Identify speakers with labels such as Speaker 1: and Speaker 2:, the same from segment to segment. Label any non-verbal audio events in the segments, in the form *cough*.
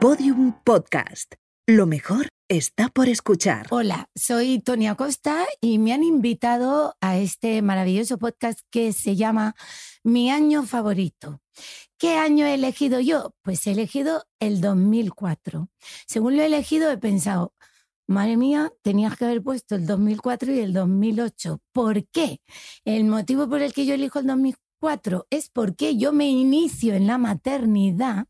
Speaker 1: Podium Podcast. Lo mejor está por escuchar.
Speaker 2: Hola, soy Tonia Costa y me han invitado a este maravilloso podcast que se llama Mi año favorito. ¿Qué año he elegido yo? Pues he elegido el 2004. Según lo he elegido, he pensado, madre mía, tenías que haber puesto el 2004 y el 2008. ¿Por qué? El motivo por el que yo elijo el 2004 es porque yo me inicio en la maternidad.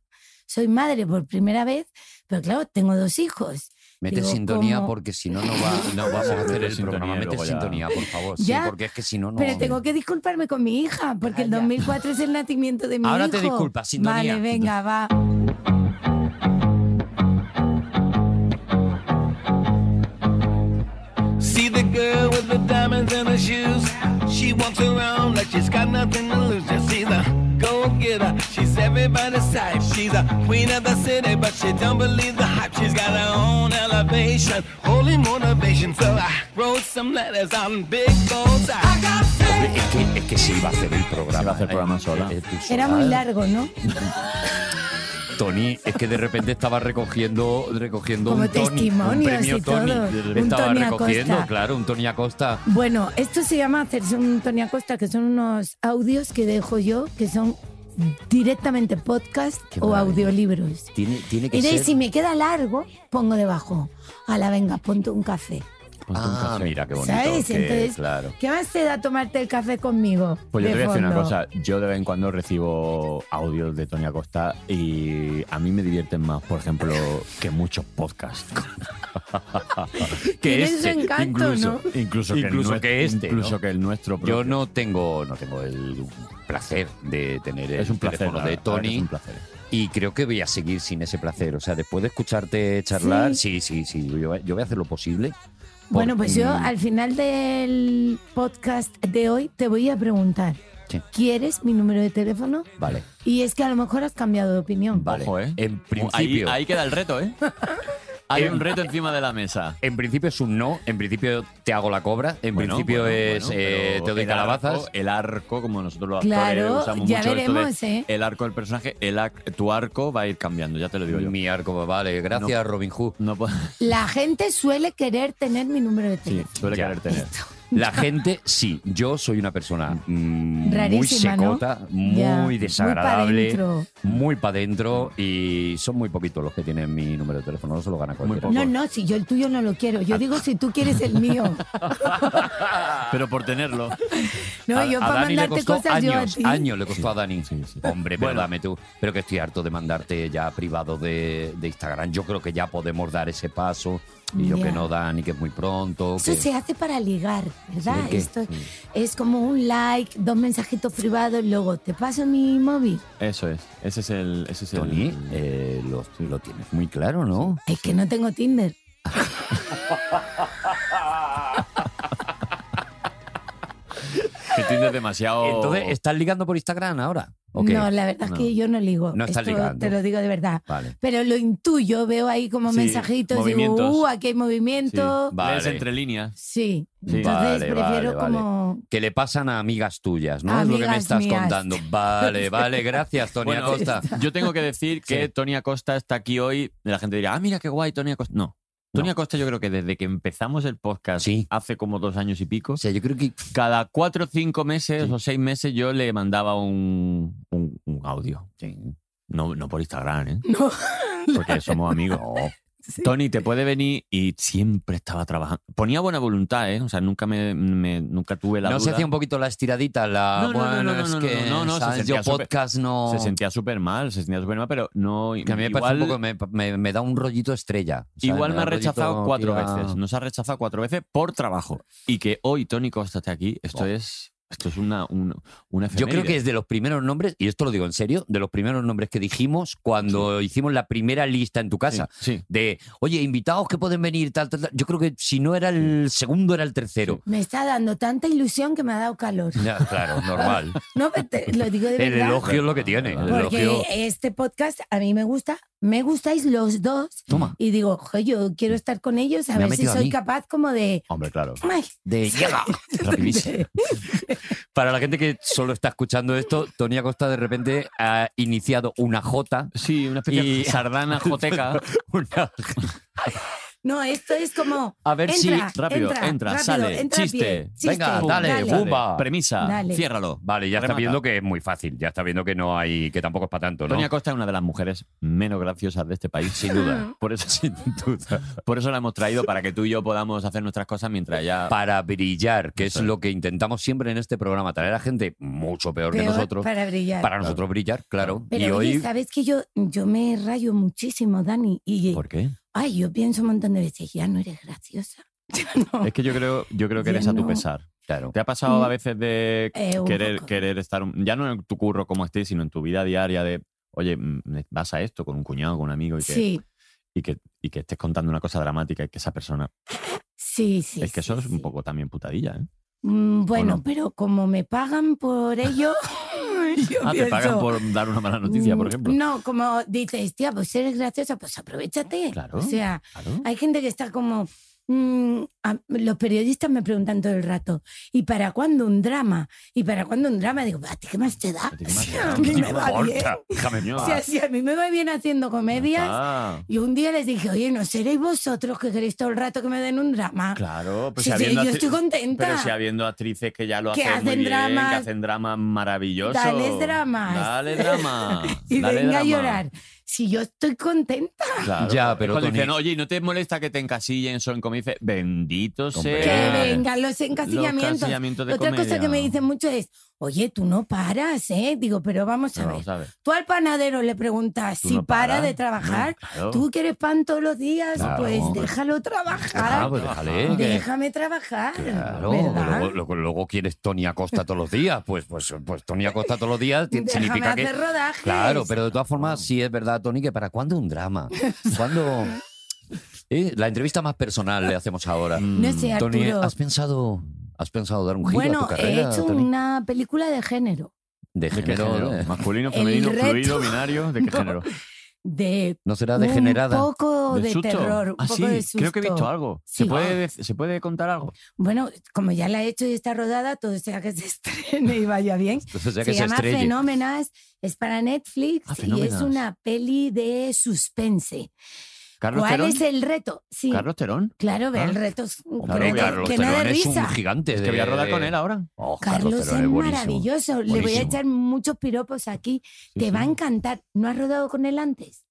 Speaker 2: Soy madre por primera vez, pero claro, tengo dos hijos.
Speaker 3: Mete
Speaker 2: Digo,
Speaker 3: sintonía
Speaker 2: ¿cómo?
Speaker 3: porque si no, no, va, no *laughs* vamos
Speaker 4: Sí,
Speaker 3: a hacer
Speaker 4: mete
Speaker 3: el
Speaker 4: sintonía
Speaker 3: programa.
Speaker 4: y
Speaker 3: Mete
Speaker 4: luego ya.
Speaker 3: sintonía, por favor.
Speaker 2: Ya,
Speaker 3: sí, porque es que si no, no.
Speaker 2: Pero tengo que disculparme con mi hija, porque el
Speaker 3: Ah, ya.
Speaker 2: 2004 es el nacimiento de mi hijo.
Speaker 3: Ahora te disculpas, sintonía.
Speaker 2: Vale, venga, va.
Speaker 5: See the girl with the diamonds in her shoes. She walks around like she's got nothing to lose. Just see the go getter. She's everybody's type. She's a queen of the city, but she don't believe the hype. She's got her own elevation, holy motivation. So I wrote some letters on big bold signs. I got faith.
Speaker 3: Es que, es que se iba a hacer el programa.
Speaker 4: Se iba a hacer el programa sola.
Speaker 3: Eh, tú sola.
Speaker 2: Era muy largo, ¿no?
Speaker 3: Tony, es que de repente estaba recogiendo, recogiendo
Speaker 2: Como
Speaker 3: un Tony. Un
Speaker 2: testimonios
Speaker 3: premio
Speaker 2: y
Speaker 3: Tony.
Speaker 2: todo. Un
Speaker 3: Estaba
Speaker 2: Tony
Speaker 3: recogiendo,
Speaker 2: Acosta.
Speaker 3: claro, un Tony Acosta.
Speaker 2: Bueno, esto se llama hacerse un Tony Acosta, que son unos audios que dejo yo, que son directamente podcast
Speaker 3: Qué
Speaker 2: o
Speaker 3: maravilla.
Speaker 2: audiolibros.
Speaker 3: Tiene, tiene que
Speaker 2: Y de ahí,
Speaker 3: ser.
Speaker 2: si me queda largo, pongo debajo. A la venga, ponte un café.
Speaker 4: Ponte un
Speaker 3: Ah,
Speaker 4: café.
Speaker 3: mira qué bonito.
Speaker 2: ¿Sabes?
Speaker 3: que-
Speaker 2: Entonces,
Speaker 3: claro.
Speaker 2: ¿qué más te da tomarte el café conmigo?
Speaker 4: Pues yo
Speaker 2: de
Speaker 4: te voy a decir una
Speaker 2: fondo?
Speaker 4: cosa. Yo de vez en cuando recibo audios de Tony Acosta y a mí me divierten más, por ejemplo, que muchos podcasts.
Speaker 2: Tiene su encanto,
Speaker 4: incluso, Incluso, que,
Speaker 3: *laughs*
Speaker 4: el
Speaker 3: Incluso
Speaker 4: nuestro-
Speaker 3: que este,
Speaker 4: Incluso
Speaker 3: ¿no?
Speaker 4: que el nuestro.
Speaker 3: Yo
Speaker 4: propio.
Speaker 3: no tengo, no tengo el placer de tener el
Speaker 4: Es un placer.
Speaker 3: teléfono
Speaker 4: la
Speaker 3: de
Speaker 4: verdad que
Speaker 3: Tony.
Speaker 4: Es un placer.
Speaker 3: Y creo que voy a seguir sin ese placer. O sea, después de escucharte charlar, sí, sí, sí. yo, yo voy a hacer lo posible.
Speaker 2: Bueno, pues yo
Speaker 3: Mm.
Speaker 2: al final del podcast de hoy te voy a preguntar.
Speaker 3: Sí.
Speaker 2: ¿Quieres mi número de teléfono?
Speaker 3: Vale,
Speaker 2: Y es que a lo mejor has cambiado de opinión.
Speaker 3: vale.
Speaker 4: Ojo, ¿eh?
Speaker 3: En principio.
Speaker 4: Ahí, ahí queda el reto, *laughs* ¿eh? Hay un reto encima de la mesa.
Speaker 3: En principio es un no, en principio te hago la cobra, en
Speaker 4: Bueno,
Speaker 3: principio
Speaker 4: bueno,
Speaker 3: es
Speaker 4: bueno,
Speaker 3: eh,
Speaker 4: pero
Speaker 3: te doy
Speaker 4: el
Speaker 3: calabazas.
Speaker 4: arco- el arco, como nosotros los actores
Speaker 2: Claro,
Speaker 4: usamos
Speaker 2: ya
Speaker 4: mucho esto de
Speaker 2: veremos, ¿eh?
Speaker 4: el arco del personaje, el ac- tu arco va a ir cambiando, ya te lo digo yo.
Speaker 3: Mi arco, vale, gracias Robin Hood.
Speaker 4: No puedo- *laughs*
Speaker 2: La gente suele querer tener mi número de
Speaker 4: sí,
Speaker 2: teléfono.
Speaker 4: suele
Speaker 3: Ya.
Speaker 4: querer tener.
Speaker 2: *laughs*
Speaker 3: La gente, sí, yo soy una persona mm, muy
Speaker 2: Rarísima, ¿no?
Speaker 3: secota,
Speaker 2: Ya,
Speaker 3: muy
Speaker 2: muy pa'
Speaker 3: desagradable,
Speaker 2: dentro.
Speaker 3: muy para adentro y son muy poquitos los que tienen mi número de teléfono, no se lo gana cualquiera.
Speaker 4: poco.
Speaker 2: No, no, si yo el tuyo no lo quiero. Yo
Speaker 3: *laughs*
Speaker 2: digo si tú quieres el mío.
Speaker 4: Pero por tenerlo.
Speaker 2: No,
Speaker 3: A-
Speaker 2: yo
Speaker 3: a
Speaker 2: para
Speaker 3: Dani le
Speaker 2: mandarte
Speaker 3: costó
Speaker 2: cosas yo a
Speaker 3: años,
Speaker 2: ti.
Speaker 3: años le costó a Dani. Hombre, pero
Speaker 4: Bueno.
Speaker 3: dame tú. Pero que estoy harto de mandarte ya privado de, de Instagram. Yo creo que ya podemos dar ese paso. Y yo
Speaker 2: Ya.
Speaker 3: que no, Dani, que es muy pronto.
Speaker 2: Eso
Speaker 3: que-
Speaker 2: se hace para ligar, ¿verdad?
Speaker 3: Sí, ¿qué?
Speaker 2: Esto es como un like, dos mensajitos privados, luego te paso mi móvil.
Speaker 4: Eso es. Ese es el. Ese es el-
Speaker 3: Tony, eh, lo, lo tienes muy claro, ¿no?
Speaker 2: Es que no tengo Tinder.
Speaker 4: que Tinder demasiado.
Speaker 3: Entonces, ¿estás ligando por Instagram ahora? ¿O qué?
Speaker 2: No, la verdad es que yo no ligo.
Speaker 3: No estás
Speaker 2: Esto
Speaker 3: ligando.
Speaker 2: Te lo digo de verdad.
Speaker 3: Vale.
Speaker 2: Pero lo intuyo, veo ahí como
Speaker 4: Sí,
Speaker 2: mensajitos, digo,
Speaker 4: movimientos.
Speaker 2: uh, aquí hay movimiento.
Speaker 4: Sí.
Speaker 3: Vale.
Speaker 4: Lees entre líneas.
Speaker 2: Sí,
Speaker 4: Sí.
Speaker 2: entonces
Speaker 3: Vale,
Speaker 2: prefiero
Speaker 3: vale, vale.
Speaker 2: como...
Speaker 3: Que le pasan a amigas tuyas, ¿no? es lo que me
Speaker 2: Amigas
Speaker 3: estás
Speaker 2: mías.
Speaker 3: contando.
Speaker 2: *laughs*
Speaker 3: Vale, vale, gracias, Tony
Speaker 4: Bueno,
Speaker 3: Acosta.
Speaker 4: Yo tengo que decir que *laughs*
Speaker 3: Sí.
Speaker 4: Tony Acosta está aquí hoy. La gente dirá, ah, mira qué guay, Tony Acosta. No. Tony Acosta, yo creo que desde que empezamos el podcast
Speaker 3: Sí.
Speaker 4: hace como dos años y pico,
Speaker 3: O sea, yo creo que
Speaker 4: cada cuatro o cinco meses
Speaker 3: Sí.
Speaker 4: o seis meses yo le mandaba un, un- un audio. No, no por Instagram, ¿eh?
Speaker 2: *laughs* No.
Speaker 4: *laughs* Porque somos amigos.
Speaker 2: Sí.
Speaker 4: Tony, te puede venir y siempre estaba trabajando. Ponía buena voluntad, ¿eh? O sea, nunca me, me- nunca tuve la
Speaker 3: no se
Speaker 4: duda.
Speaker 3: hacía un poquito la estiradita, la
Speaker 4: No, no, no,
Speaker 3: bueno,
Speaker 4: no, no,
Speaker 3: es
Speaker 4: no,
Speaker 3: que
Speaker 4: no, no, se
Speaker 3: ¿sabes?
Speaker 4: sentía
Speaker 3: yo
Speaker 4: súper-
Speaker 3: podcast no.
Speaker 4: Se sentía súper mal, se sentía súper mal, pero no.
Speaker 3: que a mí me
Speaker 4: igual,
Speaker 3: parece un poco, me, me- me da un rollito estrella. O sea,
Speaker 4: Igual me
Speaker 3: da
Speaker 4: ha
Speaker 3: un rollito
Speaker 4: rechazado cuatro
Speaker 3: que ya-
Speaker 4: veces. Nos ha rechazado cuatro veces por trabajo. Y que hoy Tony Costa esté aquí, esto es. Esto es una, un- una
Speaker 3: Oh. Yo creo que
Speaker 4: efeméride.
Speaker 3: es de los primeros nombres, y esto lo digo en serio, de los primeros nombres que dijimos cuando hicimos la primera lista en tu casa.
Speaker 4: Sí, sí.
Speaker 3: De, oye, invitados que pueden venir, tal, tal, tal. Yo creo que si no era el segundo, era el tercero.
Speaker 2: Me está dando tanta ilusión que me ha dado
Speaker 3: *laughs*
Speaker 2: calor.
Speaker 3: Ya, claro,
Speaker 4: *laughs*
Speaker 3: normal.
Speaker 2: No, pero te- lo digo de
Speaker 3: el
Speaker 2: verdad.
Speaker 3: elogio es lo que tiene. El
Speaker 2: Porque
Speaker 3: elogio.
Speaker 2: este podcast a mí me gusta, me gustáis los dos
Speaker 3: Toma.
Speaker 2: y digo, "Jo, yo quiero estar con ellos a
Speaker 3: Me ha
Speaker 2: ver si
Speaker 3: metido a
Speaker 2: soy *laughs*
Speaker 3: mí.
Speaker 2: capaz como *laughs* de... *laughs*
Speaker 4: Hombre, claro.
Speaker 2: "Ay,
Speaker 3: De llega. Rapidísimo.
Speaker 2: de-
Speaker 3: para la gente que solo está escuchando esto, Tony Acosta de repente ha iniciado una jota,
Speaker 4: Sí, una especie
Speaker 3: Y-
Speaker 4: de sardana joteca.
Speaker 3: *laughs* una-
Speaker 2: *laughs* No, esto es como.
Speaker 3: a ver
Speaker 2: Entra,
Speaker 3: si...
Speaker 4: rápido,
Speaker 2: entra,
Speaker 4: entra,
Speaker 2: rápido,
Speaker 4: sale,
Speaker 2: entra
Speaker 4: chiste.
Speaker 2: bien, chiste,
Speaker 3: Venga, dale,
Speaker 4: Sale,
Speaker 3: Bumba.
Speaker 4: Premisa,
Speaker 2: Dale.
Speaker 4: ciérralo.
Speaker 3: Vale, ya está
Speaker 4: Remata.
Speaker 3: viendo que es muy fácil, ya está viendo que no hay, que tampoco es para tanto, ¿no?
Speaker 4: Tonia Costa es una de las mujeres menos graciosas de este país,
Speaker 2: *laughs*
Speaker 4: sin duda. Por eso, sin duda. Por eso la hemos traído, para que tú y yo podamos hacer nuestras cosas mientras ella...
Speaker 3: para brillar, que
Speaker 4: Eso
Speaker 3: es
Speaker 4: es.
Speaker 3: lo que intentamos siempre en este programa, traer a gente mucho peor, que
Speaker 2: Peor
Speaker 3: nosotros, para,
Speaker 2: Para brillar.
Speaker 3: nosotros brillar, claro.
Speaker 2: Pero
Speaker 3: y
Speaker 2: oye,
Speaker 3: hoy,
Speaker 2: sabes que yo, yo me rayo muchísimo, Dani. Y
Speaker 4: ¿Por qué?
Speaker 2: ay, yo pienso un montón de veces, ya no eres graciosa. *laughs* Ya no.
Speaker 4: *laughs* Es que yo creo, yo creo que
Speaker 2: Ya
Speaker 4: eres a tu
Speaker 2: no.
Speaker 4: pesar.
Speaker 3: claro,
Speaker 4: ¿Te ha pasado a veces de
Speaker 2: Mm. Eh, un
Speaker 4: querer,
Speaker 2: poco.
Speaker 4: querer estar, un- ya no en tu curro como estés, sino en tu vida diaria de, oye, mm, vas a esto con un cuñado, con un amigo y que,
Speaker 2: Sí,
Speaker 4: y que, y que estés contando una cosa dramática y que esa persona...
Speaker 2: sí, sí.
Speaker 4: es que
Speaker 2: sí,
Speaker 4: eso es
Speaker 2: sí.
Speaker 4: un poco también putadilla,
Speaker 2: *laughs*
Speaker 4: ¿eh?
Speaker 2: Mm, Bueno,
Speaker 4: no?
Speaker 2: pero como me pagan por
Speaker 4: *laughs*
Speaker 2: ello. *laughs* yo
Speaker 4: Ah, te pagan
Speaker 2: pienso,
Speaker 4: por dar una mala noticia, por
Speaker 2: mm,
Speaker 4: ejemplo.
Speaker 2: No, como dices, tía, pues eres graciosa, pues aprovechate.
Speaker 4: Claro.
Speaker 2: O sea,
Speaker 4: Claro.
Speaker 2: Hay gente que está como. mm, a- los periodistas me preguntan todo el rato, ¿y para cuándo un drama? ¿Y para cuándo un drama? Digo, ¿a ti qué más te da?
Speaker 4: ¿A ti qué más
Speaker 2: *laughs* Si
Speaker 4: te
Speaker 2: a
Speaker 4: da?
Speaker 2: mí
Speaker 4: ¿Qué
Speaker 2: me
Speaker 4: te
Speaker 2: va bien.
Speaker 3: importa? Déjame en
Speaker 4: Coño,
Speaker 2: O sea, *laughs* si a mí me va bien haciendo comedias.
Speaker 4: Ah,
Speaker 2: Y un día les dije, oye, ¿no seréis vosotros que queréis todo el rato que me den un drama?
Speaker 4: claro. Pues
Speaker 2: Si
Speaker 4: si
Speaker 2: yo-
Speaker 4: habiendo
Speaker 2: yo
Speaker 4: actri-
Speaker 2: estoy contenta.
Speaker 4: Pero si habiendo actrices que ya lo
Speaker 2: Que
Speaker 4: hacen, muy
Speaker 2: hacen
Speaker 4: bien, que
Speaker 2: dramas.
Speaker 4: hacen dramas maravillosos.
Speaker 2: Dales dramas.
Speaker 4: Dale drama.
Speaker 2: *laughs* y
Speaker 4: dale
Speaker 2: venga a
Speaker 4: drama.
Speaker 2: llorar. Si yo estoy contenta,
Speaker 4: Claro.
Speaker 3: Ya,
Speaker 4: Es
Speaker 3: pero,
Speaker 4: cuando
Speaker 3: Tony-
Speaker 4: dicen, oye, ¿no te molesta que te encasillen son como dice, bendito
Speaker 3: Hombre.
Speaker 4: sea.
Speaker 2: que
Speaker 3: Eh,
Speaker 2: vengan los
Speaker 4: Los
Speaker 2: encasillamientos.
Speaker 4: encasillamientos de
Speaker 2: Otra cosa
Speaker 4: comedia.
Speaker 2: que me dicen mucho es, oye, tú no paras, ¿eh? Digo, pero vamos a
Speaker 4: No,
Speaker 2: ver.
Speaker 4: ¿sabes?
Speaker 2: Tú al panadero le preguntas
Speaker 4: Tú
Speaker 2: si
Speaker 4: no
Speaker 2: para
Speaker 4: paras,
Speaker 2: de trabajar.
Speaker 4: no, claro.
Speaker 2: Tú quieres pan todos los días,
Speaker 3: Claro,
Speaker 2: pues
Speaker 3: hombre.
Speaker 2: déjalo
Speaker 3: Ah,
Speaker 2: trabajar.
Speaker 3: pues déjale, que-
Speaker 2: Déjame trabajar.
Speaker 3: Claro,
Speaker 2: ¿verdad?
Speaker 3: luego, luego- luego quieres Tony Acosta todos los días, pues, pues, pues Tony Acosta todos los días ti-
Speaker 2: *laughs* Déjame
Speaker 3: significa que...
Speaker 2: hacer rodajes.
Speaker 3: Claro, pero de todas formas sí es verdad, Tony, que para cuándo un drama, cuándo... *laughs* Eh, la entrevista más personal le hacemos ahora.
Speaker 4: Mm.
Speaker 2: No sé,
Speaker 3: Tony,
Speaker 2: Arturo.
Speaker 3: ¿has pensado, ¿has pensado dar un giro a
Speaker 2: Bueno,
Speaker 3: tu
Speaker 2: he
Speaker 3: carrera,
Speaker 2: hecho
Speaker 3: Tony?
Speaker 2: una película de género.
Speaker 3: De
Speaker 4: ¿De qué
Speaker 3: género,
Speaker 4: género?
Speaker 3: eh,
Speaker 4: ¿Masculino,
Speaker 2: El
Speaker 4: femenino,
Speaker 2: reto.
Speaker 4: fluido, binario? ¿De qué
Speaker 2: No.
Speaker 4: género?
Speaker 2: De
Speaker 3: ¿No será
Speaker 2: un
Speaker 3: degenerada?
Speaker 2: poco
Speaker 4: ¿Del
Speaker 2: de
Speaker 4: susto?
Speaker 2: terror, un
Speaker 4: Ah,
Speaker 2: poco
Speaker 4: sí,
Speaker 2: de susto.
Speaker 4: creo que he visto algo.
Speaker 2: Sí.
Speaker 4: ¿Se, puede, dec- ¿Se puede contar algo?
Speaker 2: Bueno, como ya la he hecho y está rodada, todo sea que se *laughs* estrene y vaya bien.
Speaker 3: Entonces, ya
Speaker 2: se,
Speaker 3: que se
Speaker 2: llama
Speaker 3: estrelle.
Speaker 2: Fenómenas, es para Netflix
Speaker 4: Ah,
Speaker 2: y es
Speaker 4: Fenómenas.
Speaker 2: una peli de suspense.
Speaker 4: ¿Carlos
Speaker 2: ¿Cuál
Speaker 4: Terón?
Speaker 2: es el reto? Sí,
Speaker 4: ¿Carlos Terón?
Speaker 2: claro, ve, el
Speaker 4: Carlos-
Speaker 2: reto es
Speaker 3: Claro,
Speaker 2: pero que-
Speaker 3: Carlos
Speaker 2: que, no de
Speaker 3: Terón es un
Speaker 2: risa.
Speaker 3: gigante.
Speaker 4: Es que
Speaker 3: de-
Speaker 4: voy a rodar con él ahora.
Speaker 3: Oh,
Speaker 2: Carlos,
Speaker 3: Terón
Speaker 2: es
Speaker 3: buenísimo.
Speaker 2: maravilloso. Le voy a
Speaker 3: Buenísimo.
Speaker 2: echar muchos piropos aquí.
Speaker 4: Sí,
Speaker 2: Te
Speaker 4: sí.
Speaker 2: va a encantar. ¿No has rodado con él antes?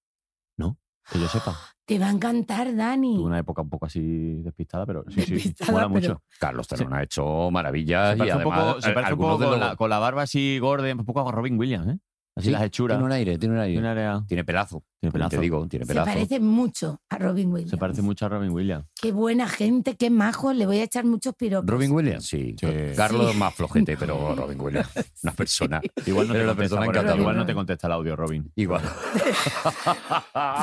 Speaker 4: Que yo sepa.
Speaker 2: Te va a encantar, Dani.
Speaker 4: Tuve una época un poco así despistada, pero
Speaker 2: *laughs*
Speaker 4: sí, sí,
Speaker 2: Despistada,
Speaker 4: mola
Speaker 2: pero-
Speaker 4: mucho.
Speaker 3: Carlos Terón ha hecho maravillas
Speaker 4: Se
Speaker 3: y
Speaker 4: parece un
Speaker 3: además eh,
Speaker 4: poco, se parece un
Speaker 3: algunos
Speaker 4: poco
Speaker 3: de
Speaker 4: con,
Speaker 3: los-
Speaker 4: la, con la barba así gorda, un poco a Robin Williams, ¿eh? Así
Speaker 3: Sí,
Speaker 4: las hechuras.
Speaker 3: Tiene un aire, tiene un aire. Tiene,
Speaker 4: Tiene una área-
Speaker 3: pelazo.
Speaker 4: tiene
Speaker 3: Te
Speaker 4: pelazo.
Speaker 3: digo, tiene
Speaker 2: Se
Speaker 3: pelazo.
Speaker 2: parece mucho a Robin Williams.
Speaker 4: Se parece mucho a Robin Williams.
Speaker 2: Qué buena gente, qué majo. Le voy a echar muchos piropos.
Speaker 3: Robin Williams, sí.
Speaker 4: Sí.
Speaker 3: Carlos
Speaker 2: Sí.
Speaker 3: más
Speaker 2: *laughs*
Speaker 3: flojete, pero Robin Williams, una persona.
Speaker 4: Igual no,
Speaker 3: Pero
Speaker 4: te
Speaker 3: la
Speaker 4: contesta,
Speaker 3: persona
Speaker 4: por
Speaker 3: encantada.
Speaker 4: el, igual no te contesta el audio, Robin.
Speaker 3: Igual.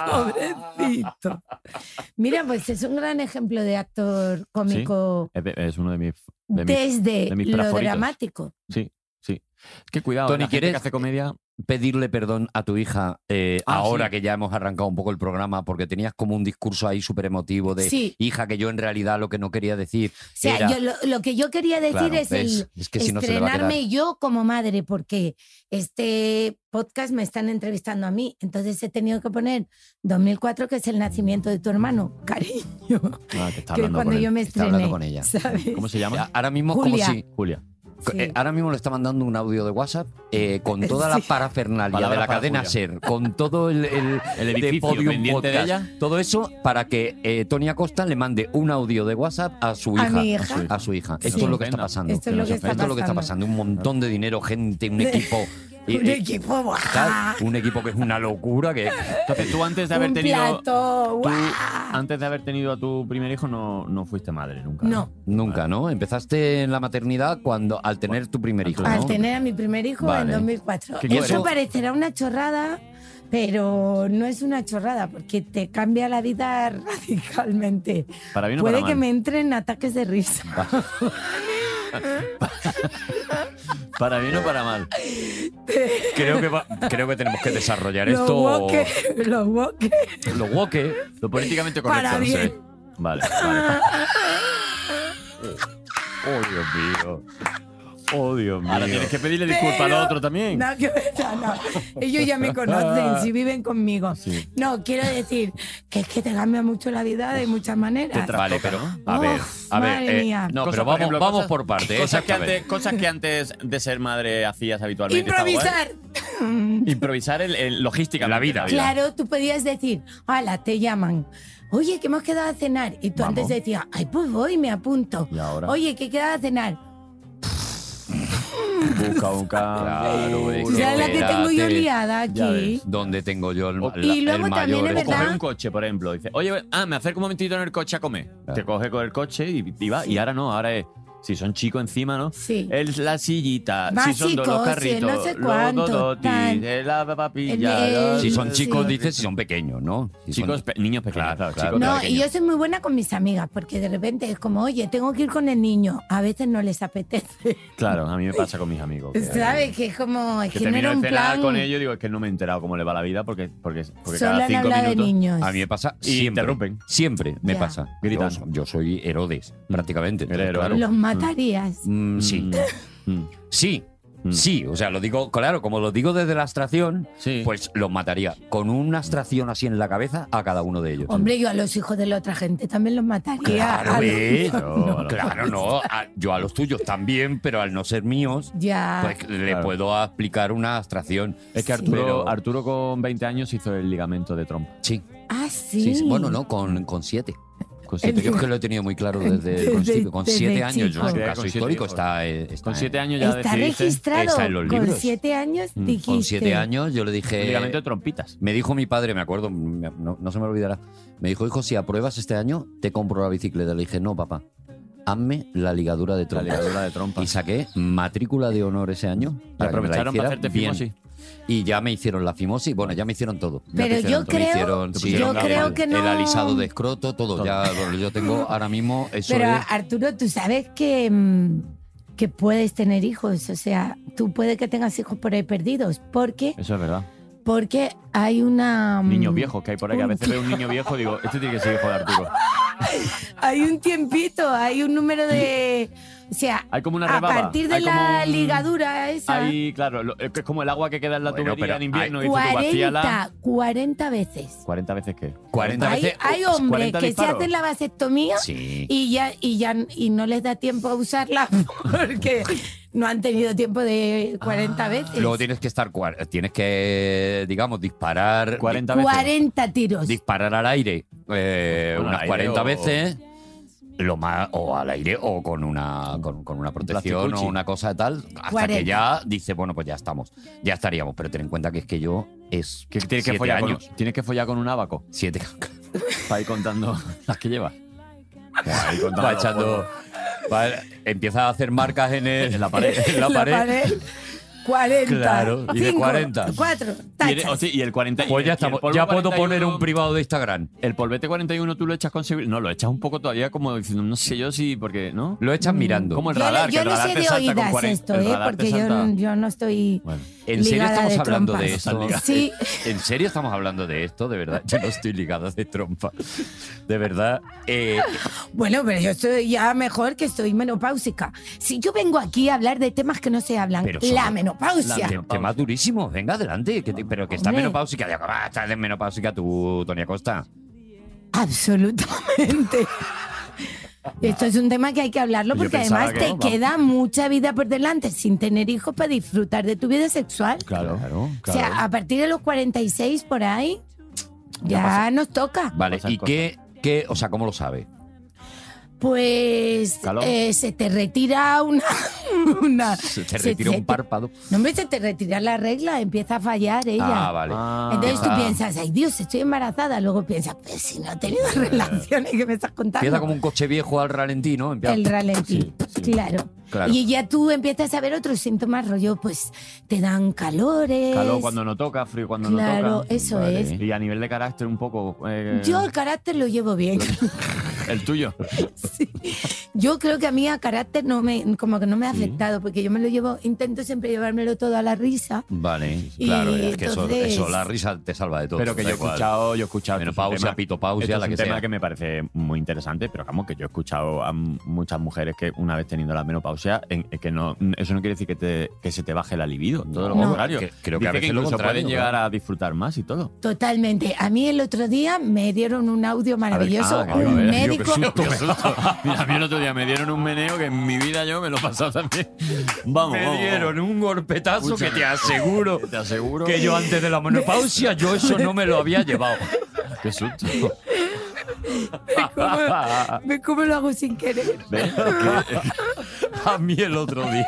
Speaker 2: Pobrecito. Mira, pues es un gran ejemplo de actor cómico
Speaker 4: Es, de- es uno de mis. de mis-
Speaker 2: desde
Speaker 4: de mis
Speaker 2: lo
Speaker 4: preferidos.
Speaker 2: dramático.
Speaker 4: Es que cuidado,
Speaker 3: Tony,
Speaker 4: la gente
Speaker 3: ¿quieres-
Speaker 4: que hace comedia.
Speaker 3: Pedirle perdón a tu hija eh,
Speaker 4: Ah,
Speaker 3: ahora
Speaker 4: sí.
Speaker 3: que ya hemos arrancado un poco el programa, porque tenías como un discurso ahí súper emotivo de
Speaker 2: Sí.
Speaker 3: hija que yo en realidad lo que no quería decir.
Speaker 2: O sea,
Speaker 3: era-
Speaker 2: yo lo, lo que yo quería decir
Speaker 3: Claro,
Speaker 2: es el,
Speaker 3: ¿ves? Es que si no se le va a quedar.
Speaker 2: estrenarme yo como madre, porque este podcast me están entrevistando a mí. Entonces he tenido que poner 2004, que es el nacimiento de tu hermano, cariño.
Speaker 4: Ah, que está
Speaker 2: que es
Speaker 4: hablando
Speaker 2: cuando
Speaker 4: con
Speaker 2: yo
Speaker 4: él.
Speaker 2: me
Speaker 3: Está
Speaker 2: estrené.
Speaker 3: hablando con ella.
Speaker 2: ¿sabes?
Speaker 4: ¿Cómo ah, se
Speaker 3: A-
Speaker 4: llama?
Speaker 3: Ahora mismo es
Speaker 2: Julia.
Speaker 3: como si.
Speaker 4: Julia.
Speaker 2: Sí.
Speaker 3: eh, ahora mismo le está mandando un audio de WhatsApp eh, con
Speaker 2: *laughs*
Speaker 3: toda la
Speaker 2: Sí.
Speaker 3: parafernalia
Speaker 4: Palabras
Speaker 3: de la
Speaker 4: para
Speaker 3: cadena
Speaker 4: Julia.
Speaker 3: Ser, con todo
Speaker 2: *laughs*
Speaker 3: el, el,
Speaker 4: El
Speaker 3: de
Speaker 4: edificio
Speaker 3: Podium
Speaker 4: pendiente de
Speaker 3: Podcast,
Speaker 4: ella.
Speaker 3: Todo eso para que eh, Tony Acosta le mande un audio de WhatsApp a su
Speaker 2: A
Speaker 3: hija.
Speaker 2: mi hija.
Speaker 3: A su hija.
Speaker 4: Que
Speaker 3: Esto
Speaker 4: no
Speaker 3: es
Speaker 4: se
Speaker 3: lo que está
Speaker 4: ofenda.
Speaker 3: pasando.
Speaker 2: Esto es lo que está
Speaker 3: Esto es lo que está
Speaker 2: pasando.
Speaker 3: pasando. Un montón de dinero,
Speaker 2: *laughs*
Speaker 3: gente, un equipo. y-
Speaker 4: eh,
Speaker 2: Un
Speaker 3: y-
Speaker 2: equipo, ¡buah!
Speaker 3: tal, un equipo que es una locura que
Speaker 4: Entonces tú antes de haber
Speaker 2: un
Speaker 4: tenido.
Speaker 2: plato,
Speaker 4: tú,
Speaker 2: ¡guau!
Speaker 4: antes de haber tenido a tu primer hijo, no, no fuiste madre nunca.
Speaker 2: No,
Speaker 3: nunca, ¿no? Empezaste en la maternidad cuando al tener tu primer hijo,
Speaker 2: al
Speaker 3: ¿no?
Speaker 2: tener a mi primer hijo
Speaker 3: Vale.
Speaker 2: en 2004.
Speaker 4: Qué
Speaker 2: Eso
Speaker 3: bueno.
Speaker 2: parecerá una chorrada, pero no es una chorrada, porque te cambia la vida radicalmente.
Speaker 4: Para bien o
Speaker 2: Puede
Speaker 4: para
Speaker 2: que
Speaker 4: mal.
Speaker 2: me entren ataques de risa.
Speaker 4: Para bien o para mal.
Speaker 3: Creo que va- creo que tenemos que
Speaker 2: *laughs*
Speaker 3: desarrollar
Speaker 2: Los
Speaker 3: esto.
Speaker 2: woke, los woke.
Speaker 3: Lo woke.
Speaker 4: Lo políticamente correcto.
Speaker 2: Para
Speaker 4: no sé.
Speaker 2: bien.
Speaker 3: *laughs*
Speaker 4: Vale, vale. oh, Dios mío.
Speaker 6: Oh, Dios mío.
Speaker 3: Ahora tienes
Speaker 6: que pedirle
Speaker 2: disculpas al Pero- otro
Speaker 6: también.
Speaker 2: No, que no, no. Ellos
Speaker 6: *laughs*
Speaker 2: ya me conocen, si viven conmigo.
Speaker 6: Sí.
Speaker 2: No, quiero decir que es que te cambia mucho la vida de muchas maneras.
Speaker 3: Vale, pero a
Speaker 2: Oh,
Speaker 3: ver, a ver, eh,
Speaker 2: madre mía.
Speaker 3: no,
Speaker 4: Cosas,
Speaker 3: pero
Speaker 4: por
Speaker 3: vamos,
Speaker 4: ejemplo,
Speaker 3: vamos
Speaker 4: cosas-
Speaker 3: por partes.
Speaker 4: Cosas que,
Speaker 3: exactamente.
Speaker 4: antes, cosas que antes de ser madre hacías habitualmente. está guay.
Speaker 2: Improvisar.
Speaker 4: Improvisar el, el logística.
Speaker 3: La vida.
Speaker 2: *laughs* Claro, tú podías decir, hola, te llaman. Oye, que hemos quedado a cenar. Y tú antes decías, ay, pues voy, me apunto.
Speaker 6: Y ahora.
Speaker 2: Oye, que he quedado a cenar.
Speaker 6: Busca un
Speaker 3: Claro, es
Speaker 6: Pero
Speaker 2: Ya la que tengo yo
Speaker 3: espérate.
Speaker 2: liada
Speaker 6: Ya
Speaker 2: aquí.
Speaker 6: ves.
Speaker 3: ¿Dónde tengo yo el, ma-
Speaker 2: Y
Speaker 3: la- el
Speaker 2: luego también es
Speaker 3: mayor
Speaker 4: O
Speaker 3: esfuerzo?
Speaker 4: coger
Speaker 2: ¿Verdad?
Speaker 4: un coche, por ejemplo. Dice, oye, ah, me acerco un momentito en el coche a comer.
Speaker 6: Claro.
Speaker 4: Te coge con el coche y, y va. Y ahora no, ahora es. Si son chicos encima, ¿no?
Speaker 2: Sí.
Speaker 4: Es la sillita, si
Speaker 2: Más
Speaker 4: son dos
Speaker 2: chicos,
Speaker 4: los
Speaker 2: si
Speaker 4: carritos,
Speaker 2: no sé
Speaker 4: los
Speaker 2: cuánto,
Speaker 4: dodotis,
Speaker 2: tal.
Speaker 4: eh, la
Speaker 2: El-
Speaker 4: papilla. la-
Speaker 3: Si son
Speaker 2: Sí.
Speaker 3: chicos, dices, si son pequeños, ¿no? Si son-
Speaker 4: Chicos, pe- niños pequeños.
Speaker 3: Claro, claro.
Speaker 4: chicos
Speaker 2: No,
Speaker 4: pequeños.
Speaker 2: y yo soy muy buena con mis amigas, porque de repente es como, oye, tengo que ir con el niño. A veces no les apetece.
Speaker 4: Claro, a mí me pasa con mis amigos. que-
Speaker 2: ¿Sabes? Que es como, es
Speaker 4: Que
Speaker 2: que, no era
Speaker 4: termino
Speaker 2: un
Speaker 4: de cenar
Speaker 2: plan.
Speaker 4: con ellos, digo, es que no me he enterado cómo le va la vida porque, porque, porque
Speaker 2: Solo
Speaker 4: cada
Speaker 2: han
Speaker 4: cinco
Speaker 2: hablado de
Speaker 4: minutos.
Speaker 2: niños.
Speaker 3: a mí me pasa
Speaker 4: Y
Speaker 3: siempre.
Speaker 4: pues, interrumpen.
Speaker 3: Siempre me
Speaker 2: Ya.
Speaker 3: pasa.
Speaker 4: Gritan.
Speaker 3: Yo, yo soy Herodes, prácticamente.
Speaker 4: Eres
Speaker 3: entonces,
Speaker 4: Herodes.
Speaker 3: claro.
Speaker 2: Los matarías.
Speaker 3: Mm, sí,
Speaker 4: Mm, mm,
Speaker 2: Pues
Speaker 3: sí,
Speaker 4: Mm.
Speaker 3: sí. O sea, lo digo, claro, como lo digo desde la abstracción,
Speaker 4: sí.
Speaker 3: pues los mataría con una abstracción así en la cabeza a cada uno de ellos.
Speaker 2: Hombre, yo a los hijos de la otra gente también los mataría.
Speaker 3: Mm. Claro,
Speaker 2: A los- *laughs*
Speaker 3: ¿eh?
Speaker 4: No, no.
Speaker 3: Claro, no. a- yo a los tuyos también, pero al no ser míos,
Speaker 2: Ya.
Speaker 3: pues le
Speaker 4: Claro.
Speaker 3: puedo aplicar una abstracción.
Speaker 4: Es
Speaker 2: Sí.
Speaker 4: que Arturo,
Speaker 3: Pero-
Speaker 4: Arturo con 20 años hizo el ligamento de trompa.
Speaker 3: Sí,
Speaker 2: ah,
Speaker 3: sí.
Speaker 2: sí.
Speaker 3: sí. Bueno, no, con, con siete.
Speaker 4: Con
Speaker 2: El-
Speaker 4: siete,
Speaker 3: Yo es que lo he tenido muy claro desde el
Speaker 2: Desde-
Speaker 3: principio. Con
Speaker 2: desde
Speaker 3: siete años, yo,
Speaker 2: chico.
Speaker 3: es un
Speaker 4: Ah,
Speaker 3: caso
Speaker 4: con siete
Speaker 3: histórico
Speaker 4: hijos.
Speaker 3: está, eh, está
Speaker 4: con
Speaker 3: en-
Speaker 4: siete años ya
Speaker 2: Está
Speaker 4: decidiste
Speaker 2: registrado.
Speaker 3: Está en los
Speaker 2: con
Speaker 3: libros.
Speaker 2: siete años
Speaker 4: Mm, con
Speaker 2: dijiste.
Speaker 3: Con siete años yo le
Speaker 4: el ligamento
Speaker 3: dije...
Speaker 4: de Eh, trompitas.
Speaker 3: Me dijo mi padre, me acuerdo, me- no, no se me olvidará. Me dijo, hijo, si apruebas este año, te compro la bicicleta. Le dije, no, papá, hazme la ligadura de
Speaker 4: La
Speaker 3: trompa.
Speaker 4: ligadura de trompa.
Speaker 3: Y saqué matrícula de honor ese año. para que
Speaker 4: Y
Speaker 3: me la
Speaker 4: aprovecharon para
Speaker 3: hiciera
Speaker 4: hacerte
Speaker 3: bien.
Speaker 4: fimosis.
Speaker 3: Y ya me hicieron la fimosis, bueno, ya me hicieron todo. Ya
Speaker 2: Pero
Speaker 3: me hicieron
Speaker 2: yo
Speaker 3: todo. Me
Speaker 2: creo-
Speaker 3: hicieron,
Speaker 4: yo
Speaker 3: hicieron
Speaker 4: creo
Speaker 3: el,
Speaker 2: que no-
Speaker 3: el alisado de escroto, todo. Ya, bueno, yo tengo ahora mismo eso
Speaker 2: Pero
Speaker 3: es-
Speaker 2: Arturo, tú sabes que, mm, que puedes tener hijos. O sea, tú puedes que tengas hijos por ahí perdidos. ¿Por qué?
Speaker 4: Eso es verdad.
Speaker 2: Porque hay una. mm,
Speaker 4: Niños viejos que hay por ahí. que A veces veo un niño viejo y digo, este tiene que ser hijo de Arturo.
Speaker 2: Hay un tiempito, hay un número de. O sea,
Speaker 4: Hay como una
Speaker 2: a
Speaker 4: rebaba.
Speaker 2: partir de
Speaker 4: hay como
Speaker 2: la
Speaker 4: un-
Speaker 2: ligadura esa.
Speaker 4: Ahí, claro, lo- es que es como el agua que queda en la
Speaker 3: Bueno,
Speaker 4: tubería
Speaker 3: pero
Speaker 4: en invierno y dices tú, vacíala.
Speaker 2: 40, 40 veces.
Speaker 4: 40 veces qué?
Speaker 3: 40
Speaker 2: Hay,
Speaker 3: veces.
Speaker 2: hay hombres
Speaker 4: 40
Speaker 2: que se
Speaker 4: disparos.
Speaker 2: hacen la vasectomía
Speaker 3: Sí.
Speaker 2: y ya y ya y no les da tiempo a usarla *laughs* porque no han tenido tiempo de 40
Speaker 4: Ah.
Speaker 2: veces.
Speaker 3: Luego tienes que estar, cuar- tienes que, digamos, disparar,
Speaker 4: 40 veces.
Speaker 2: 40 tiros.
Speaker 3: disparar al aire eh,
Speaker 4: Bueno,
Speaker 3: unas
Speaker 4: al aire
Speaker 3: 40
Speaker 4: o-
Speaker 3: veces lo más o al aire o con una con, con una protección o
Speaker 4: plasticuchi.
Speaker 3: una cosa tal hasta
Speaker 2: 40.
Speaker 3: que ya dice bueno pues ya estamos ya estaríamos pero ten en cuenta que es que yo es
Speaker 4: Que tienes que,
Speaker 3: siete
Speaker 4: follar con,
Speaker 3: años
Speaker 4: tienes que follar con un abaco
Speaker 3: siete
Speaker 4: para ir contando *laughs* las que llevas. *laughs* Ahí contando
Speaker 3: va
Speaker 4: los
Speaker 3: echando
Speaker 4: polvos.
Speaker 3: va- empieza a hacer marcas en, el-
Speaker 4: En la pared.
Speaker 3: en la pared.
Speaker 2: 40.
Speaker 3: Claro, y de
Speaker 2: cinco,
Speaker 3: 40.
Speaker 2: cuatro,
Speaker 4: Y el,
Speaker 2: tachas.
Speaker 4: o sí, y el 40 y
Speaker 3: Pues
Speaker 4: el- y
Speaker 3: ya
Speaker 4: el
Speaker 3: estamos
Speaker 4: polvo
Speaker 3: ya puedo
Speaker 4: 41
Speaker 3: poner un privado de Instagram
Speaker 4: El polvete 41 tú lo echas con civil. No, lo echas un poco todavía como diciendo, no sé yo si, porque, ¿no?
Speaker 3: lo echas mirando
Speaker 4: Como el
Speaker 2: yo no-
Speaker 4: radar, que
Speaker 2: yo
Speaker 4: el
Speaker 2: no
Speaker 4: radar
Speaker 2: sé
Speaker 4: te
Speaker 2: de
Speaker 4: salta con
Speaker 2: oídas
Speaker 4: 40,
Speaker 2: esto,
Speaker 4: el
Speaker 2: ¿eh?
Speaker 4: radar te
Speaker 2: porque yo,
Speaker 4: salta.
Speaker 2: yo no estoy
Speaker 4: Bueno.
Speaker 3: en serio
Speaker 2: ligada
Speaker 3: estamos
Speaker 2: de
Speaker 3: hablando de
Speaker 2: trompas.
Speaker 3: esto
Speaker 2: Sí,
Speaker 3: ¿En serio estamos hablando de esto? De verdad, yo no estoy ligada de trompa. De verdad. eh,
Speaker 2: bueno, pero yo estoy ya mejor que estoy menopáusica. Si yo vengo aquí a hablar de temas que no se hablan,
Speaker 3: Pero sobre-
Speaker 2: la menopausia.
Speaker 3: te- temas durísimos, venga adelante. que te- pero que está
Speaker 2: Hombre.
Speaker 3: menopáusica. Digo, "Ah, estás de menopáusica tú, Tonia Costa.
Speaker 2: Absolutamente. Esto es un tema que hay que hablarlo
Speaker 4: Yo
Speaker 2: porque
Speaker 4: pensaba
Speaker 2: además
Speaker 4: que
Speaker 2: te
Speaker 4: no, vamos.
Speaker 2: queda mucha vida por delante sin tener hijos para disfrutar de tu vida sexual.
Speaker 4: Claro, claro.
Speaker 2: O sea, a partir de los 46 por ahí, ya nos toca.
Speaker 3: Vale,
Speaker 4: Pasan
Speaker 3: ¿y qué, qué- O sea, ¿cómo lo sabe?
Speaker 2: Pues
Speaker 4: Calor.
Speaker 2: eh, se te retira una... *laughs* una
Speaker 3: Se te retira
Speaker 2: se
Speaker 3: un
Speaker 2: te-
Speaker 3: párpado.
Speaker 2: No, hombre, se te retira la regla, empieza a fallar ella.
Speaker 3: Ah, vale.
Speaker 2: Entonces tú
Speaker 3: Ah.
Speaker 2: piensas, ay Dios, estoy embarazada. Luego piensas, pues si no he tenido relaciones, ¿qué me estás contando?
Speaker 3: Empieza como un coche viejo al ralentí, ¿no? Empieza-
Speaker 2: El ralentí, pues
Speaker 4: Sí, sí.
Speaker 2: claro.
Speaker 3: Claro.
Speaker 2: Y ya tú empiezas a ver otros síntomas, rollo, pues te dan calores.
Speaker 4: Calor cuando no toca, frío cuando no
Speaker 2: Claro,
Speaker 4: toca.
Speaker 2: eso
Speaker 3: Vale.
Speaker 2: es.
Speaker 4: Y a nivel de carácter un poco... eh,
Speaker 2: Yo el carácter lo llevo bien.
Speaker 4: El tuyo.
Speaker 2: *laughs* Sí. Yo creo que a mí a carácter no me, como que no me ha
Speaker 3: Sí.
Speaker 2: afectado, porque yo me lo llevo, intento siempre llevármelo todo a la risa.
Speaker 4: Mm.
Speaker 3: Vale,
Speaker 2: Y
Speaker 3: claro, es que eso-
Speaker 2: entonces-
Speaker 3: eso, la risa te salva de todo.
Speaker 4: Pero que
Speaker 3: da
Speaker 4: yo he
Speaker 3: igual.
Speaker 4: escuchado, yo he escuchado. esto es un
Speaker 3: Menopausia,
Speaker 4: tema-
Speaker 3: pitopausia,
Speaker 4: esto es
Speaker 3: la
Speaker 4: un
Speaker 3: que
Speaker 4: tema
Speaker 3: sea.
Speaker 4: que me parece muy interesante, pero vamos, que yo he escuchado a m- muchas mujeres que una vez teniendo la menopausia, en- en que no, eso no quiere decir que, te- que se te baje la libido, todo lo
Speaker 2: No.
Speaker 4: contrario.
Speaker 3: Que- creo que a
Speaker 4: Dice
Speaker 3: veces lo
Speaker 4: incluso
Speaker 3: contrario,
Speaker 4: pueden
Speaker 3: ¿no?
Speaker 4: llegar a disfrutar más y todo.
Speaker 2: Totalmente. A mí el otro día me dieron un audio maravilloso.
Speaker 4: ah, que digo, a
Speaker 2: un
Speaker 4: ver,
Speaker 7: Digo, qué
Speaker 2: *laughs* médico.
Speaker 7: susto, qué susto. *laughs* Mira, a mí el otro día me dieron un meneo que en mi vida yo me lo he pasado
Speaker 3: *laughs*
Speaker 7: también. Vamos,
Speaker 3: Me
Speaker 7: vamos,
Speaker 3: dieron un golpetazo
Speaker 7: Escúchame.
Speaker 3: que te aseguro
Speaker 7: vamos. Te aseguro
Speaker 3: que yo antes de la menopausia yo eso no me lo había llevado. Qué susto.
Speaker 4: *laughs*
Speaker 2: ¿Cómo, ¿Cómo lo hago sin querer?
Speaker 3: A mí el otro día.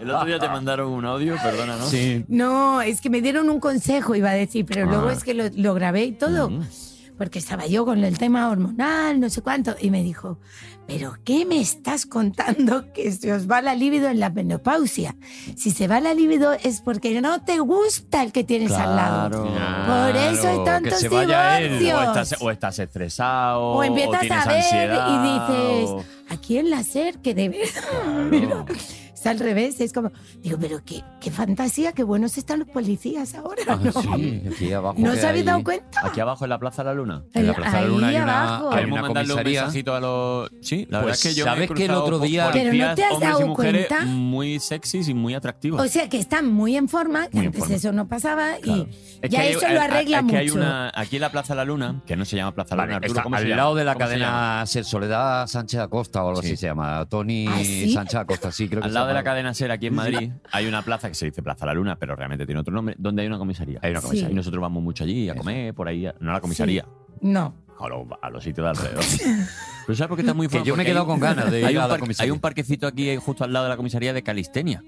Speaker 7: El otro día te mandaron un audio, perdona, ¿no?
Speaker 4: Sí.
Speaker 2: No, es que me dieron un consejo, iba a decir, pero luego
Speaker 4: Ah.
Speaker 2: es que lo, lo grabé y todo. Porque estaba yo con el tema hormonal, no sé cuánto, y me dijo, ¿pero qué me estás contando que se os va la libido en la menopausia? Si se va la libido es porque no te gusta el que tienes al lado. Por eso hay
Speaker 3: Claro, que
Speaker 2: tantos
Speaker 3: se vaya él.
Speaker 2: divorcios.
Speaker 4: O estás, o estás estresado,
Speaker 2: O empiezas
Speaker 4: tienes
Speaker 2: a ver
Speaker 4: ansiedad,
Speaker 2: y
Speaker 4: o-
Speaker 2: dices, aquí en la SER que de *laughs* verdad
Speaker 4: Claro.
Speaker 2: es al revés, es como, digo, pero qué, qué fantasía, qué buenos están los policías
Speaker 4: Ah,
Speaker 2: ahora, *laughs* ¿no?
Speaker 3: Ah, Sí, aquí abajo
Speaker 2: ¿No
Speaker 3: que
Speaker 2: os habéis
Speaker 3: hay-
Speaker 2: dado cuenta?
Speaker 4: Aquí abajo en la Plaza de la Luna.
Speaker 3: En la Plaza de la Luna
Speaker 2: Ahí
Speaker 3: hay una-
Speaker 2: abajo.
Speaker 3: hay una
Speaker 7: Podemos mandarle un
Speaker 3: comisaría.
Speaker 7: mensajito a los. Sí, la verdad
Speaker 3: Pues,
Speaker 7: es que yo me he
Speaker 3: ¿sabes que el
Speaker 7: cruzado
Speaker 3: otro
Speaker 7: con
Speaker 3: día-
Speaker 7: policías,
Speaker 2: Pero no te has
Speaker 7: hombres y
Speaker 2: dado
Speaker 7: mujeres
Speaker 2: cuenta. Pues
Speaker 7: Muy sexys y muy atractivos.
Speaker 2: O sea que están muy en forma, que
Speaker 4: Muy en
Speaker 2: antes
Speaker 4: forma.
Speaker 2: eso no pasaba
Speaker 4: Claro.
Speaker 2: y
Speaker 4: Es
Speaker 2: ya
Speaker 4: que hay-
Speaker 2: eso
Speaker 4: a-
Speaker 2: lo
Speaker 4: a-
Speaker 2: arregla
Speaker 4: es
Speaker 2: mucho.
Speaker 4: que hay una, aquí en la Plaza de la Luna, que no se llama Plaza de la
Speaker 3: Vale,
Speaker 4: Luna, Arturo,
Speaker 3: está
Speaker 4: ¿cómo
Speaker 3: al
Speaker 4: se llama?
Speaker 3: lado de la
Speaker 7: ¿Cómo se
Speaker 3: cadena Ser Soledad Sánchez Acosta o algo
Speaker 4: Sí.
Speaker 3: así se llama. Tony
Speaker 2: ¿Ah, sí?
Speaker 3: Sánchez Acosta, sí, creo que
Speaker 4: Al
Speaker 3: se
Speaker 4: lado de la
Speaker 3: llama.
Speaker 4: cadena SER, aquí en Madrid, hay una plaza que se dice Plaza La Luna, pero realmente tiene otro nombre, donde hay una comisaría. Hay una
Speaker 2: Sí.
Speaker 4: comisaría. Y nosotros vamos mucho allí a comer, por ahí, a- no a la comisaría,
Speaker 2: No,
Speaker 4: a, lo- a los sitios de
Speaker 3: *laughs*
Speaker 4: alrededor. pero ¿sabes por qué está muy
Speaker 3: Que
Speaker 4: feo?
Speaker 3: yo me he
Speaker 4: Porque
Speaker 3: quedado
Speaker 4: hay-
Speaker 3: con ganas
Speaker 4: *laughs*
Speaker 3: de ir
Speaker 4: hay
Speaker 3: a
Speaker 4: un,
Speaker 3: la
Speaker 4: parque-
Speaker 3: comisaría.
Speaker 4: hay un parquecito aquí eh, justo al lado de la comisaría de Calistenia.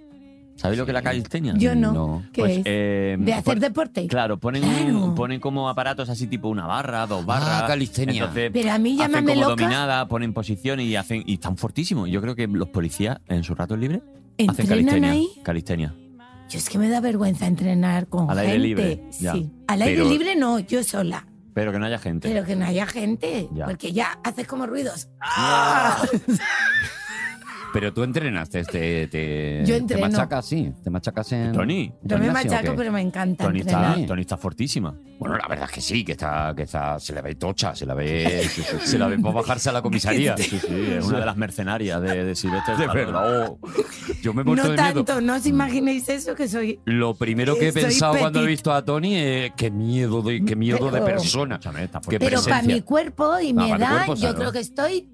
Speaker 4: ¿Sabéis lo que es la calistenia?
Speaker 2: yo no.
Speaker 3: No.
Speaker 2: ¿Qué
Speaker 4: Pues,
Speaker 2: es?
Speaker 4: eh,
Speaker 2: ¿De hacer
Speaker 4: pon-
Speaker 2: deporte?
Speaker 4: Claro, ponen,
Speaker 2: Claro.
Speaker 4: un- ponen como aparatos así tipo una barra, dos barras.
Speaker 3: Ah, calistenia.
Speaker 4: Entonces,
Speaker 2: Pero a mí
Speaker 4: hacen
Speaker 2: llámame
Speaker 4: como
Speaker 2: loca,
Speaker 4: dominada, ponen posiciones y hacen y están fortísimos. Yo creo que los policías en sus ratos libres hacen
Speaker 2: entrenan
Speaker 4: calistenia.
Speaker 2: ahí.
Speaker 4: Calistenia.
Speaker 2: Yo es que me da vergüenza entrenar con
Speaker 4: Al aire
Speaker 2: gente.
Speaker 4: libre, ya.
Speaker 2: Sí. Al aire
Speaker 4: Pero-
Speaker 2: libre no, yo sola.
Speaker 4: Pero que no haya gente.
Speaker 2: Pero que no haya gente,
Speaker 4: Ya.
Speaker 2: porque ya haces como ruidos. ¡ah!
Speaker 3: Pero tú entrenaste, te, te,
Speaker 2: Yo
Speaker 3: te
Speaker 2: entreno.
Speaker 3: machacas, sí. Te machacas en.
Speaker 4: Tony.
Speaker 2: No me
Speaker 3: ¿Gimnasio o
Speaker 2: machaco,
Speaker 3: qué?
Speaker 2: pero me encanta
Speaker 4: Tony
Speaker 2: entrenar.
Speaker 4: está, Tony está fortísima.
Speaker 3: Bueno, la verdad es que sí, que está, que está, se la ve tocha, se la ve, se la ve para bajarse a la comisaría.
Speaker 4: Sí, sí, es una de las mercenarias de, de Silvestre.
Speaker 3: De
Speaker 4: Stallone.
Speaker 3: verdad. oh, yo me he
Speaker 2: No
Speaker 3: muerto de miedo.
Speaker 2: tanto,
Speaker 4: Mm.
Speaker 2: no os imaginéis eso que soy.
Speaker 3: Lo primero que he
Speaker 2: Soy
Speaker 3: pensado cuando he
Speaker 2: petit.
Speaker 3: visto a Tony es qué miedo de, qué miedo de
Speaker 2: Pero-
Speaker 3: persona.
Speaker 4: Escúchame, está
Speaker 3: Qué
Speaker 4: fortísima.
Speaker 2: Pero para
Speaker 3: presencia.
Speaker 2: mi cuerpo y
Speaker 3: No,
Speaker 2: mi
Speaker 3: pa' tu
Speaker 2: edad,
Speaker 3: cuerpo,
Speaker 2: yo
Speaker 3: claro.
Speaker 2: creo que estoy.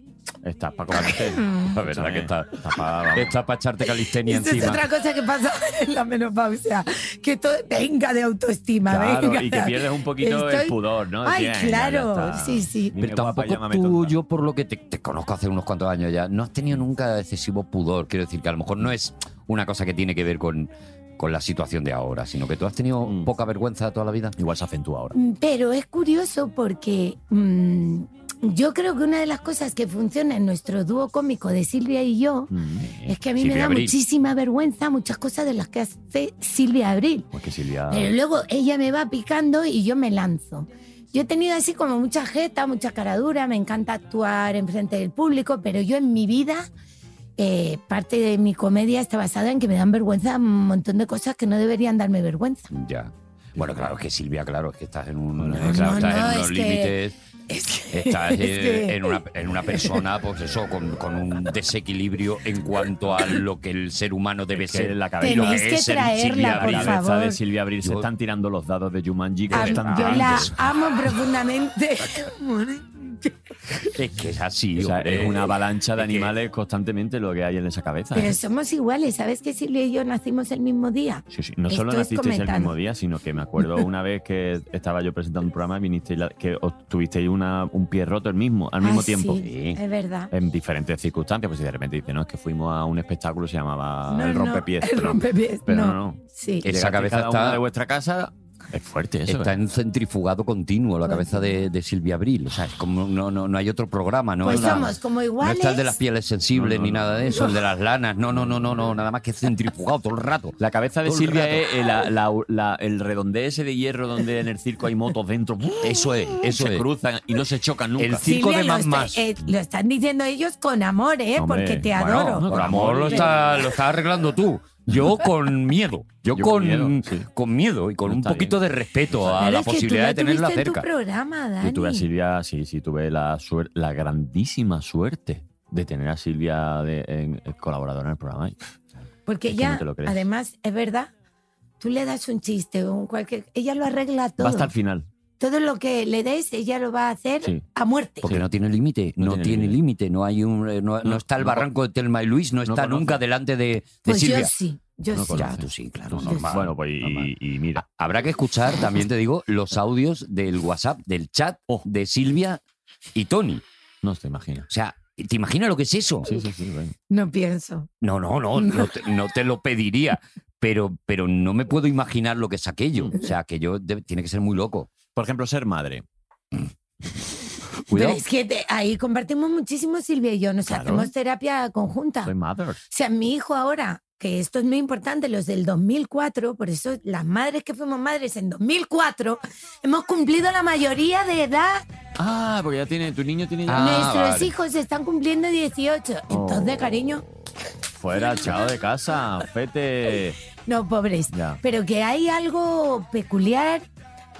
Speaker 4: Estás para
Speaker 2: *laughs*
Speaker 4: combate.
Speaker 2: Mm.
Speaker 3: La verdad que está.
Speaker 4: Está para.
Speaker 3: Está para echarte calistenia
Speaker 2: Esa *laughs* es
Speaker 3: encima.
Speaker 2: otra cosa que pasa en la menopausia. Que todo venga de autoestima. venga.
Speaker 4: Claro, y que pierdes un poquito el
Speaker 2: Estoy-
Speaker 4: pudor, ¿no?
Speaker 2: Ay,
Speaker 4: Bien, ya
Speaker 2: claro,
Speaker 4: está.
Speaker 2: sí, sí.
Speaker 4: Dime,
Speaker 3: Pero
Speaker 4: guapa,
Speaker 3: tampoco
Speaker 4: llámame
Speaker 3: tú,
Speaker 4: tonta.
Speaker 3: yo por lo que te, te conozco hace unos cuantos años ya, no has tenido nunca excesivo pudor. Quiero decir que a lo mejor no es una cosa que tiene que ver con, con la situación de ahora, sino que tú has tenido
Speaker 4: Mm.
Speaker 3: poca vergüenza toda la vida.
Speaker 4: Igual se acentúa ahora.
Speaker 2: Mm, Pero es curioso porque mm, yo creo que una de las cosas que funciona en nuestro dúo cómico de Silvia y yo
Speaker 4: Mm.
Speaker 2: es que a mí me
Speaker 3: Silvia
Speaker 2: da
Speaker 3: Abril.
Speaker 2: muchísima vergüenza muchas cosas de las que hace Silvia Abril.
Speaker 4: Pues que Silvia.
Speaker 2: Pero luego ella me va picando y yo me lanzo. Yo he tenido así como mucha jeta, mucha caradura, me encanta actuar en frente del público, pero yo en mi vida, eh, parte de mi comedia está basada en que me dan vergüenza un montón de cosas que no deberían darme vergüenza.
Speaker 3: Ya. Bueno, claro, es que Silvia, claro, es que estás en,
Speaker 4: No,
Speaker 3: un,
Speaker 4: no,
Speaker 3: claro, estás
Speaker 2: no,
Speaker 3: en
Speaker 2: es
Speaker 3: unos
Speaker 2: que-
Speaker 4: *laughs*
Speaker 3: límites,
Speaker 2: Es que, *laughs*
Speaker 3: estás
Speaker 2: es
Speaker 3: eh,
Speaker 2: que-
Speaker 3: en, una, en una persona, pues eso, con, con un desequilibrio en cuanto a lo que el ser humano debe
Speaker 4: Es que
Speaker 3: ser. y
Speaker 4: la
Speaker 3: lo
Speaker 4: cabeza,
Speaker 2: Tenéis
Speaker 3: que
Speaker 2: que
Speaker 3: es el
Speaker 2: traerla, por
Speaker 3: Silvia
Speaker 4: la
Speaker 3: Abril.
Speaker 4: cabeza de
Speaker 2: favor.
Speaker 4: Silvia Abril se
Speaker 3: Yo-
Speaker 4: están tirando los dados de Jumanji
Speaker 2: Am-
Speaker 4: constantemente.
Speaker 2: yo la amo
Speaker 4: *laughs*
Speaker 2: profundamente.
Speaker 3: Es que es así,
Speaker 4: O sea,
Speaker 3: hombre. eh,
Speaker 4: es una avalancha de
Speaker 3: Es que-
Speaker 4: animales constantemente lo que hay en esa cabeza. ¿eh?
Speaker 2: Pero somos iguales, ¿sabes que Silvia y yo nacimos el mismo día?
Speaker 4: Sí, sí. No
Speaker 2: Esto
Speaker 4: solo
Speaker 2: es
Speaker 4: nacisteis el
Speaker 2: comentar.
Speaker 4: mismo día, sino que
Speaker 2: *laughs*
Speaker 4: me acuerdo una vez que estaba yo presentando un programa y vinisteis la- que os tuvisteis una, un pie roto el mismo, al mismo
Speaker 2: Ah,
Speaker 4: tiempo.
Speaker 2: sí, Es verdad.
Speaker 4: En diferentes circunstancias, pues si de repente dice, no, es que fuimos a un espectáculo, se llamaba
Speaker 2: No,
Speaker 4: Ah, El
Speaker 2: no,
Speaker 4: Rompepies.
Speaker 2: El
Speaker 4: pero-
Speaker 2: rompepies.
Speaker 4: Pero no, Eh,
Speaker 2: no,
Speaker 4: no.
Speaker 2: Sí.
Speaker 3: Esa
Speaker 4: Llegasteis
Speaker 3: cabeza
Speaker 4: cada uno
Speaker 3: está-
Speaker 4: de vuestra casa Es fuerte eso.
Speaker 3: Está
Speaker 4: ¿eh?
Speaker 3: en centrifugado continuo la cabeza de, de Silvia Abril. O sea, es como no, no, no hay otro programa, ¿no?
Speaker 2: pues
Speaker 3: es la-
Speaker 2: somos como
Speaker 3: no
Speaker 2: iguales.
Speaker 3: está el de las pieles sensibles
Speaker 4: No, no,
Speaker 3: ni nada de eso, el de las lanas. No, no, no, no, no. Nada más que centrifugado todo el rato.
Speaker 4: La cabeza de
Speaker 3: Todo el
Speaker 4: Silvia
Speaker 3: rato.
Speaker 4: es eh, la- la- la- el redondeo ese de hierro donde en el circo hay motos dentro.
Speaker 3: Eso es, eso
Speaker 4: se
Speaker 3: es.
Speaker 4: cruzan y no se chocan nunca.
Speaker 3: El
Speaker 2: Mm. Silvia,
Speaker 3: circo de
Speaker 2: lo
Speaker 3: más
Speaker 2: está-
Speaker 3: más.
Speaker 2: eh, lo están diciendo ellos con amor, ¿eh?
Speaker 4: Hombre,
Speaker 2: porque te
Speaker 4: bueno,
Speaker 2: adoro.
Speaker 4: no,
Speaker 3: Por amor lo está, lo está arreglando tú.
Speaker 4: *laughs*
Speaker 3: Yo con miedo. Yo,
Speaker 4: Yo con
Speaker 3: con,
Speaker 4: miedo, sí.
Speaker 3: con miedo y con
Speaker 4: No
Speaker 3: un
Speaker 4: está
Speaker 3: poquito de respeto a
Speaker 2: Claro,
Speaker 3: la
Speaker 2: es que tú
Speaker 3: posibilidad de tenerla
Speaker 2: tuviste
Speaker 3: cerca.
Speaker 2: En tu programa,
Speaker 4: Yo tuve a
Speaker 2: Dani.
Speaker 4: Silvia, sí, sí, tuve la, suer- la grandísima suerte de tener a Silvia de, en- en colaboradora en el programa. Y
Speaker 2: Porque
Speaker 4: Es que
Speaker 2: ella,
Speaker 4: no te lo crees.
Speaker 2: además, es verdad, tú le das un chiste o un cualquier. Ella lo arregla todo.
Speaker 4: Va hasta el final.
Speaker 2: Todo lo que le des, ella lo va a hacer
Speaker 4: Sí.
Speaker 2: a muerte.
Speaker 3: Porque
Speaker 4: Sí.
Speaker 3: no tiene límite,
Speaker 4: No
Speaker 3: no,
Speaker 4: tiene
Speaker 3: tiene límite, no hay un eh, no, no
Speaker 4: No,
Speaker 3: está el
Speaker 4: no
Speaker 3: barranco de Telma y Luis, no está
Speaker 4: conoce.
Speaker 3: nunca delante de, de
Speaker 2: pues
Speaker 3: Silvia.
Speaker 2: yo sí, yo
Speaker 4: No
Speaker 2: sí.
Speaker 4: conozco.
Speaker 3: Ya, tú sí, claro,
Speaker 2: Sí.
Speaker 3: normal.
Speaker 4: Bueno, pues y-
Speaker 3: normal.
Speaker 4: y, y mira.
Speaker 3: Habrá que escuchar, también te digo, los audios del WhatsApp, del chat
Speaker 4: Oh.
Speaker 3: de Silvia y Tony.
Speaker 4: No te imaginas.
Speaker 3: O sea, ¿te imaginas lo que es eso?
Speaker 4: Sí, sí, sí. ven.
Speaker 2: No pienso.
Speaker 3: No, no, no, no te, no te lo pediría. Pero, pero no me puedo imaginar lo que es aquello. O sea, aquello debe- tiene que ser muy loco.
Speaker 4: Por ejemplo, ser madre.
Speaker 2: Pero
Speaker 4: Cuidado.
Speaker 2: es que te- ahí compartimos muchísimo Silvia y yo. Nos
Speaker 4: Claro.
Speaker 2: hacemos terapia conjunta.
Speaker 4: Soy mother.
Speaker 2: O sea, mi hijo ahora, que esto es muy importante, los del 2004, por eso las madres que fuimos madres en 2004, hemos cumplido la mayoría de edad.
Speaker 4: Ah, porque ya tiene, tu niño tiene
Speaker 3: Ah,
Speaker 4: ya.
Speaker 2: Nuestros
Speaker 3: vale.
Speaker 2: hijos están cumpliendo 18. Entonces,
Speaker 4: Oh.
Speaker 2: cariño,
Speaker 4: Fuera, chao de casa, vete.
Speaker 2: no, pobres.
Speaker 4: Ya.
Speaker 2: Pero que hay algo peculiar,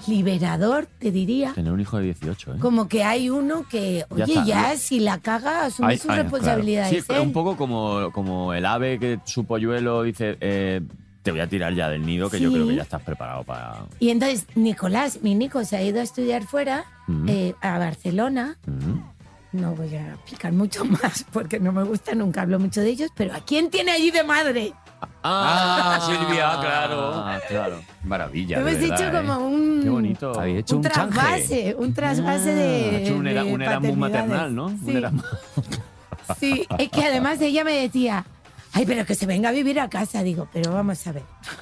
Speaker 2: liberador, te diría.
Speaker 4: Tener un hijo de 18, ¿eh?
Speaker 2: Como que hay uno que,
Speaker 4: Ya
Speaker 2: oye,
Speaker 4: está.
Speaker 2: ya, si la caga, asume ¿eh?
Speaker 4: Ay,
Speaker 2: su
Speaker 4: ay,
Speaker 2: responsabilidad.
Speaker 4: claro.
Speaker 2: es
Speaker 4: Sí, un
Speaker 2: él.
Speaker 4: poco como, como el ave que su polluelo dice, eh, te voy a tirar ya del nido, que yo
Speaker 2: Sí.
Speaker 4: creo que ya estás preparado para...
Speaker 2: Y entonces, Nicolás, mi Nico, se ha ido a estudiar fuera,
Speaker 4: Mm,
Speaker 2: eh, a Barcelona,
Speaker 4: mm.
Speaker 2: No voy a explicar mucho *laughs* más porque no me gusta, nunca hablo mucho de ellos, pero ¿a quién tiene allí de madre?
Speaker 3: Ah, Silvia, claro.
Speaker 4: Ah, claro. Mm.
Speaker 3: Maravilla. de
Speaker 2: Hemos
Speaker 3: verdad,
Speaker 2: hecho
Speaker 3: ¿eh?
Speaker 2: como un,
Speaker 4: Qué bonito.
Speaker 3: Habéis hecho
Speaker 2: un,
Speaker 3: un, change.
Speaker 2: trasvase, un trasvase de.
Speaker 4: Ah, ha hecho un era-
Speaker 2: de
Speaker 4: un era muy
Speaker 2: paternidades.
Speaker 4: maternal, ¿no? Un
Speaker 2: Sí.
Speaker 4: era- *laughs*
Speaker 2: Sí, es que además ella me decía, ay, pero que se venga a vivir a casa. Digo, pero vamos a ver. *laughs*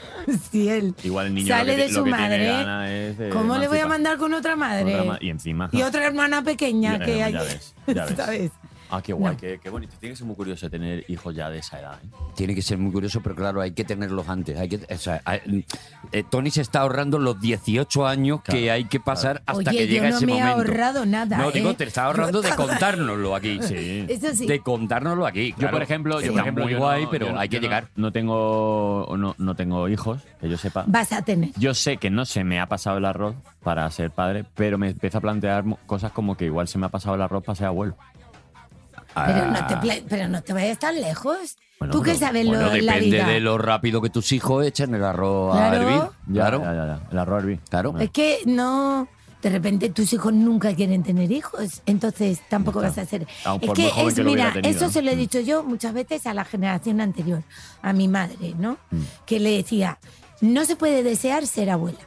Speaker 2: Si él,
Speaker 4: Igual el niño
Speaker 2: Sale
Speaker 4: lo que,
Speaker 2: de
Speaker 4: ti-
Speaker 2: su
Speaker 4: lo que
Speaker 2: madre.
Speaker 4: tiene ganas es de
Speaker 2: ¿cómo le voy a
Speaker 4: emancipar.
Speaker 2: mandar con otra madre?
Speaker 4: eh, Otra ma- Y encima...
Speaker 2: Y otra hermana pequeña
Speaker 4: Ya,
Speaker 2: que
Speaker 4: ya
Speaker 2: hay. *laughs*
Speaker 4: ves, ya ves.
Speaker 2: ¿Sabes?
Speaker 4: Ah, qué guay,
Speaker 2: No.
Speaker 4: qué, qué bonito. Tiene que ser muy curioso tener hijos ya de esa edad. ¿eh?
Speaker 3: Tiene que ser muy curioso, pero claro, hay que tenerlos antes. Hay que, o sea, hay- eh, Tony se está ahorrando los 18 años que
Speaker 4: Claro,
Speaker 3: hay que pasar hasta
Speaker 2: Oye,
Speaker 3: que llega
Speaker 2: yo no
Speaker 3: ese
Speaker 2: me he
Speaker 3: momento.
Speaker 2: ahorrado nada.
Speaker 3: no,
Speaker 2: ¿eh?
Speaker 3: digo, te está
Speaker 2: *laughs*
Speaker 3: ahorrando de contárnoslo aquí.
Speaker 4: Sí.
Speaker 2: Eso sí.
Speaker 3: De contárnoslo aquí.
Speaker 4: Yo, por ejemplo, yo, por
Speaker 3: Está
Speaker 4: ejemplo,
Speaker 3: muy
Speaker 4: yo
Speaker 3: guay,
Speaker 4: no-
Speaker 3: pero
Speaker 4: yo no-
Speaker 3: hay que
Speaker 4: yo no-
Speaker 3: llegar.
Speaker 4: No tengo, no, no tengo hijos, que yo sepa.
Speaker 2: Vas a tener.
Speaker 4: Yo sé que no se me ha pasado el arroz para ser padre, pero me empiezo a plantear mo- cosas como que igual se me ha pasado el arroz para ser abuelo.
Speaker 2: Pero no,
Speaker 3: Ah.
Speaker 2: te, pla- pero no te vayas tan lejos.
Speaker 4: Bueno,
Speaker 2: Tú que
Speaker 4: pero-
Speaker 2: sabes
Speaker 3: Bueno,
Speaker 2: lo, la
Speaker 3: depende
Speaker 2: vida.
Speaker 3: de lo rápido que tus hijos echen el arroz
Speaker 2: Claro.
Speaker 3: a hervir.
Speaker 4: Ya,
Speaker 3: Claro,
Speaker 4: ya, ya, ya. El arroz hervir.
Speaker 3: claro.
Speaker 2: Es que no. De repente tus hijos nunca quieren tener hijos, entonces tampoco
Speaker 4: está.
Speaker 2: vas a hacer.
Speaker 4: Aun
Speaker 2: Es
Speaker 4: por
Speaker 2: que
Speaker 4: muy joven
Speaker 2: es,
Speaker 4: que lo hubiera
Speaker 2: mira,
Speaker 4: tenido,
Speaker 2: eso
Speaker 4: ¿no?
Speaker 2: se lo he
Speaker 4: Mm.
Speaker 2: dicho yo muchas veces a la generación anterior, a mi madre, ¿no?
Speaker 4: Mm.
Speaker 2: Que le decía, no se puede desear ser abuela.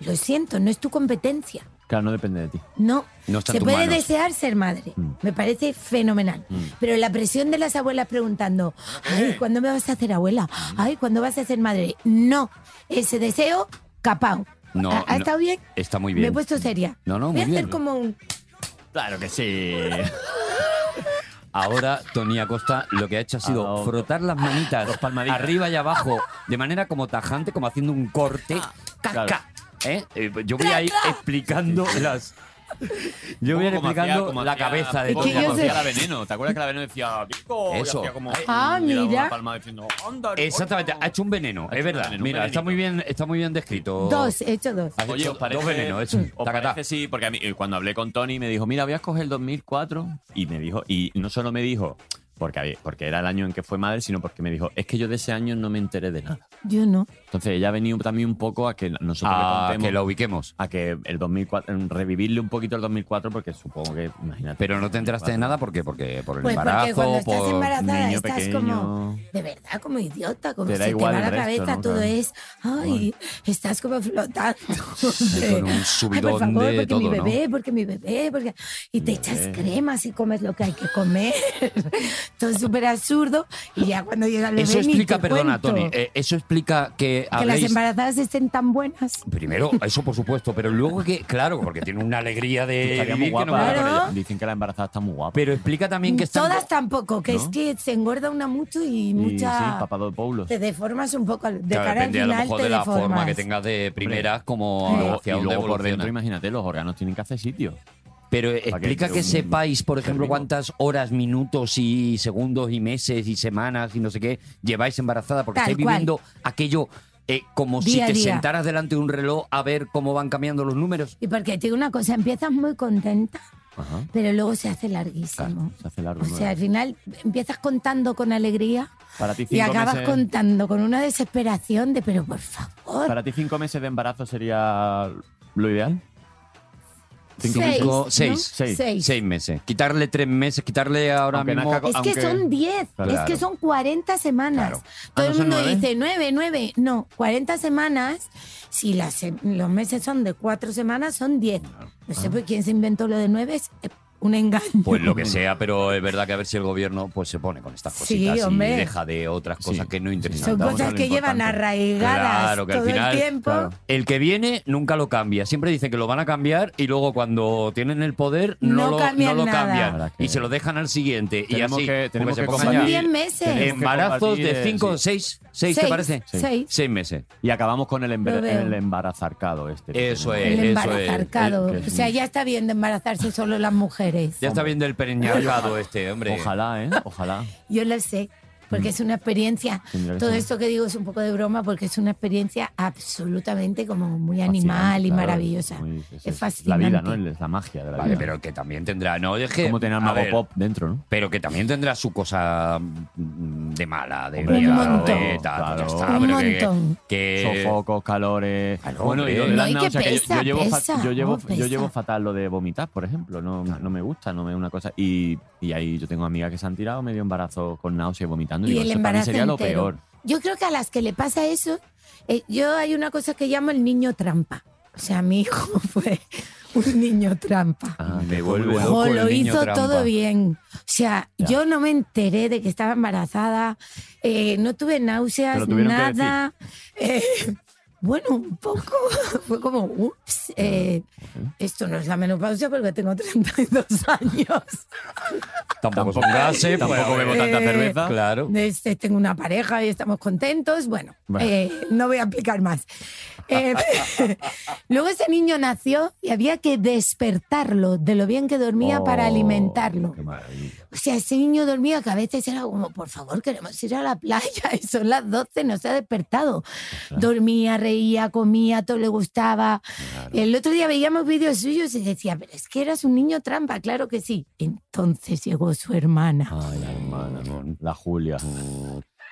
Speaker 2: Lo siento, no es tu competencia.
Speaker 4: Claro, no depende de ti.
Speaker 2: No,
Speaker 3: No está en
Speaker 2: se
Speaker 3: tus
Speaker 2: puede
Speaker 3: manos. Mm.
Speaker 2: desear ser madre.
Speaker 4: Mm.
Speaker 2: Me parece fenomenal. Pero la presión de las abuelas preguntando, ay, ¿cuándo me vas a hacer abuela?
Speaker 3: Mm.
Speaker 2: Ay, ¿cuándo vas a ser madre? No, ese deseo, capao. Ah,
Speaker 3: No,
Speaker 2: ¿Ha, ha
Speaker 3: no.
Speaker 2: estado bien?
Speaker 3: Está muy
Speaker 2: Me he
Speaker 3: bien.
Speaker 2: puesto seria.
Speaker 3: No, no,
Speaker 2: Voy a
Speaker 3: muy
Speaker 2: hacer
Speaker 3: bien.
Speaker 2: como un...
Speaker 4: Claro que sí.
Speaker 3: *laughs* Ahora Tony Acosta lo que ha hecho ha sido
Speaker 4: Ah, ok.
Speaker 3: frotar las manitas
Speaker 4: palmaditas.
Speaker 3: arriba y abajo de manera como tajante, como haciendo un corte.
Speaker 8: Ah,
Speaker 3: Casca.
Speaker 4: claro.
Speaker 3: ¿Eh? Eh, Yo voy a ir explicando las. Yo voy a ir
Speaker 8: Como hacía-
Speaker 3: explicando
Speaker 8: como
Speaker 3: la
Speaker 8: hacía-
Speaker 3: cabeza
Speaker 2: Es
Speaker 3: de
Speaker 2: que
Speaker 8: como
Speaker 3: Tony
Speaker 2: yo
Speaker 8: hacía
Speaker 2: sé-
Speaker 3: Acosta.
Speaker 8: la veneno. ¿Te acuerdas que la veneno decía Vico?
Speaker 3: Eso.
Speaker 2: Ah, mira.
Speaker 3: Exactamente, ha hecho un veneno, es
Speaker 8: un
Speaker 3: verdad.
Speaker 8: veneno, un
Speaker 3: Mira, está
Speaker 8: venenito.
Speaker 3: muy bien, está muy bien descrito.
Speaker 2: Dos, he hecho dos.
Speaker 3: Has
Speaker 8: Oye,
Speaker 3: hecho
Speaker 8: ¿os parece-
Speaker 3: dos venenos, hecho.
Speaker 8: ¿Os
Speaker 3: Tacatá.
Speaker 8: parece sí? Porque a mí, eh, cuando hablé con Tony,
Speaker 4: Y me dijo, mira, voy a escoger el 2004. Y me dijo, y no solo me dijo, porque, había- porque era el año en que fue madre, sino porque me dijo, es que yo de ese año no me enteré de nada.
Speaker 2: Yo no.
Speaker 4: Entonces ella ha venido también un poco a que nosotros
Speaker 3: Ah,
Speaker 4: le contemos.
Speaker 3: que lo ubiquemos.
Speaker 4: a que el 2004, en revivirle un poquito el 2004, porque supongo que, imagínate.
Speaker 3: Pero no te enteraste de nada porque, porque por el
Speaker 2: Pues porque cuando
Speaker 3: embarazo,
Speaker 2: estás
Speaker 3: por-
Speaker 2: embarazada
Speaker 4: niño
Speaker 2: estás
Speaker 4: pequeño.
Speaker 2: como... De verdad, como idiota, como
Speaker 4: Te da
Speaker 2: se
Speaker 4: igual
Speaker 2: te
Speaker 4: el
Speaker 2: va la
Speaker 4: resto,
Speaker 2: cabeza,
Speaker 4: ¿no?
Speaker 2: todo
Speaker 4: Claro.
Speaker 2: es, ay, estás como
Speaker 3: *laughs*
Speaker 2: flotando.
Speaker 3: con un
Speaker 2: Ay, por
Speaker 3: subidón
Speaker 2: favor,
Speaker 3: de
Speaker 2: porque mi
Speaker 3: todo, ¿no?
Speaker 2: bebé, porque mi bebé, porque... Y te echas cremas y comes lo que hay que comer. *laughs* todo súper absurdo. Y ya cuando llega el bebé.
Speaker 3: Eso
Speaker 2: ni te
Speaker 3: explica, perdona,
Speaker 2: cuento.
Speaker 3: Tony, eh, eso explica que
Speaker 2: Que las
Speaker 3: habléis...
Speaker 2: embarazadas estén tan buenas.
Speaker 3: Primero, eso por supuesto, pero luego que, claro, porque tiene una alegría de
Speaker 4: Estaría muy
Speaker 3: vivir que no
Speaker 4: guapa.
Speaker 3: puede
Speaker 2: Claro.
Speaker 3: con ella.
Speaker 4: Dicen que la embarazada está muy guapa.
Speaker 3: Pero explica también que están...
Speaker 2: Todas tampoco, que
Speaker 4: ¿No?
Speaker 2: es que se engorda una mucho y
Speaker 4: Y
Speaker 2: mucha.
Speaker 4: sí, Papadopoulos.
Speaker 2: Te deformas un poco al- de
Speaker 3: Claro,
Speaker 2: cara al
Speaker 3: depende a
Speaker 2: final.
Speaker 3: lo mejor
Speaker 2: te
Speaker 3: de la
Speaker 2: deformas.
Speaker 3: forma que tengas de primeras como
Speaker 2: Sí.
Speaker 4: Y luego-
Speaker 3: hacia
Speaker 4: y
Speaker 3: dónde
Speaker 4: luego por dentro,
Speaker 3: evoluciona.
Speaker 4: imagínate, los órganos tienen que hacer sitio.
Speaker 3: Pero explica
Speaker 4: que
Speaker 3: que
Speaker 4: un-
Speaker 3: sepáis, por ejemplo,
Speaker 4: rico.
Speaker 3: cuántas horas, minutos y segundos y meses y semanas y no sé qué lleváis embarazada, porque
Speaker 2: Tal
Speaker 3: estáis
Speaker 2: cual.
Speaker 3: viviendo aquello eh, como
Speaker 2: Día
Speaker 3: si
Speaker 2: a
Speaker 3: te
Speaker 2: día.
Speaker 3: sentaras delante de un reloj a ver cómo van cambiando los números.
Speaker 2: Y porque te digo una cosa, empiezas muy contenta,
Speaker 4: Ajá.
Speaker 2: pero luego se hace larguísimo.
Speaker 4: Claro, se hace largo.
Speaker 2: O
Speaker 4: ¿no?
Speaker 2: sea, al final empiezas contando con alegría
Speaker 4: para ti
Speaker 2: y
Speaker 4: cinco
Speaker 2: acabas
Speaker 4: meses,
Speaker 2: contando con una desesperación de, pero por favor,
Speaker 4: Para ti cinco meses de embarazo sería lo ideal. Cinco
Speaker 2: Seis,
Speaker 4: meses.
Speaker 3: cinco,
Speaker 2: ¿no?
Speaker 3: seis,
Speaker 4: seis.
Speaker 2: Seis.
Speaker 3: Seis meses. Quitarle tres meses, quitarle ahora
Speaker 4: Aunque
Speaker 3: mismo...
Speaker 4: nazca
Speaker 2: Es
Speaker 4: Aunque-
Speaker 2: que son 10, es
Speaker 4: Claro.
Speaker 2: que son 40 semanas.
Speaker 3: Claro.
Speaker 2: Todo
Speaker 4: Ah, ¿no
Speaker 2: el
Speaker 4: son
Speaker 2: mundo
Speaker 4: nueve?
Speaker 2: dice 9, 9. No, 40 semanas, si las, se- los meses son de 4 semanas, son 10. No
Speaker 4: Ah.
Speaker 2: sé por quién se inventó lo de 9, es eh, un engaño.
Speaker 3: Pues lo que sea, pero es verdad que a ver si el gobierno pues se pone con estas
Speaker 2: Sí,
Speaker 3: cositas y
Speaker 2: hombre.
Speaker 3: deja de otras cosas
Speaker 4: Sí.
Speaker 3: que no interesan.
Speaker 2: son
Speaker 4: vamos a
Speaker 2: cosas
Speaker 4: lo
Speaker 2: que llevan
Speaker 4: importante.
Speaker 2: arraigadas
Speaker 3: Claro, que al
Speaker 2: todo
Speaker 3: final,
Speaker 2: el tiempo.
Speaker 4: claro.
Speaker 3: El que viene nunca lo cambia. Siempre dicen que lo van a cambiar y luego cuando tienen el poder no,
Speaker 2: No
Speaker 3: lo,
Speaker 2: cambian
Speaker 3: no lo
Speaker 2: nada.
Speaker 3: cambian.
Speaker 4: Ahora que-
Speaker 3: Y se lo dejan al siguiente.
Speaker 4: Tenemos
Speaker 3: y así,
Speaker 4: que-
Speaker 3: porque
Speaker 4: tenemos
Speaker 3: se
Speaker 4: que
Speaker 3: pongan
Speaker 2: *laughs* Son
Speaker 4: combatir-
Speaker 3: ya
Speaker 2: 10 meses.
Speaker 4: Tenemos que
Speaker 3: Embarazos
Speaker 4: combatir,
Speaker 3: de
Speaker 4: eh,
Speaker 3: 5 o
Speaker 4: sí.
Speaker 3: 6, 6 ¿te
Speaker 2: Seis,
Speaker 3: parece?
Speaker 2: Sí. seis.
Speaker 3: 6 meses.
Speaker 4: Y acabamos con el, embar-
Speaker 2: Lo veo.
Speaker 4: el embarazarcado este. que
Speaker 3: Eso
Speaker 4: tenemos.
Speaker 3: es.
Speaker 2: El
Speaker 3: eso
Speaker 2: embarazarcado.
Speaker 4: es- que es
Speaker 2: o sea,
Speaker 4: un-
Speaker 2: ya está bien de embarazarse solo las mujeres.
Speaker 3: Ya está viendo el pereñacado este, hombre.
Speaker 4: Ojalá, ¿eh? Ojalá.
Speaker 2: Yo lo sé,
Speaker 4: Mm.
Speaker 2: porque es una experiencia.
Speaker 4: Tendría que
Speaker 2: Todo
Speaker 4: ser.
Speaker 2: esto que digo es un poco de broma porque es una experiencia absolutamente como muy animal y
Speaker 4: Fascinante, claro,
Speaker 2: maravillosa.
Speaker 4: muy- eso
Speaker 2: Es
Speaker 4: La
Speaker 2: fascinante.
Speaker 4: vida, ¿no? Es la magia de la
Speaker 3: Vale,
Speaker 4: vida.
Speaker 3: pero que también tendrá. No, es que.
Speaker 4: Como tener
Speaker 3: a
Speaker 4: mago
Speaker 3: ver,
Speaker 4: pop dentro, ¿no?
Speaker 3: Pero que también tendrá su cosa mm, de mala, de
Speaker 4: Hombre,
Speaker 3: mierda,
Speaker 2: un montón.
Speaker 3: de tal, pues
Speaker 4: Claro.
Speaker 3: ya está,
Speaker 2: Un
Speaker 3: pero que-
Speaker 2: montón.
Speaker 3: Que,
Speaker 4: Sofocos, calores.
Speaker 3: Claro,
Speaker 4: bueno, y lo de
Speaker 3: Eh, Ah, hombre.
Speaker 4: las
Speaker 2: No, y que
Speaker 4: náuseas, que yo-
Speaker 2: pesa,
Speaker 4: yo, llevo fa-
Speaker 2: pesa,
Speaker 4: yo llevo,
Speaker 2: no,
Speaker 4: yo llevo
Speaker 2: pesa.
Speaker 4: fatal lo de vomitar, por ejemplo. No, no me gusta, no me es una cosa. Y, y ahí yo tengo amigas que se han tirado medio embarazo con náusea y vomitando.
Speaker 2: Y
Speaker 4: digo,
Speaker 2: el
Speaker 4: eso para mí
Speaker 2: embarazo
Speaker 4: sería lo
Speaker 2: entero.
Speaker 4: peor.
Speaker 2: Yo creo que a las que le pasa eso, eh, yo hay una cosa que llamo el niño trampa. O sea, mi hijo *laughs* fue un niño trampa.
Speaker 3: Ah,
Speaker 4: Me
Speaker 3: me
Speaker 4: vuelve
Speaker 3: vuelve
Speaker 4: loco
Speaker 2: Ojo,
Speaker 3: loco el
Speaker 2: lo
Speaker 3: niño
Speaker 2: hizo
Speaker 3: trampa.
Speaker 2: todo bien. O sea,
Speaker 4: Ya.
Speaker 2: yo no me enteré de que estaba embarazada, eh, no tuve
Speaker 4: Te
Speaker 2: náuseas,
Speaker 4: lo tuvieron que
Speaker 2: nada. Eh, *laughs* bueno, un poco. *laughs* Fue como, ups, eh, esto no es la menopausia porque tengo 32 *laughs* años.
Speaker 3: Tampoco son gases,
Speaker 4: Tampoco
Speaker 3: pues,
Speaker 4: bebo
Speaker 2: eh,
Speaker 4: tanta cerveza.
Speaker 3: Claro.
Speaker 2: Este, tengo una pareja y estamos contentos. Bueno,
Speaker 4: Bueno.
Speaker 2: eh, no voy a explicar más. Eh, *laughs* luego ese niño nació y había que despertarlo de lo bien que dormía para
Speaker 4: Oh,
Speaker 2: alimentarlo.
Speaker 4: qué maravilla.
Speaker 2: O sea, ese niño dormía que a veces era como, por favor, queremos ir a la playa *laughs* y son las 12, no se ha despertado. Dormía, reía, comía, todo le gustaba. El otro día veíamos vídeos suyos y decía, pero es que eras un niño trampa, claro que sí. Entonces llegó su hermana.
Speaker 4: Ay, la hermana, la Julia.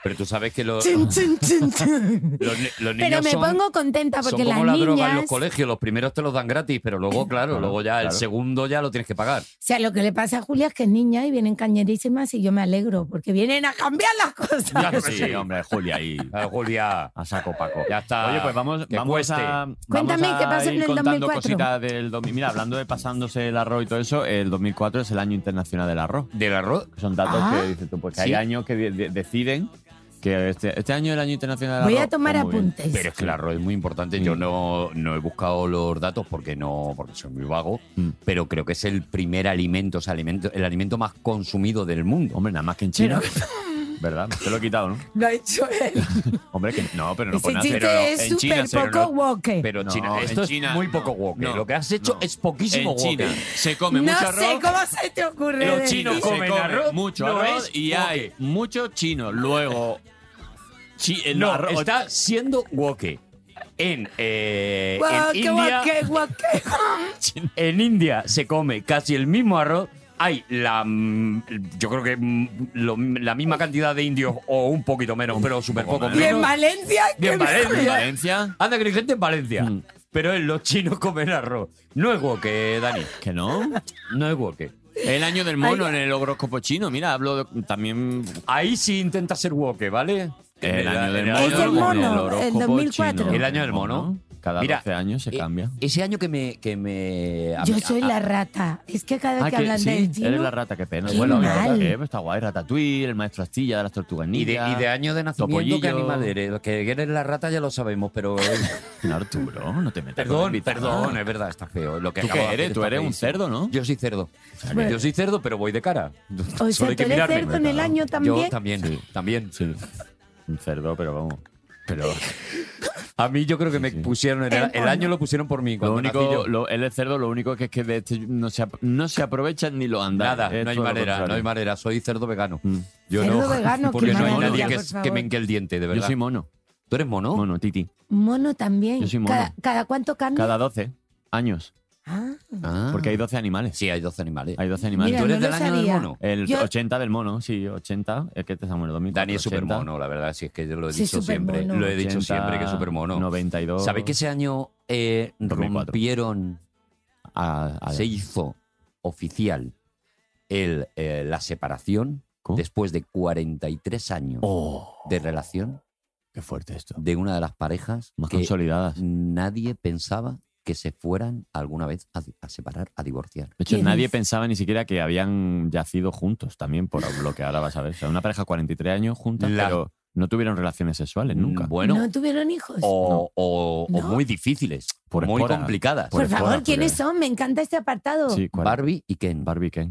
Speaker 3: Pero tú sabes
Speaker 2: *laughs*
Speaker 3: que los,
Speaker 2: Chin, chin, chin, chin.
Speaker 3: Ah. los ni- los niños
Speaker 2: Pero me
Speaker 3: son,
Speaker 2: pongo contenta
Speaker 3: son
Speaker 2: porque
Speaker 3: como
Speaker 2: las
Speaker 3: la droga en
Speaker 2: niñas,
Speaker 3: los colegios. Los primeros te los dan gratis, pero luego, claro,
Speaker 4: Claro,
Speaker 3: luego ya el
Speaker 4: claro.
Speaker 3: segundo ya lo tienes que pagar.
Speaker 2: o sea, lo que le pasa a Julia es que es niña y vienen cañerísimas y yo me alegro porque vienen a cambiar las cosas.
Speaker 3: Ya
Speaker 4: *laughs* sí,
Speaker 3: sí.
Speaker 4: hombre, Julia y
Speaker 3: Ah, Julia,
Speaker 4: a saco Paco.
Speaker 3: ya está.
Speaker 4: Oye, pues vamos,
Speaker 3: Que
Speaker 4: vamos
Speaker 3: cueste.
Speaker 4: a. vamos
Speaker 2: Cuéntame,
Speaker 4: a
Speaker 2: ¿qué pasó en
Speaker 4: ir
Speaker 2: el
Speaker 4: contando
Speaker 2: 2004?
Speaker 4: cositas del 2000. Mira, hablando de pasándose el arroz y todo eso, el 2004 es el año internacional del arroz.
Speaker 3: Del arroz.
Speaker 4: Son datos
Speaker 2: Ah.
Speaker 4: que dices tú, pues que
Speaker 3: Sí.
Speaker 4: hay años que de- de- deciden que este, este año es el año internacional del
Speaker 2: Voy
Speaker 4: arroz.
Speaker 2: a tomar
Speaker 4: Pues muy bien.
Speaker 2: apuntes.
Speaker 3: Pero es que el arroz es muy importante.
Speaker 4: Mm.
Speaker 3: Yo no, no he buscado los datos porque no porque soy muy vago,
Speaker 4: Mm.
Speaker 3: pero creo que es el primer alimento, o sea, alimento, el alimento más consumido del mundo.
Speaker 4: Hombre, nada más que en China. ¿Verdad? *laughs* Te lo he quitado, ¿no?
Speaker 2: Lo ha hecho él.
Speaker 4: Hombre, que no, pero no
Speaker 2: Ese
Speaker 4: pone nada. Pero
Speaker 2: chiste es
Speaker 4: en China,
Speaker 2: súper
Speaker 4: pero
Speaker 2: poco
Speaker 4: no-
Speaker 2: woke.
Speaker 3: Pero
Speaker 4: No,
Speaker 3: China,
Speaker 4: en
Speaker 3: esto es
Speaker 4: China
Speaker 3: muy
Speaker 4: no,
Speaker 3: poco woke.
Speaker 4: no,
Speaker 3: lo que has hecho
Speaker 4: no.
Speaker 3: es poquísimo
Speaker 9: En
Speaker 3: woke.
Speaker 9: China se come
Speaker 2: no
Speaker 9: mucho
Speaker 2: sé
Speaker 9: arroz.
Speaker 2: cómo se te ocurre.
Speaker 9: Los
Speaker 2: decir.
Speaker 9: chinos
Speaker 3: Se
Speaker 9: comen
Speaker 3: come
Speaker 9: arroz,
Speaker 3: mucho
Speaker 9: no
Speaker 3: arroz
Speaker 9: es y
Speaker 3: woke.
Speaker 9: hay mucho chino. Luego, chi- el
Speaker 3: No,
Speaker 9: arroz-
Speaker 3: está siendo woke. En, eh,
Speaker 2: Guau,
Speaker 3: en,
Speaker 2: qué
Speaker 3: India,
Speaker 2: guau, qué guau, qué guau.
Speaker 3: en India se come casi el mismo arroz. Hay la. mm, Yo creo que mm, lo- la misma cantidad de indios o un poquito menos, pero súper
Speaker 4: poco
Speaker 3: poco.
Speaker 4: menos.
Speaker 2: Y en
Speaker 3: menos.
Speaker 2: Valencia,
Speaker 3: Y en
Speaker 2: qué-
Speaker 4: En
Speaker 3: Valencia.
Speaker 4: Valencia,
Speaker 3: Anda, que hay gente en Valencia.
Speaker 4: Mm.
Speaker 3: Pero en los chinos comen arroz. No es woke, Dani.
Speaker 4: que no.
Speaker 3: No es woke.
Speaker 9: el año del mono en el horóscopo chino. Mira, hablo de- también
Speaker 3: Ahí sí intenta ser woke, ¿vale?
Speaker 4: El
Speaker 3: En
Speaker 4: año del
Speaker 3: en
Speaker 4: mono.
Speaker 2: Es el mono,
Speaker 4: en
Speaker 2: el
Speaker 4: horóscopo
Speaker 2: 2004.
Speaker 4: chino.
Speaker 3: El año del mono.
Speaker 4: Cada
Speaker 3: Mira,
Speaker 4: 12 años se
Speaker 3: eh,
Speaker 4: cambia.
Speaker 3: Ese año que me. Que me a-
Speaker 2: Yo
Speaker 3: a-
Speaker 2: soy la rata. Es que cada vez
Speaker 4: Ah,
Speaker 2: que,
Speaker 4: que
Speaker 2: hablan
Speaker 4: sí,
Speaker 2: del
Speaker 4: eres
Speaker 2: chino,
Speaker 4: la rata, qué pena.
Speaker 2: Qué
Speaker 4: bueno, la
Speaker 2: mal.
Speaker 4: verdad que está guay. Ratatouille, el maestro Astilla de las tortugas
Speaker 3: Y de,
Speaker 4: ninja.
Speaker 3: y de año de nacimiento, ¿qué
Speaker 4: Topollillo.
Speaker 3: animal eres? Que eres la rata ya lo sabemos,
Speaker 4: *laughs*
Speaker 3: pero.
Speaker 4: Arturo, no te metas. con el
Speaker 3: perdón,
Speaker 4: invitado.
Speaker 3: perdón, eh. es verdad, está feo. Lo que
Speaker 4: ¿Tú
Speaker 3: acabo de
Speaker 4: qué
Speaker 3: hacer
Speaker 4: eres? Tú
Speaker 3: está
Speaker 4: eres un
Speaker 3: feísimo.
Speaker 4: cerdo, ¿no?
Speaker 3: Yo soy cerdo.
Speaker 2: Bueno.
Speaker 3: Yo soy cerdo, pero voy de cara.
Speaker 2: o
Speaker 3: *laughs* Solo
Speaker 2: sea,
Speaker 3: hay
Speaker 2: tú
Speaker 3: que
Speaker 2: eres
Speaker 3: mirarme.
Speaker 2: cerdo en el año
Speaker 3: Yo
Speaker 2: también.
Speaker 3: también, también.
Speaker 4: Ah, Sí. Un cerdo, pero vamos. Pero
Speaker 3: A mí yo creo que me
Speaker 4: sí.
Speaker 3: pusieron, en el,
Speaker 2: El
Speaker 3: el año lo pusieron por mí.
Speaker 4: lo
Speaker 3: Cuando nací yo.
Speaker 4: único, lo- él es cerdo, lo único que es que de este no se, ap- no se aprovechan ni lo Mm. andan.
Speaker 3: Nada, no hay manera, no hay manera. Soy cerdo vegano. Yo
Speaker 2: Cerdo *laughs*
Speaker 3: no,
Speaker 2: vegano,
Speaker 3: porque
Speaker 2: qué
Speaker 3: no hay
Speaker 4: maravilla,
Speaker 3: nadie que,
Speaker 2: por
Speaker 3: es-
Speaker 2: favor.
Speaker 3: que me hinque el diente, de
Speaker 4: Yo
Speaker 3: verdad.
Speaker 4: soy mono,
Speaker 3: ¿Tú eres mono?
Speaker 4: mono, titi.
Speaker 2: Mono también.
Speaker 4: Yo soy mono.
Speaker 2: Cada, cada cuánto cambia?
Speaker 4: Cada 12 años,
Speaker 2: Ah.
Speaker 3: Ah.
Speaker 4: porque hay 12 animales.
Speaker 3: Sí, hay 12 animales.
Speaker 4: Hay 12 animales.
Speaker 2: Mira,
Speaker 3: ¿Tú eres
Speaker 2: no
Speaker 3: del
Speaker 2: lo
Speaker 3: año del
Speaker 2: sabía.
Speaker 3: mono?
Speaker 4: El
Speaker 2: Yo-
Speaker 4: 80 del mono, sí, 80. Es que te estamos en el 2000.
Speaker 3: Dani es súper mono, la verdad, si es que yo lo he
Speaker 2: Sí,
Speaker 3: dicho siempre.
Speaker 2: supermono.
Speaker 3: Lo he dicho siempre que es súper mono.
Speaker 4: 92.
Speaker 3: ¿Sabéis que ese año eh,
Speaker 4: 2004?
Speaker 3: rompieron,
Speaker 4: A- a-
Speaker 3: se hizo oficial el, eh, la separación
Speaker 4: ¿Cómo?
Speaker 3: después de 43 años
Speaker 4: Oh,
Speaker 3: de relación
Speaker 4: qué fuerte esto.
Speaker 3: de una de las parejas
Speaker 4: Más
Speaker 3: que
Speaker 4: consolidadas. De
Speaker 3: nadie pensaba que se fueran alguna vez a, a separar, a divorciar.
Speaker 4: hecho,
Speaker 2: ¿Qué
Speaker 4: nadie
Speaker 2: dices?
Speaker 4: pensaba ni siquiera que habían yacido juntos también, por lo que ahora vas a ver. O sea, una pareja 43 años juntas,
Speaker 3: La-
Speaker 4: pero no tuvieron relaciones sexuales nunca.
Speaker 3: Mm, Bueno, Oh,
Speaker 2: no tuvieron hijos.
Speaker 3: o, o- o
Speaker 2: No.
Speaker 3: muy difíciles,
Speaker 4: Por
Speaker 3: muy
Speaker 4: espora.
Speaker 3: complicadas.
Speaker 2: Por
Speaker 4: Pues
Speaker 2: favor,
Speaker 4: fuera,
Speaker 2: ¿quiénes
Speaker 4: porque-
Speaker 2: son? Me encanta este apartado.
Speaker 4: Sí, cuál-
Speaker 3: Barbie y Ken.
Speaker 4: Barbie Ken.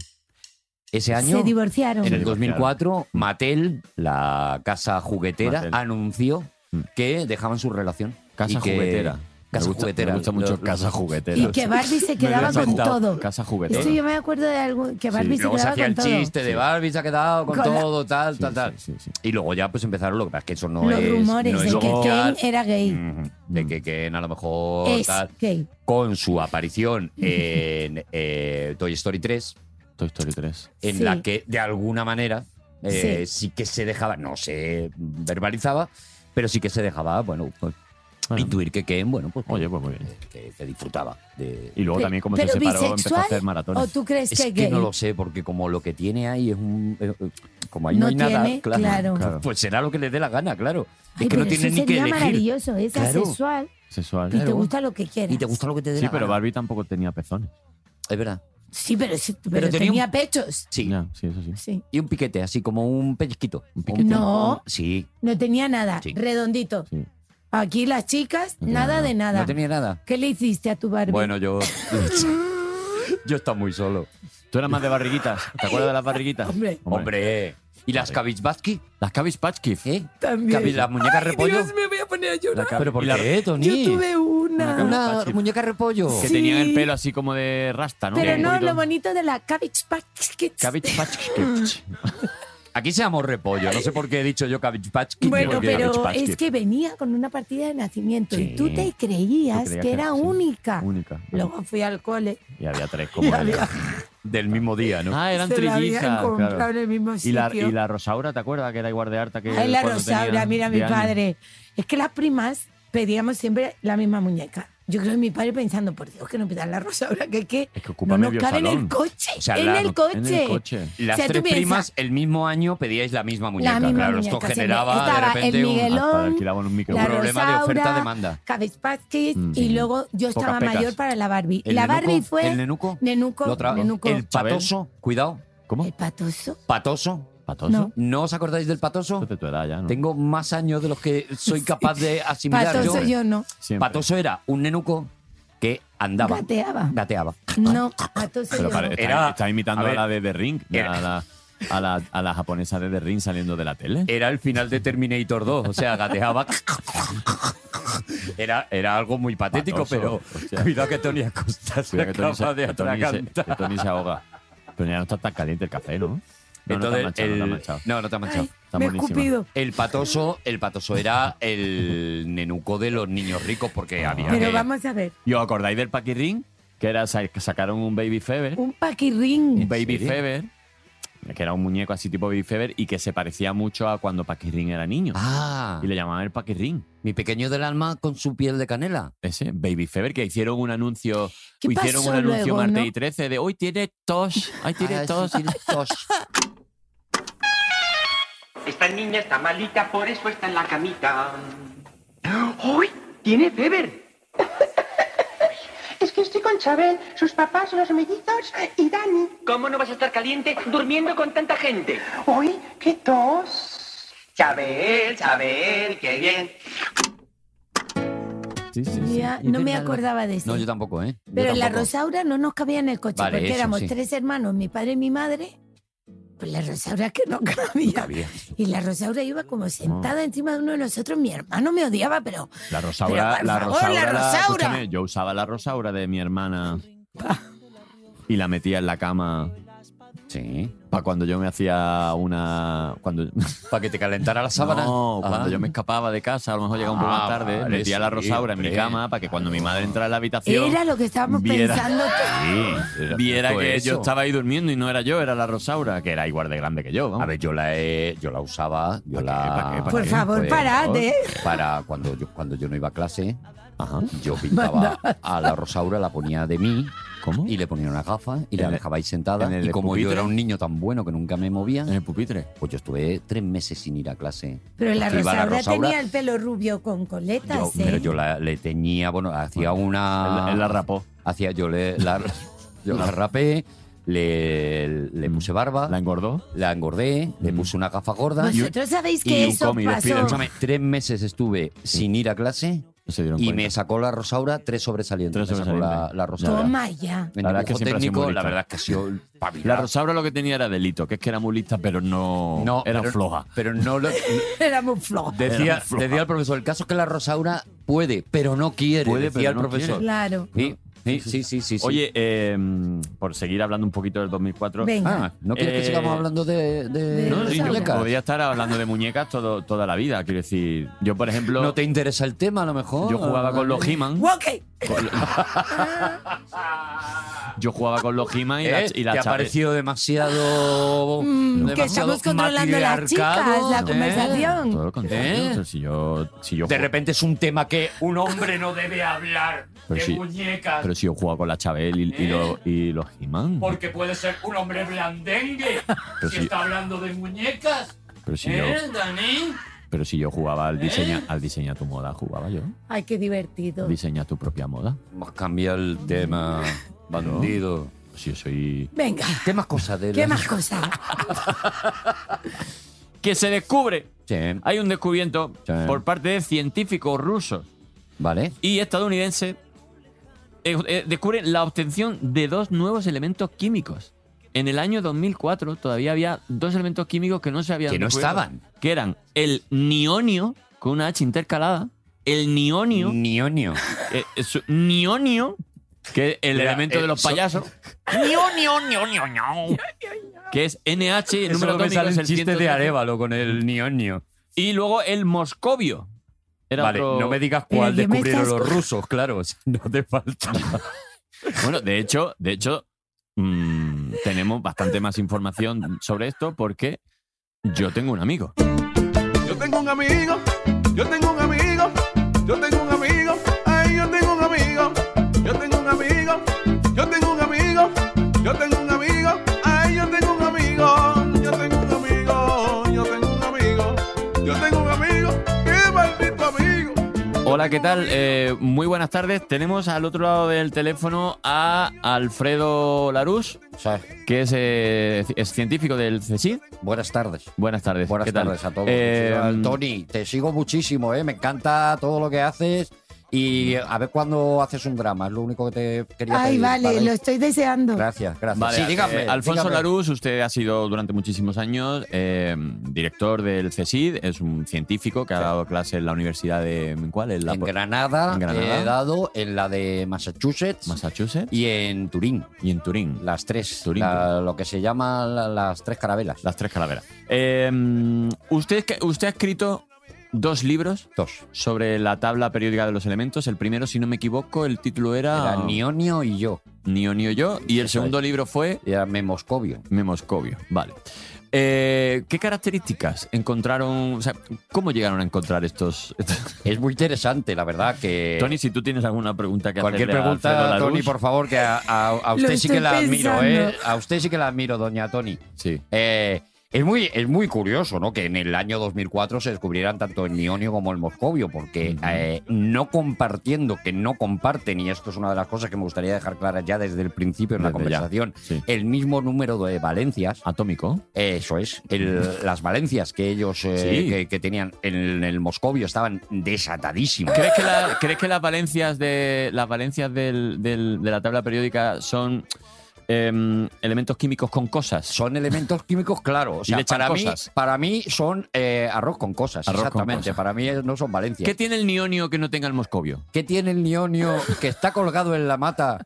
Speaker 3: Ese
Speaker 2: Se
Speaker 3: año,
Speaker 2: divorciaron.
Speaker 3: en
Speaker 4: Se
Speaker 3: el 2004, Mattel, la casa juguetera,
Speaker 4: Mattel.
Speaker 3: anunció
Speaker 4: Mm.
Speaker 3: que dejaban su relación.
Speaker 4: Casa
Speaker 3: y que-
Speaker 4: juguetera. Me
Speaker 3: Casa
Speaker 4: gusta-
Speaker 3: juguetera.
Speaker 4: Me gusta mucho
Speaker 3: Lo-
Speaker 4: Casa
Speaker 3: lo-
Speaker 4: juguetera.
Speaker 2: Y que Barbie se
Speaker 4: Me lo he
Speaker 2: quedaba con
Speaker 4: inventado.
Speaker 2: todo.
Speaker 4: Casa
Speaker 2: Esto
Speaker 4: juguetera.
Speaker 2: yo me acuerdo de algo que Barbie
Speaker 4: Sí,
Speaker 2: se
Speaker 3: Luego se
Speaker 2: quedaba
Speaker 3: hacía
Speaker 2: con
Speaker 3: el
Speaker 2: todo.
Speaker 3: chiste de
Speaker 4: Sí.
Speaker 3: Barbie, se ha quedado con,
Speaker 2: Con la-
Speaker 3: todo, tal,
Speaker 4: Sí,
Speaker 3: tal, tal.
Speaker 4: sí, sí, sí.
Speaker 3: Y luego ya pues empezaron lo que pasa es que eso no
Speaker 2: Los
Speaker 3: es.
Speaker 2: rumores
Speaker 3: no
Speaker 2: de
Speaker 3: es
Speaker 2: que
Speaker 3: oficial.
Speaker 2: Ken era gay.
Speaker 3: Ujú. De
Speaker 4: Mm.
Speaker 3: que Ken a lo mejor
Speaker 2: Es
Speaker 3: tal.
Speaker 2: gay.
Speaker 3: Con su aparición en eh, Toy Story 3,
Speaker 4: Toy Story 3.
Speaker 3: en
Speaker 2: Sí.
Speaker 3: la que de alguna manera eh, sí que se dejaba, no se verbalizaba, pero sí que se dejaba, bueno, pues,
Speaker 4: Bueno,
Speaker 3: intuir que Ken, bueno, pues,
Speaker 4: Oye, pues muy bien.
Speaker 3: que, que disfrutaba de.
Speaker 4: Y luego
Speaker 2: Pe-
Speaker 4: también como se
Speaker 2: ¿pero
Speaker 4: separó empezó a
Speaker 2: bisexual
Speaker 4: hacer
Speaker 2: ¿O
Speaker 4: maratones.
Speaker 2: tú crees
Speaker 3: Es
Speaker 2: que
Speaker 3: que
Speaker 2: es gay?
Speaker 3: no lo sé, porque como lo que tiene ahí es un. eh, eh, Como ahí no,
Speaker 2: No
Speaker 3: hay nada,
Speaker 2: tiene, claro.
Speaker 4: Claro.
Speaker 3: Pues será lo que le dé la gana, claro.
Speaker 2: Ay,
Speaker 3: es que
Speaker 2: pero
Speaker 3: no
Speaker 2: eso
Speaker 3: tiene ni que
Speaker 2: sería
Speaker 3: elegir.
Speaker 2: maravilloso. Es
Speaker 3: Claro.
Speaker 2: asexual
Speaker 4: Sexual.
Speaker 2: y te gusta lo que quieras.
Speaker 3: Y te gusta lo que te dé
Speaker 4: Sí,
Speaker 3: la
Speaker 4: pero
Speaker 3: gana.
Speaker 4: Barbie tampoco tenía pezones.
Speaker 3: Es verdad.
Speaker 2: Sí, pero, sí, pero
Speaker 3: Pero tenía
Speaker 2: tenía,
Speaker 3: un-
Speaker 2: pechos.
Speaker 3: Sí.
Speaker 4: Ya, sí, eso sí.
Speaker 2: Sí.
Speaker 3: Y un piquete, así como un pellizquito.
Speaker 4: Un piquete.
Speaker 2: No.
Speaker 3: Sí.
Speaker 2: No tenía nada.
Speaker 3: Sí.
Speaker 2: Redondito.
Speaker 4: Sí.
Speaker 2: Aquí las chicas,
Speaker 4: No tenía
Speaker 2: nada
Speaker 4: nada.
Speaker 2: de nada.
Speaker 3: No tenía nada.
Speaker 2: ¿Qué le hiciste a tu Barbie?
Speaker 3: Bueno, yo. *laughs* yo estaba muy solo.
Speaker 4: Tú eras más de barriguitas. ¿Te acuerdas de las
Speaker 2: *laughs*
Speaker 4: barriguitas?
Speaker 2: Hombre.
Speaker 3: Hombre. ¿y las Kavitsbaski?
Speaker 4: Las Cabbage Patch Kids.
Speaker 3: ¿Eh?
Speaker 2: también.
Speaker 3: Cabi- ¿Las muñecas repollo?
Speaker 2: Dios, me voy a poner a llorar.
Speaker 3: ¿Pero por
Speaker 4: Y la-
Speaker 3: qué, Tony?
Speaker 2: Yo tuve una.
Speaker 3: Una muñeca repollo.
Speaker 4: Que
Speaker 2: Sí.
Speaker 4: tenían el pelo así como de rasta, ¿no?
Speaker 2: Pero
Speaker 4: Un
Speaker 2: no,
Speaker 4: poquito-
Speaker 2: lo bonito de la Cabbage Patch Kids.
Speaker 4: Cabbage Patch Kids.
Speaker 3: Aquí se llamó repollo. No sé por qué he dicho yo Kavitsbaski.
Speaker 2: *laughs* Bueno,
Speaker 4: Porque Cabbage
Speaker 2: pero
Speaker 4: Patch
Speaker 2: es
Speaker 4: Kids.
Speaker 2: que venía con una partida de nacimiento
Speaker 4: Sí.
Speaker 2: y tú te
Speaker 4: Yo
Speaker 2: creías
Speaker 4: creía
Speaker 2: que
Speaker 4: que
Speaker 2: era
Speaker 4: era, sí.
Speaker 2: única.
Speaker 4: Única.
Speaker 2: Luego fui al cole
Speaker 4: Y había tres
Speaker 2: y
Speaker 4: como
Speaker 2: había-
Speaker 3: Del mismo día, ¿no?
Speaker 4: Ah, eran
Speaker 2: se la habían
Speaker 4: trillizas.
Speaker 2: comprado
Speaker 4: claro.
Speaker 2: en el mismo
Speaker 4: Y la,
Speaker 2: sitio.
Speaker 4: y la Rosaura, ¿te acuerdas? Que era igual de harta que.
Speaker 2: Ay, la
Speaker 4: cuando tenía
Speaker 2: Rosaura, mira mi
Speaker 4: 10 años.
Speaker 2: padre. Es que las primas pedíamos siempre la misma muñeca. Yo creo que mi padre pensando, por Dios, que no pidan la Rosaura, que, que
Speaker 4: Es que ocupa
Speaker 2: no nos
Speaker 4: medio
Speaker 2: cabe en el
Speaker 4: salón.
Speaker 2: coche.
Speaker 3: O sea,
Speaker 2: en,
Speaker 3: la-
Speaker 2: el coche.
Speaker 4: En el coche. Ah,
Speaker 3: Las
Speaker 2: O sea, tú
Speaker 3: tres
Speaker 2: piensa-
Speaker 3: primas el mismo año pedíais la misma muñeca.
Speaker 2: misma
Speaker 3: claro, esto
Speaker 2: muñeca, siempre.
Speaker 3: generaba de
Speaker 2: Estaba el
Speaker 3: repente un-
Speaker 2: Miguel-
Speaker 4: Ah,
Speaker 2: Pelón,
Speaker 4: para alquilaban un micro.
Speaker 3: un
Speaker 2: la
Speaker 3: problema de
Speaker 2: Rosaura,
Speaker 3: oferta-demanda.
Speaker 2: Cabbage Patch Kids,
Speaker 4: Mm.
Speaker 2: y luego yo estaba
Speaker 4: Pocas pecas.
Speaker 2: mayor para la Barbie.
Speaker 3: El
Speaker 2: La
Speaker 3: nenuco,
Speaker 2: Barbie fue
Speaker 3: El nenuco.
Speaker 2: Nenuco,
Speaker 3: lo tra-
Speaker 2: Nenuco.
Speaker 3: El patoso. Cuidado.
Speaker 4: ¿Cómo?
Speaker 2: ¿El patoso.
Speaker 3: Patoso.
Speaker 4: ¿Patoso?
Speaker 2: No.
Speaker 3: ¿No os acordáis del patoso?
Speaker 4: Eso es de tu edad
Speaker 2: Mm.
Speaker 4: ya, ¿no?
Speaker 3: Tengo más años de los que soy capaz de asimilar
Speaker 2: Patoso
Speaker 3: yo.
Speaker 4: eh,
Speaker 2: yo no.
Speaker 4: Siempre.
Speaker 3: Patoso era un nenuco que andaba,
Speaker 2: Gateaba.
Speaker 3: gateaba.
Speaker 2: No, patoso yo
Speaker 4: Pero para-
Speaker 2: no.
Speaker 4: está,
Speaker 3: Era-
Speaker 4: está imitando
Speaker 3: a
Speaker 4: a,
Speaker 3: ver,
Speaker 4: la de The Ring,
Speaker 3: era-
Speaker 4: a, la, a, la, a la japonesa de The Ring saliendo de la tele.
Speaker 3: Era el final de Terminator 2, o sea, gateaba. Era, era algo muy patético,
Speaker 4: Patoso,
Speaker 3: pero
Speaker 4: o sea.
Speaker 3: cuidado que Tony Acosta se
Speaker 4: Cuidado que Tony
Speaker 3: acaba
Speaker 4: se,
Speaker 3: de
Speaker 4: que Tony se-
Speaker 3: atragantar.
Speaker 4: que Tony se ahoga. Pero ya no está tan caliente el café, ¿no? No, no te ha
Speaker 3: Entonces,
Speaker 4: manchado, no te ha
Speaker 3: el-
Speaker 4: manchado.
Speaker 3: no, no te ha manchado.
Speaker 2: Ay,
Speaker 4: Está
Speaker 2: me he
Speaker 4: buenísima.
Speaker 2: escupido.
Speaker 3: El patoso, el patoso era el nenuco de los niños ricos porque
Speaker 4: Ah.
Speaker 3: había
Speaker 2: Pero
Speaker 3: que-
Speaker 2: vamos a ver.
Speaker 4: ¿Y os acordáis del paquirrín? Que era sa- que sacaron un Baby Fever.
Speaker 2: Un
Speaker 4: Un
Speaker 2: paquirrín.
Speaker 4: Baby
Speaker 3: serio?
Speaker 4: Fever. Que era un muñeco así tipo Baby Fever y que se parecía mucho a cuando Paquirrín era niño.
Speaker 3: Ah,
Speaker 4: Y le llamaban el Paquirrín.
Speaker 3: mi pequeño del alma con su piel de canela.
Speaker 4: Ese, Baby Fever, que hicieron un anuncio.
Speaker 2: ¿Qué
Speaker 4: hicieron
Speaker 2: pasó
Speaker 4: un anuncio
Speaker 2: luego,
Speaker 4: martes
Speaker 2: no?
Speaker 4: y 13 de hoy tiene tos. Ay, tiene
Speaker 3: Ah,
Speaker 4: tos.
Speaker 3: sí, tiene tos.
Speaker 10: Esta niña está malita, por eso está en la camita. ¡Uy! ¡Tiene fever! *laughs* Es que estoy con Chabel, sus papás, los mellizos y Dani.
Speaker 11: ¿Cómo no vas a estar caliente durmiendo con tanta gente?
Speaker 10: Uy, qué tos.
Speaker 11: Chabel, Chabel, qué bien.
Speaker 4: Sí, sí, sí.
Speaker 2: Ya,
Speaker 3: Y
Speaker 2: no me
Speaker 3: Fernando.
Speaker 2: acordaba de eso.
Speaker 3: No, yo tampoco, ¿eh? Yo
Speaker 2: Pero la
Speaker 3: tampoco.
Speaker 2: Rosaura no nos cabía en el coche
Speaker 3: Vale,
Speaker 2: porque
Speaker 3: eso
Speaker 2: éramos
Speaker 3: sí.
Speaker 2: tres hermanos, mi padre y mi madre. Pues la Rosaura que no *laughs* cabía.
Speaker 3: Cabía. Ah.
Speaker 2: Y la Rosaura iba como sentada encima de uno de nosotros. Mi hermano me odiaba, pero
Speaker 4: La
Speaker 2: Pero,
Speaker 4: Rosaura,
Speaker 2: por
Speaker 4: la
Speaker 2: favor,
Speaker 4: Rosaura,
Speaker 2: la
Speaker 4: era-
Speaker 2: Rosaura.
Speaker 4: escúchame, yo usaba la Rosaura de mi hermana y la metía en la cama
Speaker 3: Sí.
Speaker 4: para cuando yo me hacía una cuando
Speaker 3: Para que te calentara la sábana.
Speaker 4: No, cuando
Speaker 3: Ah.
Speaker 4: yo me escapaba de casa, a lo mejor llegaba un poco
Speaker 3: Ah,
Speaker 4: más tarde,
Speaker 3: vale,
Speaker 4: metía la
Speaker 3: sí,
Speaker 4: Rosaura en mi
Speaker 3: hombre.
Speaker 4: cama para que cuando mi madre entrara a la habitación
Speaker 2: era lo que estábamos
Speaker 4: viera-
Speaker 2: pensando.
Speaker 3: *laughs*
Speaker 2: to-
Speaker 4: Sí, era
Speaker 12: Viera
Speaker 4: justo
Speaker 12: que yo
Speaker 4: eso.
Speaker 12: estaba ahí durmiendo y no era yo, era la Rosaura.
Speaker 4: que era igual de grande que yo, vamos.
Speaker 3: A ver, yo la, he- yo la usaba, yo
Speaker 4: ¿Pa' qué?
Speaker 3: la...
Speaker 4: ¿Pa' qué? ¿Pa'
Speaker 2: Por
Speaker 4: qué?
Speaker 2: favor,
Speaker 3: Pues,
Speaker 2: parad, ¿eh?
Speaker 3: Para cuando yo, cuando yo no iba a clase,
Speaker 2: *laughs*
Speaker 3: yo pintaba a la Rosaura, la ponía de mí
Speaker 4: ¿Cómo?
Speaker 3: y le ponía una gafa y la
Speaker 4: ¿En el-
Speaker 3: dejaba ahí sentada.
Speaker 4: en el
Speaker 3: Y como yo
Speaker 4: pupitre?
Speaker 3: era un niño tan bueno que nunca me movía,
Speaker 4: en el pupitre.
Speaker 3: pues yo estuve tres meses sin ir a clase.
Speaker 2: Pero la
Speaker 3: Porque iba
Speaker 2: Rosaura, tenía el pelo rubio con coletas,
Speaker 3: yo-
Speaker 2: ¿eh?
Speaker 3: pero yo la- le tenía, bueno, hacía una...
Speaker 4: Él- él la rapó.
Speaker 3: hacía yo le la, yo la rapé, le, le puse barba,
Speaker 4: Mm. ¿La Mm.
Speaker 3: la,
Speaker 4: engordó?
Speaker 3: engordé, le puse una gafa gorda. Y,
Speaker 2: Vosotros sabéis
Speaker 4: y
Speaker 2: que
Speaker 4: un
Speaker 2: eso
Speaker 4: cómic de
Speaker 2: Pues pasó.
Speaker 4: Spiderman.
Speaker 3: escúchame, tres meses estuve sin ir a clase
Speaker 4: No se dieron
Speaker 3: y
Speaker 4: cuenta.
Speaker 3: me sacó la Rosaura tres sobresalientes.
Speaker 4: Tres
Speaker 3: me sacó la,
Speaker 4: sobresalientes.
Speaker 3: la Rosaura.
Speaker 2: Toma
Speaker 3: *laughs*
Speaker 2: ya.
Speaker 3: En
Speaker 4: La verdad
Speaker 3: dibujo
Speaker 4: es que siempre ha sido
Speaker 3: técnico,
Speaker 4: muy
Speaker 3: la
Speaker 4: lista.
Speaker 3: verdad es que ha sido el
Speaker 4: La
Speaker 3: pabilado.
Speaker 4: Rosaura lo que tenía era delito, que es que era muy lista, pero no,
Speaker 3: No,
Speaker 4: era
Speaker 3: pero-
Speaker 4: floja.
Speaker 3: Pero no lo.
Speaker 2: Éramos flojos.
Speaker 4: Era
Speaker 3: Decía,
Speaker 4: muy floja.
Speaker 3: decía el profesor, el caso es que la Rosaura puede, pero no quiere.
Speaker 4: Puede,
Speaker 3: decía
Speaker 4: pero
Speaker 3: el
Speaker 4: no
Speaker 3: profesor.
Speaker 2: Claro.
Speaker 3: Sí, sí, sí, sí, sí, sí.
Speaker 4: Oye, eh, por seguir hablando un poquito del 2004,
Speaker 2: Venga.
Speaker 3: Ah, ¿no quieres
Speaker 4: eh,
Speaker 3: que sigamos hablando de, de
Speaker 2: de
Speaker 4: No, sí, yo
Speaker 2: Rosaura.
Speaker 3: muñecas?
Speaker 4: podría estar hablando de muñecas todo- toda la vida. Quiero decir, yo, por ejemplo,
Speaker 3: ¿No te interesa el tema a lo mejor?
Speaker 4: yo jugaba con los He-Man.
Speaker 2: Ok.
Speaker 4: Yo jugaba con los He-Man y,
Speaker 3: ¿Eh?
Speaker 4: la, y la
Speaker 3: ¿Te ha
Speaker 4: Chabel.
Speaker 3: parecido demasiado,
Speaker 2: Mm, que
Speaker 3: demasiado
Speaker 2: estamos controlando a las
Speaker 3: matriarcado,
Speaker 2: chicas, la
Speaker 3: ¿eh?
Speaker 2: conversación.
Speaker 4: Todo lo contrario.
Speaker 3: ¿Eh?
Speaker 4: O sea, Si yo, si yo
Speaker 3: De
Speaker 4: ju-
Speaker 3: repente es un tema que un hombre no debe hablar
Speaker 4: Pero
Speaker 3: de
Speaker 4: sí.
Speaker 3: muñecas
Speaker 4: pero si yo jugaba con la Chabel y, y los- y los He-Man.
Speaker 3: porque puede ser un hombre blandengue
Speaker 4: Pero
Speaker 3: si
Speaker 4: si-
Speaker 3: está hablando de muñecas.
Speaker 4: Pero si yo,
Speaker 3: ¿Eh, Dani?
Speaker 4: pero si yo jugaba al diseña, al diseña tu moda, jugaba yo.
Speaker 2: Ay, qué divertido.
Speaker 4: Diseña tu propia moda.
Speaker 3: Hemos cambiado el tema, bandido.
Speaker 4: Pues yo soy.
Speaker 2: Venga.
Speaker 3: ¿Qué más cosas de
Speaker 2: ¿Qué
Speaker 3: la-
Speaker 2: más
Speaker 3: *laughs*
Speaker 2: cosas?
Speaker 4: Que se descubre.
Speaker 3: Sí,
Speaker 4: Hay un descubrimiento
Speaker 3: Sí.
Speaker 4: por parte de científicos rusos
Speaker 3: vale.
Speaker 4: y estadounidenses. eh, eh, descubren la obtención de dos nuevos elementos químicos. En el año 2004 todavía había dos elementos químicos que no se habían
Speaker 3: Que no
Speaker 4: descubierto,
Speaker 3: estaban.
Speaker 4: Que eran el nionio, con una H intercalada, el nionio,
Speaker 3: Mm. Nionio.
Speaker 4: eh, su- nionio, que es el
Speaker 3: Era,
Speaker 4: elemento
Speaker 3: eh,
Speaker 4: de los
Speaker 3: so- *laughs*
Speaker 4: payasos,
Speaker 3: Nionio, nionio, nionio.
Speaker 4: que es NH, el
Speaker 3: Eso
Speaker 4: número
Speaker 3: no me
Speaker 4: atómico
Speaker 3: sale
Speaker 4: es
Speaker 3: el
Speaker 4: el
Speaker 3: chiste de
Speaker 4: 113.
Speaker 3: Arevalo con el nionio.
Speaker 4: Y luego el moscovio. Era
Speaker 3: vale,
Speaker 4: otro-
Speaker 3: no me digas
Speaker 2: Pero
Speaker 3: cuál
Speaker 2: yo me
Speaker 3: descubrieron
Speaker 2: estás-
Speaker 3: los rusos, claro. *laughs* o sea, No te falta.
Speaker 4: Bueno, de hecho, de hecho, mm, tenemos bastante más información sobre esto porque yo tengo un amigo.
Speaker 5: Yo tengo un amigo, yo tengo un amigo, yo tengo un amigo, ay, yo tengo un amigo, yo tengo un amigo, yo tengo un amigo, yo tengo un amigo, ay, yo tengo un amigo, yo tengo un amigo, yo tengo un amigo, yo tengo un amigo, qué maldito amigo.
Speaker 4: Hola, ¿qué tal? Eh, muy buenas tardes. Tenemos al otro lado del teléfono a Alfredo Larús, que es, eh, es científico del CSIC.
Speaker 3: Buenas tardes.
Speaker 4: Buenas tardes.
Speaker 3: Buenas
Speaker 4: ¿qué tal?
Speaker 3: tardes a todos.
Speaker 4: Eh,
Speaker 3: Yo, Tony, te sigo muchísimo, ¿eh? me encanta todo lo que haces y
Speaker 4: Mm.
Speaker 3: a ver cuándo haces un drama, es lo único que te quería
Speaker 2: Ay,
Speaker 3: pedir,
Speaker 2: vale, lo estoy deseando.
Speaker 3: Gracias, gracias.
Speaker 4: Vale,
Speaker 3: sí, dígame.
Speaker 4: eh, Alfonso
Speaker 3: dígame.
Speaker 4: Larús, usted ha sido durante muchísimos años eh, director del CSID, es un científico que ha
Speaker 3: Sí.
Speaker 4: dado clases en la universidad de ¿en ¿cuál? En la
Speaker 3: En Granada,
Speaker 4: en Granada.
Speaker 3: he dado en la de Massachusetts
Speaker 4: Massachusetts
Speaker 3: y en Turín.
Speaker 4: y en Turín.
Speaker 3: Las tres,
Speaker 4: Turín,
Speaker 3: la- lo que se llama la- las tres carabelas.
Speaker 4: Las tres calaveras. Eh, usted, usted ha escrito dos libros
Speaker 3: dos.
Speaker 4: sobre la tabla periódica de los elementos. El primero, si no me equivoco, el título era,
Speaker 3: Era Nionio y yo.
Speaker 4: Nio Nio Yo. Y el
Speaker 3: Eso
Speaker 4: segundo libro fue
Speaker 3: Era Memoscovio.
Speaker 4: Memoscovio. Vale. Eh, ¿Qué características encontraron? O sea, ¿cómo llegaron a encontrar estos?
Speaker 3: Es muy interesante, la verdad, que...
Speaker 4: Tony, si tú tienes alguna Eh, pregunta que
Speaker 3: Cualquier
Speaker 4: hacerle a
Speaker 3: pregunta,
Speaker 4: Alfredo Larús-
Speaker 3: Tony, por favor, que a, a- a
Speaker 2: Lo
Speaker 3: usted sí
Speaker 2: estoy
Speaker 3: que la admiro,
Speaker 2: pensando.
Speaker 3: ¿eh? A usted sí que la admiro, doña Tony.
Speaker 4: Sí.
Speaker 3: Eh, Es muy, es muy curioso, ¿no? Que en el año 2004 se descubrieran tanto el nionio como el moscovio, porque eh, no compartiendo, que no comparten, y esto es una de las cosas que me gustaría dejar claras ya desde el principio en la
Speaker 4: Desde ya,
Speaker 3: conversación,
Speaker 4: sí.
Speaker 3: el mismo número de valencias,
Speaker 4: Atómico.
Speaker 3: eso es, el- las valencias que ellos eh,
Speaker 4: Sí.
Speaker 3: que, que tenían en el moscovio estaban desatadísimas.
Speaker 4: ¿Crees que, la- ¿crees que las valencias de las valencias del- del- de la tabla periódica son em, elementos químicos con cosas?
Speaker 3: Son elementos químicos, claro. O sea,
Speaker 4: le echan
Speaker 3: para,
Speaker 4: cosas.
Speaker 3: Mí, para mí son eh, arroz con cosas,
Speaker 4: Arroz con
Speaker 3: exactamente.
Speaker 4: cosas.
Speaker 3: Para mí no son valencias.
Speaker 4: ¿Qué tiene el nionio que no tenga el moscovio?
Speaker 3: ¿Qué tiene el nionio que está colgado en la mata?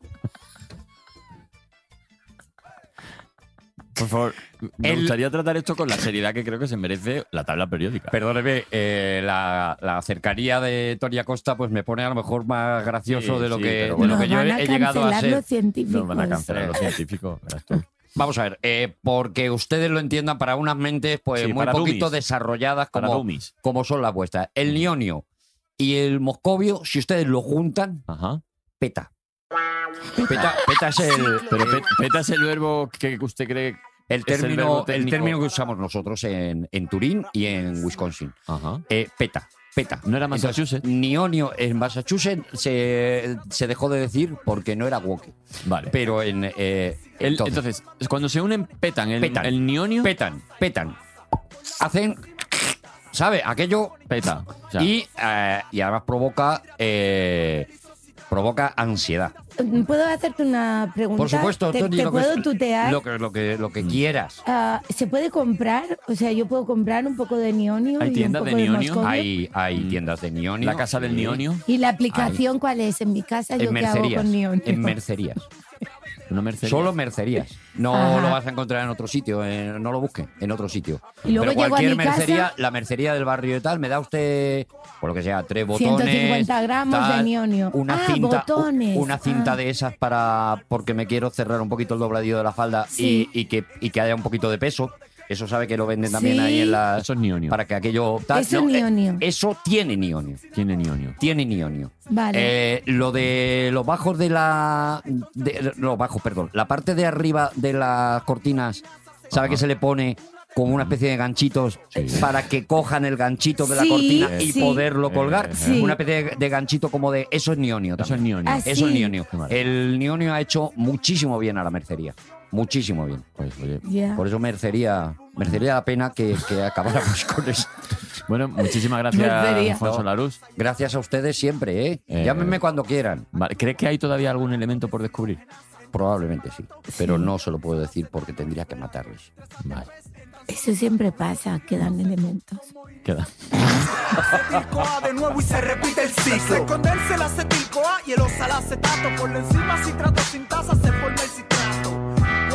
Speaker 4: Por favor, me
Speaker 3: El-
Speaker 4: gustaría tratar esto con la seriedad que creo que se merece la tabla periódica.
Speaker 3: Perdóneme, eh, la, la cercanía de Tony Acosta pues me pone a lo mejor más gracioso
Speaker 4: Sí,
Speaker 3: de lo
Speaker 4: sí,
Speaker 3: que,
Speaker 4: pero
Speaker 3: de
Speaker 4: bueno.
Speaker 3: lo que
Speaker 2: Nos
Speaker 3: yo
Speaker 2: van a
Speaker 3: he, he llegado a
Speaker 2: cancelar
Speaker 3: ser.
Speaker 2: los científicos.
Speaker 4: Nos van a cancelar los científicos. verás tú.
Speaker 3: Vamos a ver, eh, porque ustedes lo entiendan para unas mentes pues
Speaker 4: Sí,
Speaker 3: muy
Speaker 4: para
Speaker 3: poquito
Speaker 4: dummies.
Speaker 3: desarrolladas
Speaker 4: Para
Speaker 3: como,
Speaker 4: dummies.
Speaker 3: como son las vuestras. El nionio y el moscovio, si ustedes lo juntan,
Speaker 4: Ajá.
Speaker 3: peta. Peta, peta es el,
Speaker 4: Pero pe- petas el verbo que usted cree.
Speaker 3: el,
Speaker 4: es el verbo
Speaker 3: término, el
Speaker 4: técnico.
Speaker 3: término que usamos nosotros en, en Turín y en Wisconsin.
Speaker 4: Ajá.
Speaker 3: Eh, peta, peta.
Speaker 4: ¿No era
Speaker 3: Entonces,
Speaker 4: Massachusetts?
Speaker 3: Nionio en Massachusetts se, se dejó de decir porque no era woke.
Speaker 4: Vale.
Speaker 3: Pero en. eh,
Speaker 4: El-
Speaker 3: entonces,
Speaker 4: entonces, cuando se unen, petan el,
Speaker 3: Petan.
Speaker 4: el nionio.
Speaker 3: petan, petan. Hacen. ¿Sabe? Aquello.
Speaker 4: peta. O sea,
Speaker 3: Y, eh, y además provoca. eh, provoca ansiedad.
Speaker 2: ¿Puedo hacerte una pregunta?
Speaker 3: Por supuesto,
Speaker 2: ¿Te,
Speaker 3: Tony,
Speaker 2: te
Speaker 3: lo que-
Speaker 2: puedo tutear?
Speaker 3: Lo que, lo que, lo que quieras.
Speaker 2: Ah, ¿Se puede comprar? O sea, yo puedo comprar un poco de neonio
Speaker 4: ¿Hay
Speaker 2: y un
Speaker 4: tiendas
Speaker 2: poco
Speaker 4: de
Speaker 2: de,
Speaker 4: neonio?
Speaker 2: moscovio.
Speaker 3: Hay, hay tiendas de nionio.
Speaker 4: la casa del
Speaker 3: Sí.
Speaker 4: nionio.
Speaker 2: ¿Y la aplicación cuál es? En mi casa yo
Speaker 3: En
Speaker 2: qué hago
Speaker 3: mercerías.
Speaker 2: con neonio.
Speaker 3: En mercerías.
Speaker 4: Una mercería.
Speaker 3: Solo mercerías. No
Speaker 2: Ajá.
Speaker 3: lo vas a encontrar en otro sitio, eh, no lo busques, en otro sitio.
Speaker 2: Y luego
Speaker 3: Pero
Speaker 2: llego a
Speaker 3: cualquier
Speaker 2: mi casa-
Speaker 3: mercería, la mercería del barrio y tal, me da usted, por lo que sea, tres botones.
Speaker 2: 150 gramos de
Speaker 3: tal,
Speaker 2: neonio.
Speaker 3: Una
Speaker 2: Ah,
Speaker 3: cinta,
Speaker 2: botones.
Speaker 3: Una cinta
Speaker 2: Ah.
Speaker 3: de esas para. porque me quiero cerrar un poquito el dobladillo de la falda
Speaker 2: Sí.
Speaker 3: y, y que, y que haya un poquito de peso. Eso sabe que lo venden también
Speaker 2: Sí.
Speaker 3: ahí en
Speaker 4: Ah,
Speaker 3: las.
Speaker 4: Eso es nionio.
Speaker 3: Para que aquello. tal.
Speaker 2: Eso es
Speaker 3: eh,
Speaker 2: neonio.
Speaker 3: Eso tiene nionio.
Speaker 4: Tiene nionio.
Speaker 3: Tiene nionio.
Speaker 2: Vale.
Speaker 3: Eh, lo de los bajos de la. de- los bajos, perdón. La parte de arriba de las cortinas, ¿sabe
Speaker 4: Ajá.
Speaker 3: que se le pone como una especie de ganchitos para que cojan el ganchito de la
Speaker 2: Sí,
Speaker 3: cortina y
Speaker 2: sí.
Speaker 3: poderlo colgar?
Speaker 2: Sí.
Speaker 3: Una especie de, de ganchito como de. Eso es nionio
Speaker 4: Eh, Eso es
Speaker 3: también.
Speaker 4: nionio.
Speaker 2: Ah, sí.
Speaker 3: Eso es nionio.
Speaker 4: Vale.
Speaker 3: El nionio ha hecho muchísimo bien a la mercería. Muchísimo bien.
Speaker 4: Pues, oye.
Speaker 2: Ya.
Speaker 3: Por eso merecería, merecería la pena que, que acabáramos *laughs* con esto.
Speaker 2: *laughs*
Speaker 4: Bueno, muchísimas gracias,
Speaker 2: Mercería.
Speaker 4: Alfonso Larus.
Speaker 3: Gracias a ustedes siempre, ¿eh?
Speaker 4: Eh.
Speaker 3: Llámenme cuando quieran.
Speaker 4: Vale, ¿Crees que hay todavía algún elemento por descubrir?
Speaker 3: Probablemente sí, pero no se lo puedo decir porque tendría que matarles.
Speaker 4: Vale,
Speaker 2: Eso siempre pasa, quedan elementos.
Speaker 4: queda.
Speaker 13: acetilcoa de nuevo y se repite el ciclo. Se condensa el acetilcoa y el osalacetato. Por la enzima citrato sin tasa se forma el citrato.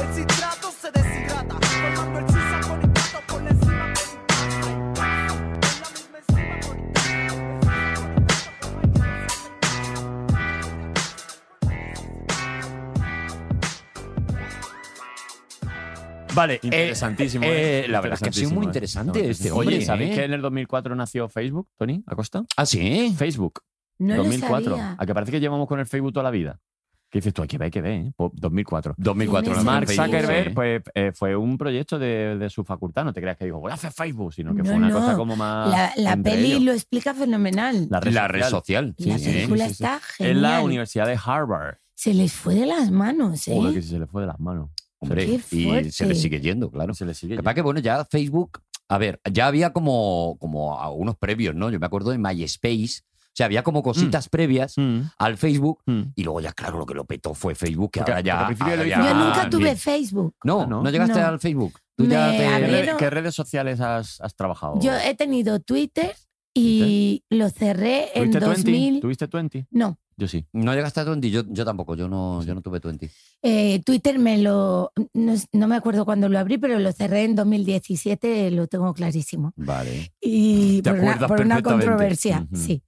Speaker 13: El citrato se deshidrata, formando el cisaconitato por la enzima conitasa. Es la misma enzima conitasa.
Speaker 3: Vale,
Speaker 4: Interesantísimo.
Speaker 3: eh, la verdad es que ha sido muy interesante
Speaker 4: ¿eh?
Speaker 3: este
Speaker 4: Oye,
Speaker 3: hombre,
Speaker 4: ¿sabéis
Speaker 3: ¿eh?
Speaker 4: que en el 2004 nació Facebook, Tony Acosta?
Speaker 3: ¿Ah, sí?
Speaker 4: Facebook,
Speaker 2: No
Speaker 4: 2004.
Speaker 2: lo sabía.
Speaker 4: A que parece que llevamos con el Facebook toda la vida. ¿Qué dices tú? Hay que ver, hay que ver, ¿eh? Po- 2004.
Speaker 3: 2004.
Speaker 2: Tiene
Speaker 4: Mark
Speaker 2: Facebook,
Speaker 4: Zuckerberg
Speaker 2: sí.
Speaker 4: pues, eh, fue un proyecto de, de su facultad, no te creas que dijo, voy a hacer Facebook, sino que fue
Speaker 2: No,
Speaker 4: una
Speaker 2: no.
Speaker 4: cosa como más...
Speaker 2: La, la
Speaker 4: entre
Speaker 2: peli
Speaker 4: ellos.
Speaker 2: lo explica fenomenal.
Speaker 4: La red
Speaker 3: la red social.
Speaker 4: social.
Speaker 2: Y la
Speaker 4: sí, sí,
Speaker 2: película
Speaker 4: sí, sí.
Speaker 2: está
Speaker 4: En la
Speaker 2: genial.
Speaker 4: Universidad de Harvard.
Speaker 2: Se les fue de las manos, ¿eh?
Speaker 4: Joder, que se le fue de las manos.
Speaker 3: Hombre,
Speaker 2: Qué
Speaker 3: y se
Speaker 2: fuerte.
Speaker 3: le sigue yendo, claro.
Speaker 4: Se le sigue.
Speaker 3: Lo que
Speaker 4: yendo.
Speaker 3: pasa que, bueno, ya Facebook, a ver, ya había como, como a unos previos, ¿no? Yo me acuerdo de MySpace, o sea, había como cositas previas
Speaker 4: Mm,
Speaker 3: al Facebook.
Speaker 4: mm.
Speaker 3: Y luego ya, claro, lo que lo petó fue Facebook, que
Speaker 4: Porque-
Speaker 3: ahora ya...
Speaker 4: porque al principio
Speaker 3: ahora
Speaker 4: lo
Speaker 3: ya-
Speaker 4: hizo-
Speaker 2: Yo nunca
Speaker 4: Ah,
Speaker 2: tuve
Speaker 4: bien.
Speaker 2: Facebook.
Speaker 3: No,
Speaker 4: Ah, no.
Speaker 3: no, llegaste
Speaker 2: No.
Speaker 3: al Facebook. Tú
Speaker 2: Me
Speaker 3: ya te-
Speaker 4: ¿Qué,
Speaker 2: abrieron-
Speaker 4: red- qué redes sociales has, has trabajado?
Speaker 2: Yo he tenido Twitter y lo cerré en
Speaker 4: ¿Tuviste 20?
Speaker 2: 2000.
Speaker 4: ¿Tuviste 20?
Speaker 2: No,
Speaker 4: Yo sí.
Speaker 3: No llegaste a 20, yo, yo tampoco, yo no, yo no tuve 20.
Speaker 2: eh, Twitter me lo. No, es- no me acuerdo cuándo lo abrí, pero lo cerré en 2017, lo tengo clarísimo.
Speaker 3: Vale.
Speaker 2: Y
Speaker 3: Te
Speaker 2: por una,
Speaker 3: acuerdas
Speaker 2: por una
Speaker 3: perfectamente.
Speaker 2: controversia,
Speaker 3: Ujú.
Speaker 2: sí.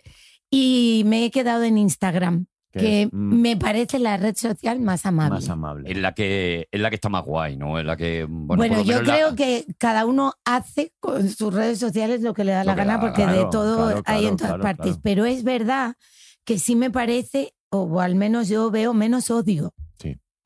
Speaker 2: Y me he quedado en Instagram, que
Speaker 4: es, mm,
Speaker 2: me parece la red social más amable.
Speaker 4: más amable.
Speaker 3: En la que, en la que está más guay, ¿no? En la que. Bueno,
Speaker 2: Bueno,
Speaker 3: por lo
Speaker 2: yo
Speaker 3: menos la-
Speaker 2: creo que cada uno hace con sus redes sociales lo que le da
Speaker 3: Lo
Speaker 2: la
Speaker 3: que
Speaker 2: gana,
Speaker 3: da,
Speaker 2: porque
Speaker 4: claro,
Speaker 2: de todo
Speaker 4: claro,
Speaker 2: hay
Speaker 4: claro,
Speaker 2: en todas
Speaker 4: claro,
Speaker 2: partes.
Speaker 4: claro.
Speaker 2: Pero es verdad que sí me parece, o al menos yo veo menos odio.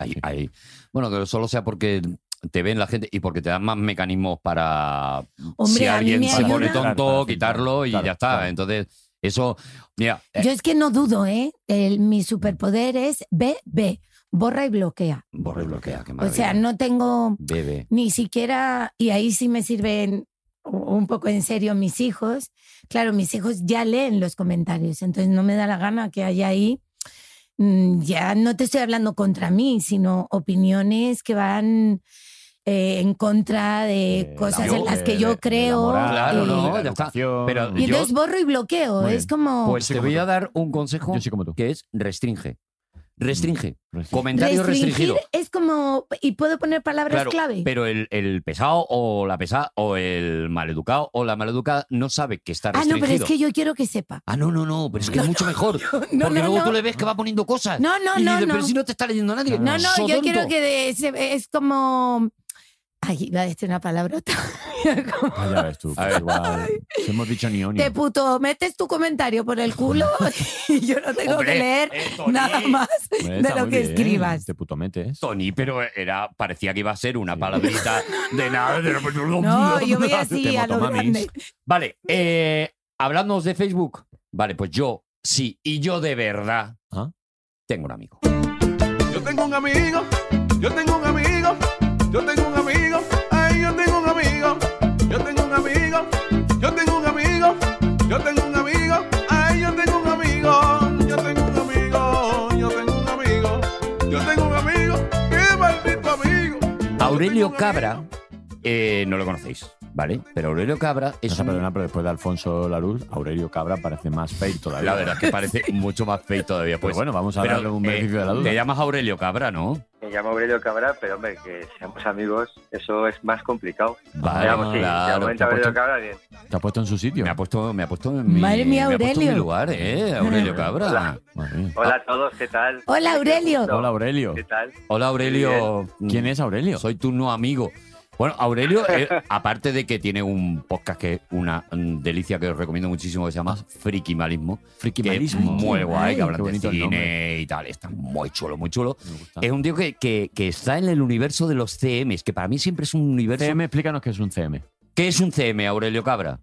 Speaker 3: Ahí, ahí. Bueno, que solo sea porque te ven la gente y porque te dan más mecanismos para
Speaker 2: Hombre,
Speaker 3: si
Speaker 2: a mí
Speaker 3: alguien
Speaker 2: me
Speaker 3: se pone
Speaker 2: ayuda-
Speaker 3: tonto,
Speaker 4: Claro,
Speaker 3: quitarlo y
Speaker 4: claro,
Speaker 3: ya está.
Speaker 4: claro.
Speaker 3: Entonces, eso, mira, eh,
Speaker 2: Yo es que no dudo, ¿eh? El- mi superpoder es BB, borra y bloquea.
Speaker 3: borra y bloquea, qué
Speaker 2: O
Speaker 3: maravilla.
Speaker 2: sea, no tengo
Speaker 3: Bebe.
Speaker 2: ni siquiera, y ahí sí me sirven u- un poco en serio mis hijos. Claro, mis hijos ya leen los comentarios, entonces no me da la gana que haya ahí. mm, Ya no te estoy hablando contra mí, sino opiniones que van eh, en contra de
Speaker 4: Eh,
Speaker 2: cosas
Speaker 3: yo-
Speaker 2: en las que
Speaker 4: de-
Speaker 2: yo
Speaker 4: de la
Speaker 2: creo.
Speaker 4: moral,
Speaker 3: Claro,
Speaker 2: y-
Speaker 3: no,
Speaker 4: de la
Speaker 3: ya está.
Speaker 4: educación.
Speaker 3: Pero
Speaker 2: Y
Speaker 3: yo-
Speaker 2: entonces borro y bloqueo.
Speaker 4: Muy
Speaker 2: es
Speaker 4: bien.
Speaker 2: como.
Speaker 3: Pues te
Speaker 4: como
Speaker 3: voy
Speaker 4: tú.
Speaker 3: a dar un consejo
Speaker 4: Yo sí Mm. como tú.
Speaker 3: que es restringe. Restringe. Comentario
Speaker 2: restringir
Speaker 3: restringido.
Speaker 2: es como. Y puedo poner palabras
Speaker 3: Claro,
Speaker 2: clave.
Speaker 3: pero el, el pesado o la pesada o el maleducado o la maleducada no sabe que está
Speaker 2: ah, no,
Speaker 3: restringido.
Speaker 2: pero es que yo quiero que sepa.
Speaker 3: Ah, no, no, no, pero es que es mucho mejor.
Speaker 2: *laughs* No,
Speaker 3: porque
Speaker 2: no,
Speaker 3: luego
Speaker 2: no.
Speaker 3: tú le ves que va poniendo cosas.
Speaker 2: No, no,
Speaker 3: Y
Speaker 2: no,
Speaker 3: dices,
Speaker 2: no.
Speaker 3: Pero si no te está leyendo
Speaker 4: Ah,
Speaker 3: nadie.
Speaker 2: No, no, yo
Speaker 3: Sotonto.
Speaker 2: quiero que de- se- es como. Ay, iba a decir una palabrota. *laughs* Como,
Speaker 4: Ah, ya ves tú. pues igual. Si hemos dicho ni
Speaker 2: Te
Speaker 4: onio.
Speaker 2: puto, metes tu comentario por el
Speaker 4: *laughs*
Speaker 2: culo *laughs* y yo no tengo
Speaker 3: Hombre,
Speaker 2: que leer
Speaker 3: eh, Tony.
Speaker 2: nada más
Speaker 4: Hombre,
Speaker 2: de
Speaker 4: está
Speaker 2: lo
Speaker 4: muy
Speaker 2: que
Speaker 4: bien.
Speaker 2: escribas.
Speaker 4: Te puto metes.
Speaker 3: Tony, pero era, parecía que iba a ser
Speaker 2: *laughs*
Speaker 3: una palabrita de nada. de-
Speaker 2: No, yo voy así
Speaker 4: Te
Speaker 2: a lo
Speaker 4: motomamis.
Speaker 2: grande. *laughs*
Speaker 3: Vale, eh, hablándonos de Facebook. Vale, pues yo sí, y yo de verdad
Speaker 4: Ah.
Speaker 3: tengo un amigo.
Speaker 13: Yo tengo un amigo, yo tengo un amigo, yo tengo un amigo, ay, yo tengo un amigo, yo tengo un amigo, yo tengo un amigo, yo tengo un amigo, ay, yo tengo un amigo, yo tengo un amigo, yo tengo un amigo, yo tengo un amigo, qué maldito amigo.
Speaker 3: Aurelio Cabra, eh, no lo conocéis, ¿vale? Pero Aurelio Cabra
Speaker 4: O
Speaker 3: es
Speaker 4: sea,
Speaker 3: un-
Speaker 4: perdona, pero después de Alfonso Laruz, Aurelio Cabra parece más fake todavía.
Speaker 3: La verdad es que parece mucho más fake todavía.
Speaker 4: Pues
Speaker 3: Pues
Speaker 4: bueno, vamos a
Speaker 3: Pero,
Speaker 4: darle un
Speaker 3: eh,
Speaker 4: beneficio de la duda.
Speaker 3: Te llamas Aurelio Cabra, ¿no?
Speaker 14: Me llamo Aurelio Cabra, pero hombre, que seamos amigos, eso es más complicado.
Speaker 4: Ah,
Speaker 3: Vale,
Speaker 14: Digamos, sí, de
Speaker 3: claro.
Speaker 14: momento
Speaker 4: te ha
Speaker 14: Aurelio
Speaker 4: puesto-
Speaker 14: Cabra, bien.
Speaker 4: Te ha puesto en su sitio.
Speaker 3: Me ha puesto, me ha puesto en mi,
Speaker 2: Madre mía,
Speaker 3: me ha puesto en mi
Speaker 2: Aurelio.
Speaker 3: lugar, ¿eh? Aurelio Cabra.
Speaker 14: Hola.
Speaker 4: Madre mía.
Speaker 14: Hola a todos, ¿qué tal?
Speaker 2: Hola, Aurelio.
Speaker 4: Hola, Aurelio.
Speaker 14: ¿Qué tal?
Speaker 3: Hola, Aurelio.
Speaker 4: ¿Quién es Aurelio?
Speaker 3: Soy tu no amigo. Bueno, Aurelio, eh, aparte de que tiene un podcast que es una mm, delicia que os recomiendo muchísimo, que se llama Friki Malismo. Friki
Speaker 4: Malismo.
Speaker 3: Muy
Speaker 4: Ay,
Speaker 3: guay,
Speaker 4: qué
Speaker 3: que hablan de
Speaker 4: bonito el
Speaker 3: cine y tal. Está muy chulo, muy chulo.
Speaker 4: Me gusta.
Speaker 3: Es un tío que, que- que está en el universo de los CMs, que para mí siempre es un universo.
Speaker 4: CM, explícanos qué es un CM.
Speaker 3: ¿Qué es un CM, Aurelio Cabra?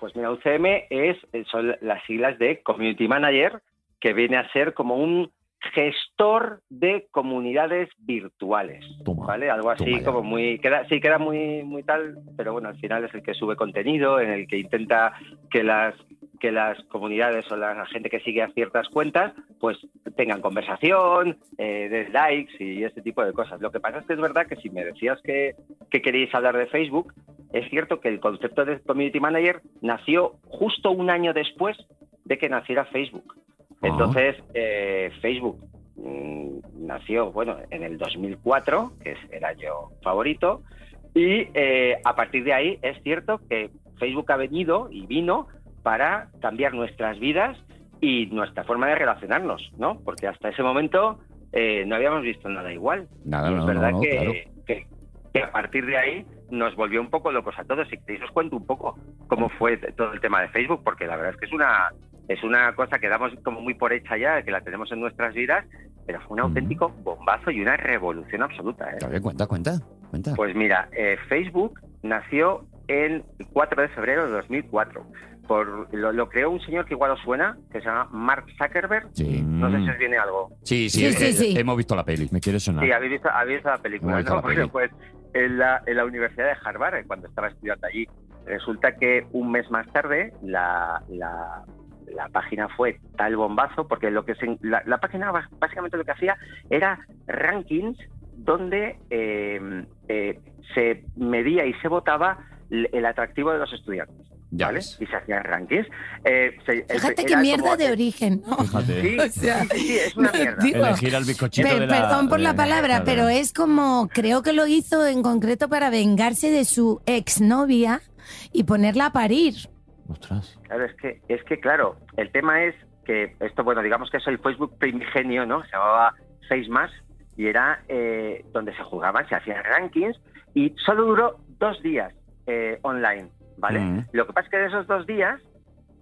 Speaker 14: Pues mira, UCM es, son las siglas de Community Manager, que viene a ser como un gestor de comunidades virtuales,
Speaker 4: Toma.
Speaker 14: ¿vale? Algo
Speaker 4: Toma
Speaker 14: así
Speaker 4: ya.
Speaker 14: como muy... Queda, sí, queda muy, muy tal, pero bueno, al final es el que sube contenido, en el que intenta que las que las comunidades o la gente que sigue a ciertas cuentas pues tengan conversación, eh, den likes y ese tipo de cosas. Lo que pasa es que es verdad que si me decías que, que queréis hablar de Facebook, es cierto que el concepto de Community Manager nació justo un año después de que naciera Facebook. Entonces, eh, Facebook mm, nació, bueno, en el 2004, que es el año favorito, y eh, a partir de ahí es cierto que Facebook ha venido y vino para cambiar nuestras vidas y nuestra forma de relacionarnos, ¿no? Porque hasta ese momento eh, no habíamos visto nada igual.
Speaker 3: Nada,
Speaker 14: Y
Speaker 3: no,
Speaker 14: es
Speaker 3: no,
Speaker 14: Pues verdad
Speaker 3: no,
Speaker 14: que,
Speaker 3: claro.
Speaker 14: que- que a partir de ahí nos volvió un poco locos a todos. Si queréis os cuento un poco cómo fue t- todo el tema de Facebook, porque la verdad es que es una es una cosa que damos como muy por hecha ya, que la tenemos en nuestras vidas, pero fue un
Speaker 3: Ujú.
Speaker 14: auténtico bombazo y una revolución absoluta. ¿eh?
Speaker 3: A ver, cuenta, cuenta, cuenta.
Speaker 14: Pues mira, eh, Facebook nació el 4 de febrero de 2004. Por, lo, lo creó un señor que igual os suena, que se llama Mark Zuckerberg.
Speaker 3: sí.
Speaker 14: No sé
Speaker 4: Mm,
Speaker 14: si os viene algo.
Speaker 3: Sí, sí,
Speaker 2: Sí,
Speaker 3: eh,
Speaker 2: sí,
Speaker 3: eh,
Speaker 2: sí.
Speaker 3: hemos visto la peli.
Speaker 4: Me quiere sonar.
Speaker 14: Sí, habéis visto, habéis visto la película,
Speaker 3: Hemos visto
Speaker 14: ¿no? *laughs*
Speaker 3: la
Speaker 14: Bueno, pues en la, en la Universidad de Harvard, eh, cuando estaba estudiando allí, resulta que un mes más tarde la, la- la página fue tal bombazo, porque lo que se- la, la página bas- básicamente lo que hacía era rankings donde eh, eh, se medía y se votaba l- el atractivo de los estudiantes,
Speaker 3: Ya
Speaker 14: ¿vale?
Speaker 3: ves.
Speaker 14: Y se hacían rankings. Eh, se-
Speaker 2: Fíjate qué
Speaker 14: era
Speaker 2: mierda
Speaker 14: como-
Speaker 2: de origen, ¿no?
Speaker 4: Fíjate.
Speaker 2: *laughs*
Speaker 14: Sí,
Speaker 2: O sea,
Speaker 14: sí, sí,
Speaker 2: *laughs*
Speaker 14: es una mierda.
Speaker 2: digo,
Speaker 4: Elegir al bizcochito
Speaker 2: Per-
Speaker 4: de la-
Speaker 2: perdón por la
Speaker 4: de-
Speaker 2: palabra,
Speaker 4: claro.
Speaker 2: pero es como, creo que lo hizo en concreto para vengarse de su exnovia y ponerla a parir.
Speaker 4: Ostras.
Speaker 14: Claro, es que, es que claro, el tema es que esto, bueno, digamos que es el Facebook primigenio, ¿no? Se llamaba 6 más y era eh, donde se jugaban, se hacían rankings y solo duró dos días eh, online, ¿vale?
Speaker 3: Mm.
Speaker 14: Lo que pasa es que de esos dos días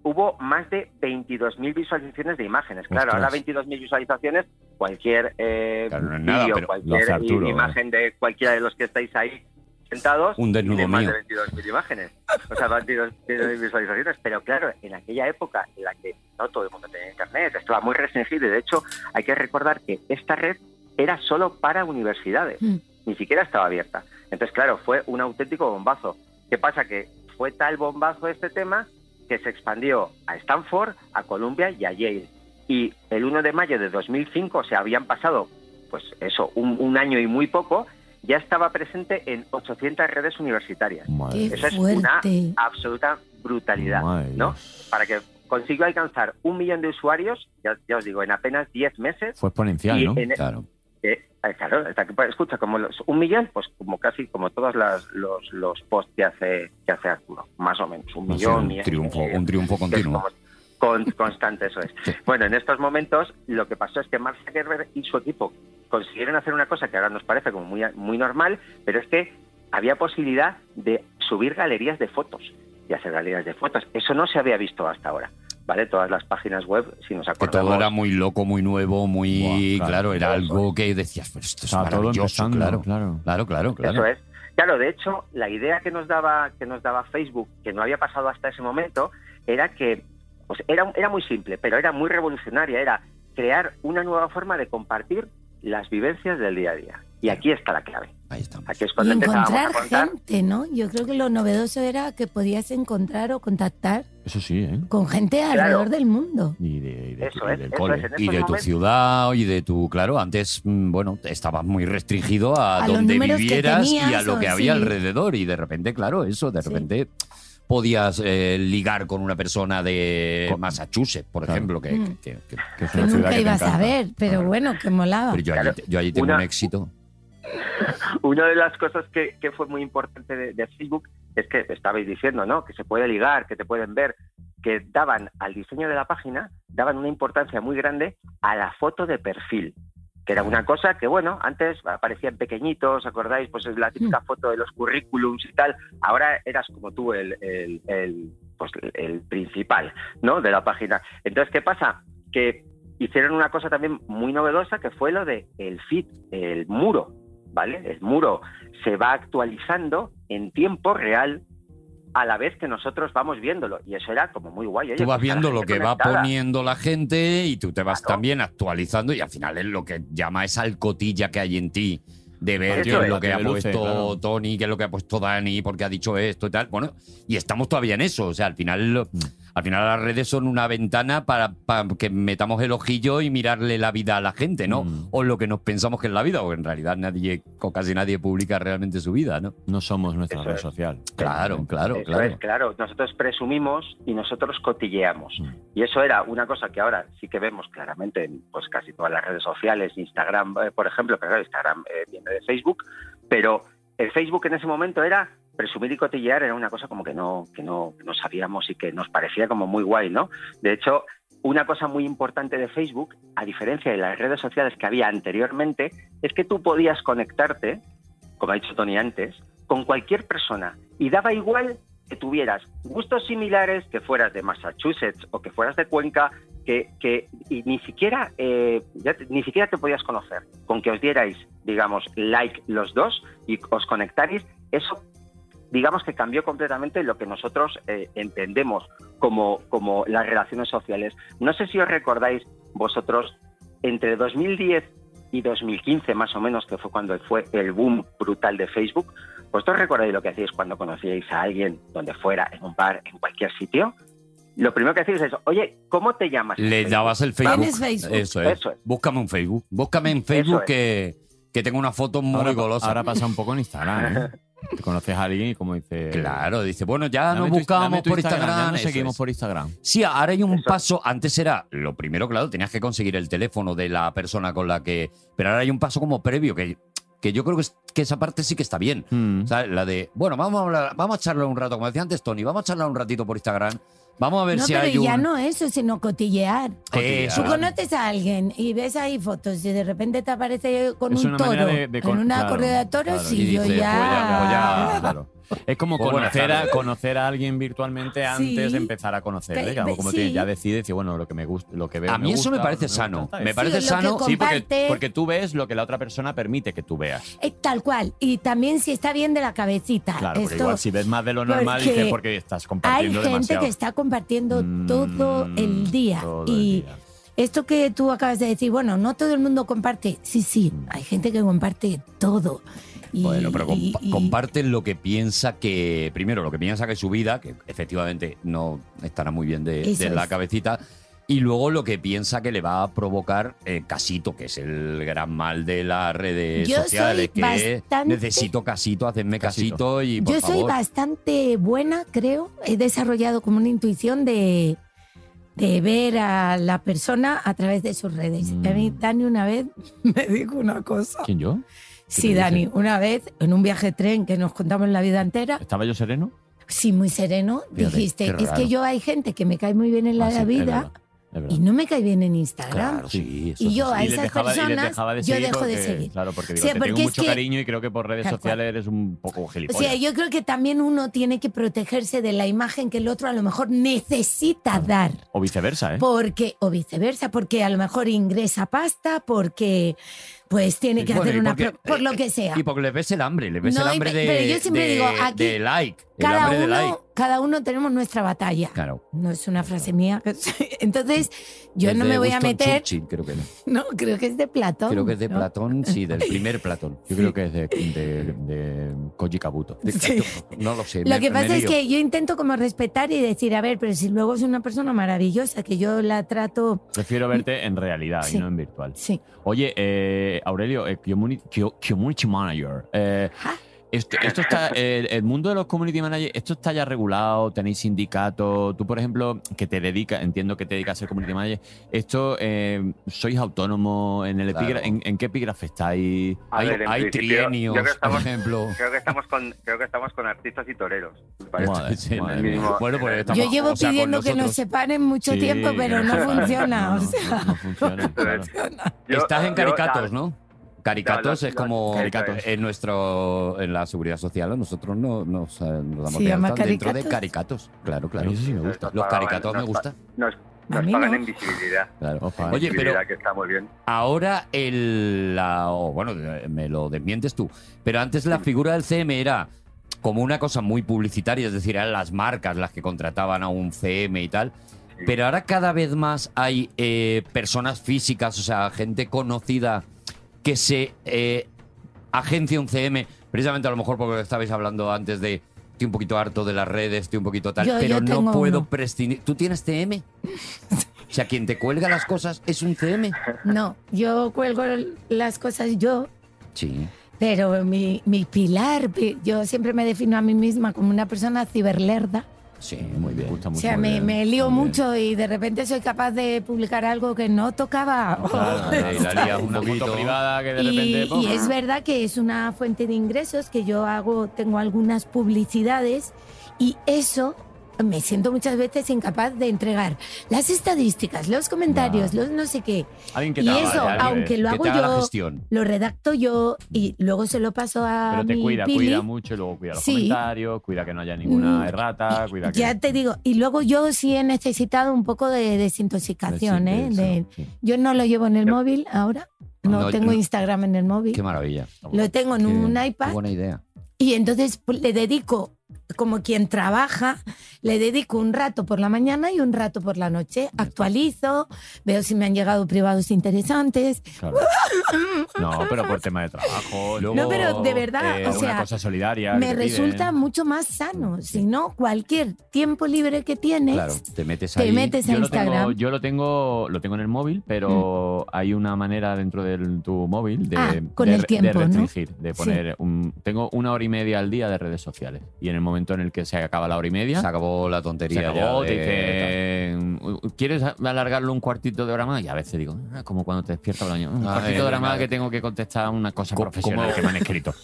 Speaker 14: hubo más de 22.000 visualizaciones de imágenes. Claro,
Speaker 4: Ostras.
Speaker 14: ahora 22.000 visualizaciones, cualquier eh,
Speaker 3: Claro, no es nada,
Speaker 14: vídeo,
Speaker 3: pero lo
Speaker 14: cualquier
Speaker 3: hace Arturo, ¿eh?
Speaker 14: i- imagen de cualquiera de los que estáis ahí sentados,
Speaker 3: Un desnudo
Speaker 14: tiene más
Speaker 3: mío.
Speaker 14: de 22.000 imágenes, o sea, más de 22.000 visualizaciones, pero claro, en aquella época en la que no todo el mundo tenía internet, estaba muy restringido y de hecho hay que recordar que esta red era solo para universidades,
Speaker 2: Mm.
Speaker 14: ni siquiera estaba abierta. Entonces, claro, fue un auténtico bombazo. ¿Qué pasa? Que fue tal bombazo este tema que se expandió a Stanford, a Columbia y a Yale. Y el 1 de mayo de 2005, o sea, habían pasado, pues eso, un, un año y muy poco, ya estaba presente en 800 redes universitarias.
Speaker 2: Qué
Speaker 14: Eso es una
Speaker 2: fuerte.
Speaker 14: absoluta brutalidad,
Speaker 4: Madre
Speaker 14: ¿no?
Speaker 4: Dios.
Speaker 14: Para que consiguió alcanzar un millón de usuarios, ya, ya os digo, en apenas 10 meses.
Speaker 4: Fue exponencial,
Speaker 14: Y
Speaker 4: ¿no?
Speaker 14: en-
Speaker 4: Claro.
Speaker 14: Eh, eh, claro, hasta que- pues, escucha, como los, un millón, pues como casi como todos las, los, los posts que hace, que hace Arturo, más o menos, un
Speaker 3: No sé,
Speaker 14: millón.
Speaker 3: un
Speaker 14: millón,
Speaker 3: triunfo,
Speaker 14: millón.
Speaker 3: un triunfo
Speaker 14: eh, Que es
Speaker 3: continuo.
Speaker 14: como con- constante, eso es. Bueno, en estos momentos lo que pasó es que Mark Zuckerberg y su equipo consiguieron hacer una cosa que ahora nos parece como muy, muy normal, pero es que había posibilidad de subir galerías de fotos y hacer galerías de fotos. Eso no se había visto hasta ahora, ¿vale? Todas las páginas web, si nos
Speaker 3: Que
Speaker 14: acordamos...
Speaker 3: todo era muy loco, muy nuevo, muy. claro,
Speaker 4: Buah, claro.
Speaker 3: era algo que decías, pero esto es
Speaker 4: Estaba todo
Speaker 3: maravilloso,
Speaker 4: empezando,
Speaker 3: claro.
Speaker 4: claro.
Speaker 3: Claro, claro, claro.
Speaker 14: Eso es. Claro, de hecho, la idea que nos daba que nos daba Facebook, que no había pasado hasta ese momento, era que pues era era muy simple, pero era muy revolucionaria, era crear una nueva forma de compartir las vivencias del día a día. Y aquí está la clave.
Speaker 3: Ahí estamos.
Speaker 14: Aquí es
Speaker 2: Y
Speaker 14: cuando empezábamos a
Speaker 2: encontrar
Speaker 14: contar.
Speaker 2: gente, ¿no? Yo creo que lo novedoso era que podías encontrar o contactar
Speaker 4: Eso sí, ¿eh?
Speaker 2: con gente alrededor del mundo.
Speaker 4: Y, de, y de-
Speaker 14: Eso
Speaker 4: y
Speaker 14: es,
Speaker 4: del
Speaker 14: eso
Speaker 4: cole.
Speaker 14: es, en
Speaker 3: Y
Speaker 14: estos
Speaker 3: de tu
Speaker 14: momentos-
Speaker 3: ciudad y de tu. Claro, antes, mm, bueno, estabas muy restringido a,
Speaker 2: A los
Speaker 3: donde
Speaker 2: números que
Speaker 3: vivieras y a
Speaker 2: tenías,
Speaker 3: lo
Speaker 2: o-
Speaker 3: que había
Speaker 2: sí.
Speaker 3: alrededor. Y de repente, claro, eso, de
Speaker 2: Sí.
Speaker 3: repente podías eh, ligar con una persona de
Speaker 4: Con-
Speaker 3: Massachusetts, por
Speaker 4: Claro.
Speaker 3: ejemplo, que,
Speaker 2: Mm.
Speaker 3: que- que-
Speaker 4: Que es
Speaker 2: Que
Speaker 4: una ciudad
Speaker 2: nunca
Speaker 4: que te
Speaker 2: ibas a
Speaker 4: encanta.
Speaker 2: ver, pero bueno, que molaba.
Speaker 3: Pero yo allí,
Speaker 14: Claro.
Speaker 3: te- yo allí tengo
Speaker 14: Una-
Speaker 3: un éxito.
Speaker 14: Una de las cosas que, que fue muy importante de, de Facebook es que estabais diciendo, ¿no? Que se puede ligar, que te pueden ver, que daban al diseño de la página, daban una importancia muy grande a la foto de perfil, que
Speaker 3: Ah.
Speaker 14: era una cosa que, bueno, antes aparecían pequeñitos, ¿acordáis? Pues es la
Speaker 3: Mm.
Speaker 14: típica foto de los currículums y tal. Ahora eras como tú el, el- el, pues, el principal, ¿no? De la página. Entonces, ¿qué pasa? Que hicieron una cosa también muy novedosa que fue lo de el feed, el muro, ¿vale? El muro se va actualizando en tiempo real a la vez que nosotros vamos viéndolo. Y eso era como muy guay. oye,
Speaker 3: Tú vas
Speaker 14: pues, a la
Speaker 3: viendo lo
Speaker 14: gente
Speaker 3: que va
Speaker 14: conectada.
Speaker 3: poniendo la gente y tú te vas
Speaker 14: Claro.
Speaker 3: también actualizando y al final es lo que llama esa alcotilla que hay en ti de ver
Speaker 14: Eso
Speaker 3: qué es
Speaker 14: es.
Speaker 3: lo que ha
Speaker 4: Tiene luces,
Speaker 3: puesto
Speaker 4: claro.
Speaker 3: Tony, qué es lo que ha puesto Dani, porque ha dicho esto y tal. Bueno, y estamos todavía en eso. O sea, al final, al final las redes son una ventana para, para que metamos el ojillo y mirarle la vida a la gente, ¿no?
Speaker 4: Mm.
Speaker 3: O lo que nos pensamos que es la vida, o en realidad nadie, o casi nadie publica realmente su vida, ¿no?
Speaker 4: No somos nuestra
Speaker 14: Eso
Speaker 4: red
Speaker 14: es.
Speaker 4: social.
Speaker 3: Claro, claro,
Speaker 14: Eso
Speaker 3: claro.
Speaker 14: es, Eh, claro. Nosotros presumimos y nosotros cotilleamos.
Speaker 4: Mm.
Speaker 14: Y eso era una cosa que ahora sí que vemos claramente en pues, casi todas las redes sociales, Instagram, eh, por ejemplo, pero claro, Instagram eh, viene de Facebook, pero el Facebook en ese momento era presumir y cotillear era una cosa como que no, que no, que no sabíamos y que nos parecía como muy guay, ¿no? De hecho, una cosa muy importante de Facebook, a diferencia de las redes sociales que había anteriormente, es que tú podías conectarte, como ha dicho Tony antes, con cualquier persona y daba igual que tuvieras gustos similares, que fueras de Massachusetts o que fueras de Cuenca, que, que y ni siquiera eh, ya te- ni siquiera te podías conocer. Con que os dierais, digamos, like los dos y os conectarais, eso digamos que cambió completamente lo que nosotros eh, entendemos como, como las relaciones sociales. No sé si os recordáis vosotros entre 2010 y 2015 más o menos, que fue cuando fue el boom brutal de Facebook, ¿vosotros recordáis lo que hacíais cuando conocíais a alguien donde fuera, en un bar, en cualquier sitio? Lo primero que hacíais es, oye, ¿cómo te llamas? en
Speaker 3: Le
Speaker 14: Facebook?".
Speaker 3: dabas el Facebook.
Speaker 2: Tienes Facebook.
Speaker 3: Eso es.
Speaker 14: Eso es.
Speaker 3: Búscame un Facebook. Búscame en Facebook
Speaker 14: es.
Speaker 3: que, que tengo una foto muy
Speaker 4: Ahora,
Speaker 3: golosa.
Speaker 4: ahora pasa un poco en Instagram, ¿eh? Te conoces a alguien y como dice...
Speaker 3: claro, dice, bueno, ya nos
Speaker 4: Dame tu-
Speaker 3: buscamos
Speaker 4: dame tu
Speaker 3: por Instagram.
Speaker 4: ya nos
Speaker 3: eso
Speaker 4: seguimos
Speaker 3: es.
Speaker 4: por Instagram.
Speaker 3: Sí, ahora hay un
Speaker 14: Eso.
Speaker 3: paso. Antes era lo primero, claro, tenías que conseguir el teléfono de la persona con la que. Pero ahora hay un paso como previo que, que yo creo que, es- que esa parte sí que está bien.
Speaker 4: Mm.
Speaker 3: ¿Sabes? La de, bueno, vamos a hablar, vamos a charlar un rato, como decía antes Tony, vamos a charlar un ratito por Instagram. Vamos a ver
Speaker 2: no,
Speaker 3: si
Speaker 2: pero
Speaker 3: hay un.
Speaker 2: ya no eso, sino cotillear.
Speaker 3: Eso,
Speaker 2: Tú conoces a alguien y ves ahí fotos y de repente te aparece con
Speaker 4: Es
Speaker 2: un
Speaker 4: una
Speaker 2: toro
Speaker 4: manera de- de
Speaker 2: en
Speaker 4: con-
Speaker 2: una
Speaker 4: claro,
Speaker 2: corrida de toros
Speaker 4: claro,
Speaker 2: y,
Speaker 3: y
Speaker 2: yo
Speaker 3: dices,
Speaker 2: ya... *laughs*
Speaker 3: pues ya- pues ya-
Speaker 4: Claro. Es como
Speaker 3: Pues buenas
Speaker 4: conocer, a,
Speaker 3: tardes.
Speaker 4: conocer a alguien virtualmente antes de empezar a conocer.
Speaker 2: Pe-
Speaker 4: ¿eh? Como,
Speaker 2: pe-
Speaker 4: como
Speaker 2: sí.
Speaker 4: que ya decides, y bueno, lo que me gusta, lo que veo.
Speaker 3: A
Speaker 4: me
Speaker 3: mí eso me
Speaker 4: gusta,
Speaker 3: parece
Speaker 4: no gusta,
Speaker 3: sano.
Speaker 4: está
Speaker 3: Me
Speaker 4: bien.
Speaker 3: parece
Speaker 2: lo que
Speaker 3: sano,
Speaker 4: Sí, porque,
Speaker 2: comparte-
Speaker 4: porque tú ves lo que la otra persona permite que tú veas.
Speaker 2: Eh, tal cual. Y también si está bien de la cabecita.
Speaker 4: Claro,
Speaker 2: Ah,
Speaker 4: porque
Speaker 2: Esto-
Speaker 4: igual si ves más de lo normal,
Speaker 2: porque
Speaker 4: dices porque estás
Speaker 2: hay
Speaker 4: compartiendo
Speaker 2: gente
Speaker 4: demasiado. Mm,
Speaker 2: que está compartiendo todo el día.
Speaker 4: todo el
Speaker 2: y
Speaker 4: día.
Speaker 2: esto que tú acabas de decir, bueno, no todo el mundo comparte. Sí, sí, hay gente que comparte todo. Y-
Speaker 3: Bueno, pero compa-
Speaker 2: y- y-
Speaker 3: comparten lo que piensa que. Primero, lo que piensa que es su vida, que efectivamente no estará muy bien de,
Speaker 2: Eso
Speaker 3: de la
Speaker 2: es.
Speaker 3: cabecita. Y luego lo que piensa que le va a provocar eh, casito, que es el gran mal de las redes
Speaker 2: Yo
Speaker 3: sociales.
Speaker 2: soy
Speaker 3: Que
Speaker 2: bastante-
Speaker 3: necesito casito, hacedme casito, y por
Speaker 2: Yo
Speaker 3: favor.
Speaker 2: soy bastante buena, creo. He desarrollado como una intuición de, de ver a la persona a través de sus redes. Y A mí,
Speaker 3: Mm.
Speaker 2: Dani, una vez *laughs* me dijo una cosa.
Speaker 4: ¿Quién yo?
Speaker 2: Sí, Dani, una vez en un viaje tren que nos contamos la vida entera,
Speaker 4: ¿Estaba yo sereno?
Speaker 2: sí, muy sereno,
Speaker 3: Fíjate,
Speaker 2: dijiste:
Speaker 3: qué
Speaker 2: Es
Speaker 3: raro".
Speaker 2: que yo hay gente que me cae muy bien en la
Speaker 4: Ah, sí, es
Speaker 2: vida
Speaker 4: verdad, es verdad.
Speaker 2: y no me cae bien en Instagram.
Speaker 3: Claro, sí. eso
Speaker 2: y
Speaker 3: sí,
Speaker 2: yo
Speaker 3: sí.
Speaker 2: a
Speaker 4: Y les
Speaker 2: esas
Speaker 4: dejaba- y les
Speaker 2: personas,
Speaker 4: dejaba de
Speaker 2: yo
Speaker 4: seguir
Speaker 2: dejo de
Speaker 4: porque-
Speaker 2: seguir.
Speaker 4: Claro, porque
Speaker 2: O
Speaker 4: digo,
Speaker 2: sea,
Speaker 4: te
Speaker 2: porque
Speaker 4: tengo
Speaker 2: es
Speaker 4: mucho
Speaker 2: que-
Speaker 4: cariño y creo que por redes
Speaker 2: Tal
Speaker 4: sociales
Speaker 2: cual.
Speaker 4: eres un poco
Speaker 2: O
Speaker 4: gilipollas.
Speaker 2: sea, yo creo que también uno tiene que protegerse de la imagen que el otro a lo mejor necesita dar.
Speaker 4: O viceversa, ¿eh?
Speaker 2: Porque, o viceversa, porque a lo mejor ingresa pasta, porque pues tiene
Speaker 3: Y
Speaker 2: que
Speaker 3: bueno,
Speaker 2: hacer
Speaker 3: y
Speaker 2: una...
Speaker 3: porque- eh,
Speaker 2: pro- por lo que sea.
Speaker 3: Y porque les ves el hambre, les ves
Speaker 2: No,
Speaker 3: el
Speaker 2: y
Speaker 3: hambre
Speaker 2: pe-
Speaker 3: de,
Speaker 2: pero yo siempre
Speaker 3: de-
Speaker 2: digo, aquí
Speaker 3: de like. El
Speaker 2: cada,
Speaker 3: hambre de like.
Speaker 2: uno, cada uno tenemos nuestra batalla.
Speaker 3: Claro.
Speaker 2: No es una frase mía. *laughs* Entonces, yo
Speaker 3: Es
Speaker 2: no
Speaker 3: de
Speaker 2: me voy a
Speaker 3: Winston
Speaker 2: meter...
Speaker 3: Churchill, creo que no.
Speaker 2: *laughs* No, creo que es de Platón.
Speaker 3: Creo que es de
Speaker 2: ¿no?
Speaker 3: Platón, sí, del primer Platón.
Speaker 4: Yo creo que es de, de, de
Speaker 2: *laughs*
Speaker 4: Koji Kabuto.
Speaker 3: De-
Speaker 2: Sí.
Speaker 3: No lo sé.
Speaker 2: Lo
Speaker 3: me-
Speaker 2: que
Speaker 3: me
Speaker 2: pasa es
Speaker 3: lío.
Speaker 2: que yo intento como respetar y decir, a ver, pero si luego es una persona maravillosa, que yo la trato...
Speaker 4: Prefiero verte en realidad
Speaker 2: Mm. Sí.
Speaker 4: y no en virtual.
Speaker 2: Sí.
Speaker 4: Oye, eh, Aurelio, eh, comuni- co- community manager. eh,
Speaker 2: Ah.
Speaker 4: esto, esto
Speaker 14: *laughs*
Speaker 4: está, el, el mundo de los community managers, esto está ya regulado, tenéis sindicatos. Tú, por ejemplo, que te dedicas, entiendo que te dedicas a ser community manager. Esto, eh, sois autónomos en el
Speaker 3: Claro.
Speaker 4: epígrafe, ¿en, en qué epígrafe estáis?
Speaker 14: A
Speaker 3: hay,
Speaker 14: ver, en
Speaker 3: hay
Speaker 14: principio,
Speaker 3: trienios,
Speaker 14: yo creo que
Speaker 3: por
Speaker 14: estamos- *laughs*
Speaker 3: ejemplo.
Speaker 14: Creo que estamos con, creo que estamos con artistas y toreros. me parece.
Speaker 4: Madre,
Speaker 3: Sí,
Speaker 4: madre
Speaker 3: en el
Speaker 4: mía.
Speaker 14: mismo-
Speaker 3: Bueno, pues
Speaker 14: Yo
Speaker 3: estamos,
Speaker 2: Yo llevo
Speaker 3: o sea, con
Speaker 2: pidiendo que nos
Speaker 3: nosotros.
Speaker 2: separen mucho
Speaker 4: Sí,
Speaker 2: tiempo, pero
Speaker 4: que
Speaker 2: no
Speaker 4: separen.
Speaker 2: funciona.
Speaker 4: *laughs* No,
Speaker 2: o
Speaker 4: no,
Speaker 2: sea.
Speaker 4: no
Speaker 14: *laughs*
Speaker 4: funciona, claro.
Speaker 14: Yo-
Speaker 3: Estás en
Speaker 14: yo- ah,
Speaker 3: caricatos,
Speaker 14: no,
Speaker 3: ¿no? Caricatos
Speaker 14: No, lo-
Speaker 3: es como
Speaker 14: lo- Caricatos.
Speaker 3: en nuestro en la seguridad social a nosotros no nos, eh, nos damos
Speaker 2: Se
Speaker 3: de
Speaker 2: llama
Speaker 3: alta dentro de
Speaker 2: caricatos.
Speaker 3: caricatos. Claro, claro.
Speaker 4: Eso sí me gusta.
Speaker 3: Los caricatos me
Speaker 14: Nos
Speaker 3: gusta.
Speaker 14: Nos,
Speaker 2: A
Speaker 14: nos
Speaker 2: mí
Speaker 14: pagan
Speaker 2: no.
Speaker 14: en visibilidad.
Speaker 3: Claro.
Speaker 4: Opa.
Speaker 3: Oye, pero
Speaker 14: visibilidad que está muy bien.
Speaker 3: ahora el la, o, bueno, me lo desmientes tú, pero antes la figura del CM era como una cosa muy publicitaria, es decir, eran las marcas las que contrataban a un CM y tal.
Speaker 14: Sí.
Speaker 3: Pero ahora cada vez más hay eh, personas físicas, o sea, gente conocida que se eh, agencia un CM, precisamente a lo mejor porque estabais hablando antes de estoy un poquito harto de las redes, estoy un poquito tal,
Speaker 2: Yo-
Speaker 3: pero
Speaker 2: yo
Speaker 3: no
Speaker 2: tengo
Speaker 3: puedo
Speaker 2: uno.
Speaker 3: prescindir. ¿Tú tienes
Speaker 2: *laughs*
Speaker 3: CM? O sea, quien te cuelga las cosas es un CM.
Speaker 2: No, yo cuelgo las cosas yo,
Speaker 3: Sí.
Speaker 2: pero mi, mi pilar, pi- yo siempre me defino a mí misma como una persona ciberlerda.
Speaker 3: Sí, muy
Speaker 4: eh, Me
Speaker 3: bien.
Speaker 4: gusta
Speaker 2: O
Speaker 4: mucho,
Speaker 2: sea,
Speaker 4: muy
Speaker 2: me,
Speaker 4: bien,
Speaker 2: me lío
Speaker 4: muy bien.
Speaker 2: mucho y de repente soy capaz de publicar algo que no tocaba.
Speaker 4: Claro,
Speaker 3: Ahí la
Speaker 2: *laughs*
Speaker 3: lías un
Speaker 4: una
Speaker 3: poquito.
Speaker 4: foto privada que de
Speaker 2: Y,
Speaker 4: repente.
Speaker 2: y es verdad que es una fuente de ingresos que yo hago, tengo algunas publicidades y eso me siento muchas veces incapaz de entregar las estadísticas, los comentarios, los no sé qué.
Speaker 4: Alguien que
Speaker 2: Y
Speaker 4: te haga-
Speaker 2: eso,
Speaker 4: alguien que-
Speaker 2: aunque lo
Speaker 3: que
Speaker 2: hago
Speaker 3: te haga la
Speaker 2: yo,
Speaker 3: gestión.
Speaker 2: lo redacto yo y luego se lo paso a
Speaker 4: Pero te
Speaker 2: mi
Speaker 4: cuida,
Speaker 2: Pili.
Speaker 4: cuida mucho y luego cuida los
Speaker 2: Sí.
Speaker 4: comentarios, cuida que no haya ninguna
Speaker 2: Mm,
Speaker 4: errata, cuida que.
Speaker 2: ya te digo, y luego yo sí he necesitado un poco de desintoxicación, ¿eh? De-
Speaker 4: Sí.
Speaker 2: yo no lo llevo en el móvil ahora, no,
Speaker 3: No,
Speaker 2: tengo
Speaker 3: no.
Speaker 2: Instagram en el móvil,
Speaker 3: Qué maravilla.
Speaker 2: lo tengo en
Speaker 3: Qué
Speaker 2: un
Speaker 4: Eh,
Speaker 3: bien,
Speaker 2: iPad
Speaker 3: Qué buena idea.
Speaker 2: Y entonces pues, le dedico, como quien trabaja, le dedico un rato por la mañana y un rato por la noche. Actualizo, veo si me han llegado privados interesantes. Mm,
Speaker 4: Claro. No, pero por tema de trabajo. luego,
Speaker 2: No, pero de verdad,
Speaker 4: eh,
Speaker 2: o
Speaker 4: una
Speaker 2: sea,
Speaker 4: cosa solidaria. que
Speaker 2: Me
Speaker 4: te piden.
Speaker 2: resulta mucho más sano.
Speaker 4: ¿eh? Sí.
Speaker 2: Si no, cualquier tiempo libre que tienes,
Speaker 3: Claro, te metes
Speaker 2: te
Speaker 3: ahí.
Speaker 2: metes a
Speaker 4: Yo lo,
Speaker 2: Instagram. Mm.
Speaker 4: tengo, yo lo tengo lo tengo en el móvil, pero hay una manera dentro de tu móvil de,
Speaker 2: Ah, con
Speaker 4: de
Speaker 2: el
Speaker 4: re-
Speaker 2: tiempo,
Speaker 4: de
Speaker 2: ¿no?
Speaker 4: restringir, de
Speaker 2: Sí.
Speaker 4: poner un, tengo una hora y media al día de redes sociales y en el momento momento en el que se acaba la hora y media.
Speaker 3: Se acabó la tontería.
Speaker 4: Se acabó,
Speaker 3: ya
Speaker 4: te
Speaker 3: de-
Speaker 4: dicen, ¿quieres alargarlo un cuartito de hora más? Y a veces digo, "Ah, como cuando te despiertas por la mañana, un
Speaker 3: Ay,
Speaker 4: cuartito de hora
Speaker 3: venga.
Speaker 4: más que tengo que contestar una cosa
Speaker 3: Co-
Speaker 4: profesional
Speaker 3: como-
Speaker 4: que me han *laughs* escrito.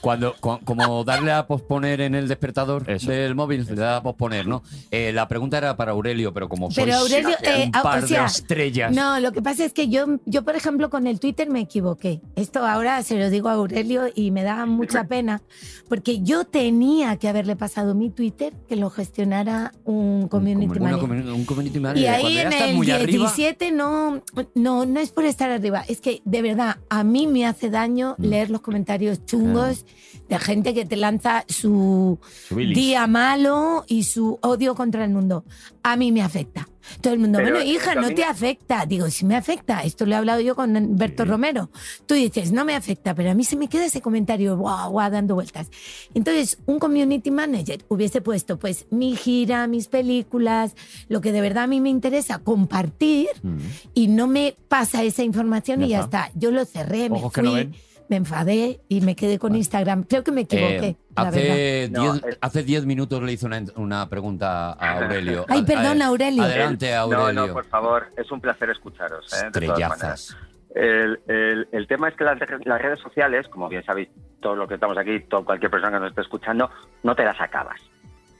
Speaker 3: Cuando, cu- como darle a posponer en el despertador
Speaker 4: Eso.
Speaker 3: del móvil, le da a posponer, ¿no? Eh, la pregunta era para Aurelio, pero como sois
Speaker 2: Pero Aurelio, eh,
Speaker 3: un
Speaker 2: a- o
Speaker 3: par
Speaker 2: sea,
Speaker 3: de estrellas.
Speaker 2: No, lo que pasa es que yo, yo, por ejemplo, con el Twitter me equivoqué. Esto ahora se lo digo a Aurelio y me da mucha pena, porque yo tenía que haberle pasado mi Twitter que lo gestionara un
Speaker 3: Como
Speaker 2: community
Speaker 3: una
Speaker 2: manager.
Speaker 3: comuni- un community
Speaker 2: Y
Speaker 3: manager. Cuando
Speaker 2: ahí
Speaker 3: ya
Speaker 2: en
Speaker 3: estás
Speaker 2: el
Speaker 3: muy arriba,
Speaker 2: 17 no, no, no es por estar arriba, es que de verdad a mí me hace daño
Speaker 3: Mm.
Speaker 2: leer los comentarios chungos de gente que te lanza su
Speaker 4: Su bilis.
Speaker 2: día malo y su odio contra el mundo. A mí me afecta. Todo el mundo,
Speaker 14: Pero
Speaker 2: bueno, hija,
Speaker 14: eso
Speaker 2: no te
Speaker 14: también-
Speaker 2: afecta. Digo, sí me afecta. Esto lo he hablado yo con Berto Romero. Tú dices, no me afecta, pero a mí se me queda ese comentario guau, guau, dando vueltas. Entonces, un community manager hubiese puesto, pues, mi gira, mis películas, lo que de verdad a mí me interesa, compartir,
Speaker 4: Mm.
Speaker 2: y no me pasa esa información
Speaker 4: Ya
Speaker 2: y ya
Speaker 4: está.
Speaker 2: está. Yo lo cerré, me
Speaker 4: Ojos que
Speaker 2: fui,
Speaker 4: no ven.
Speaker 2: me enfadé y me quedé con Instagram. Creo que me equivoqué,
Speaker 3: eh,
Speaker 2: la verdad.
Speaker 3: hace
Speaker 14: No, eh.
Speaker 3: 10
Speaker 14: es-
Speaker 3: hace 10 minutos le hice una, una pregunta a Aurelio.
Speaker 2: Ay,
Speaker 3: A-
Speaker 2: perdón,
Speaker 3: a-
Speaker 2: Aurelio.
Speaker 3: Adelante,
Speaker 14: No,
Speaker 3: Aurelio.
Speaker 14: no, por favor, es un placer escucharos. ¿eh? De todas maneras.
Speaker 3: Estrellazas.
Speaker 14: El, el- el tema es que las, las redes sociales, como bien sabéis, todos los que estamos aquí, todo, cualquier persona que nos esté escuchando, no te las acabas.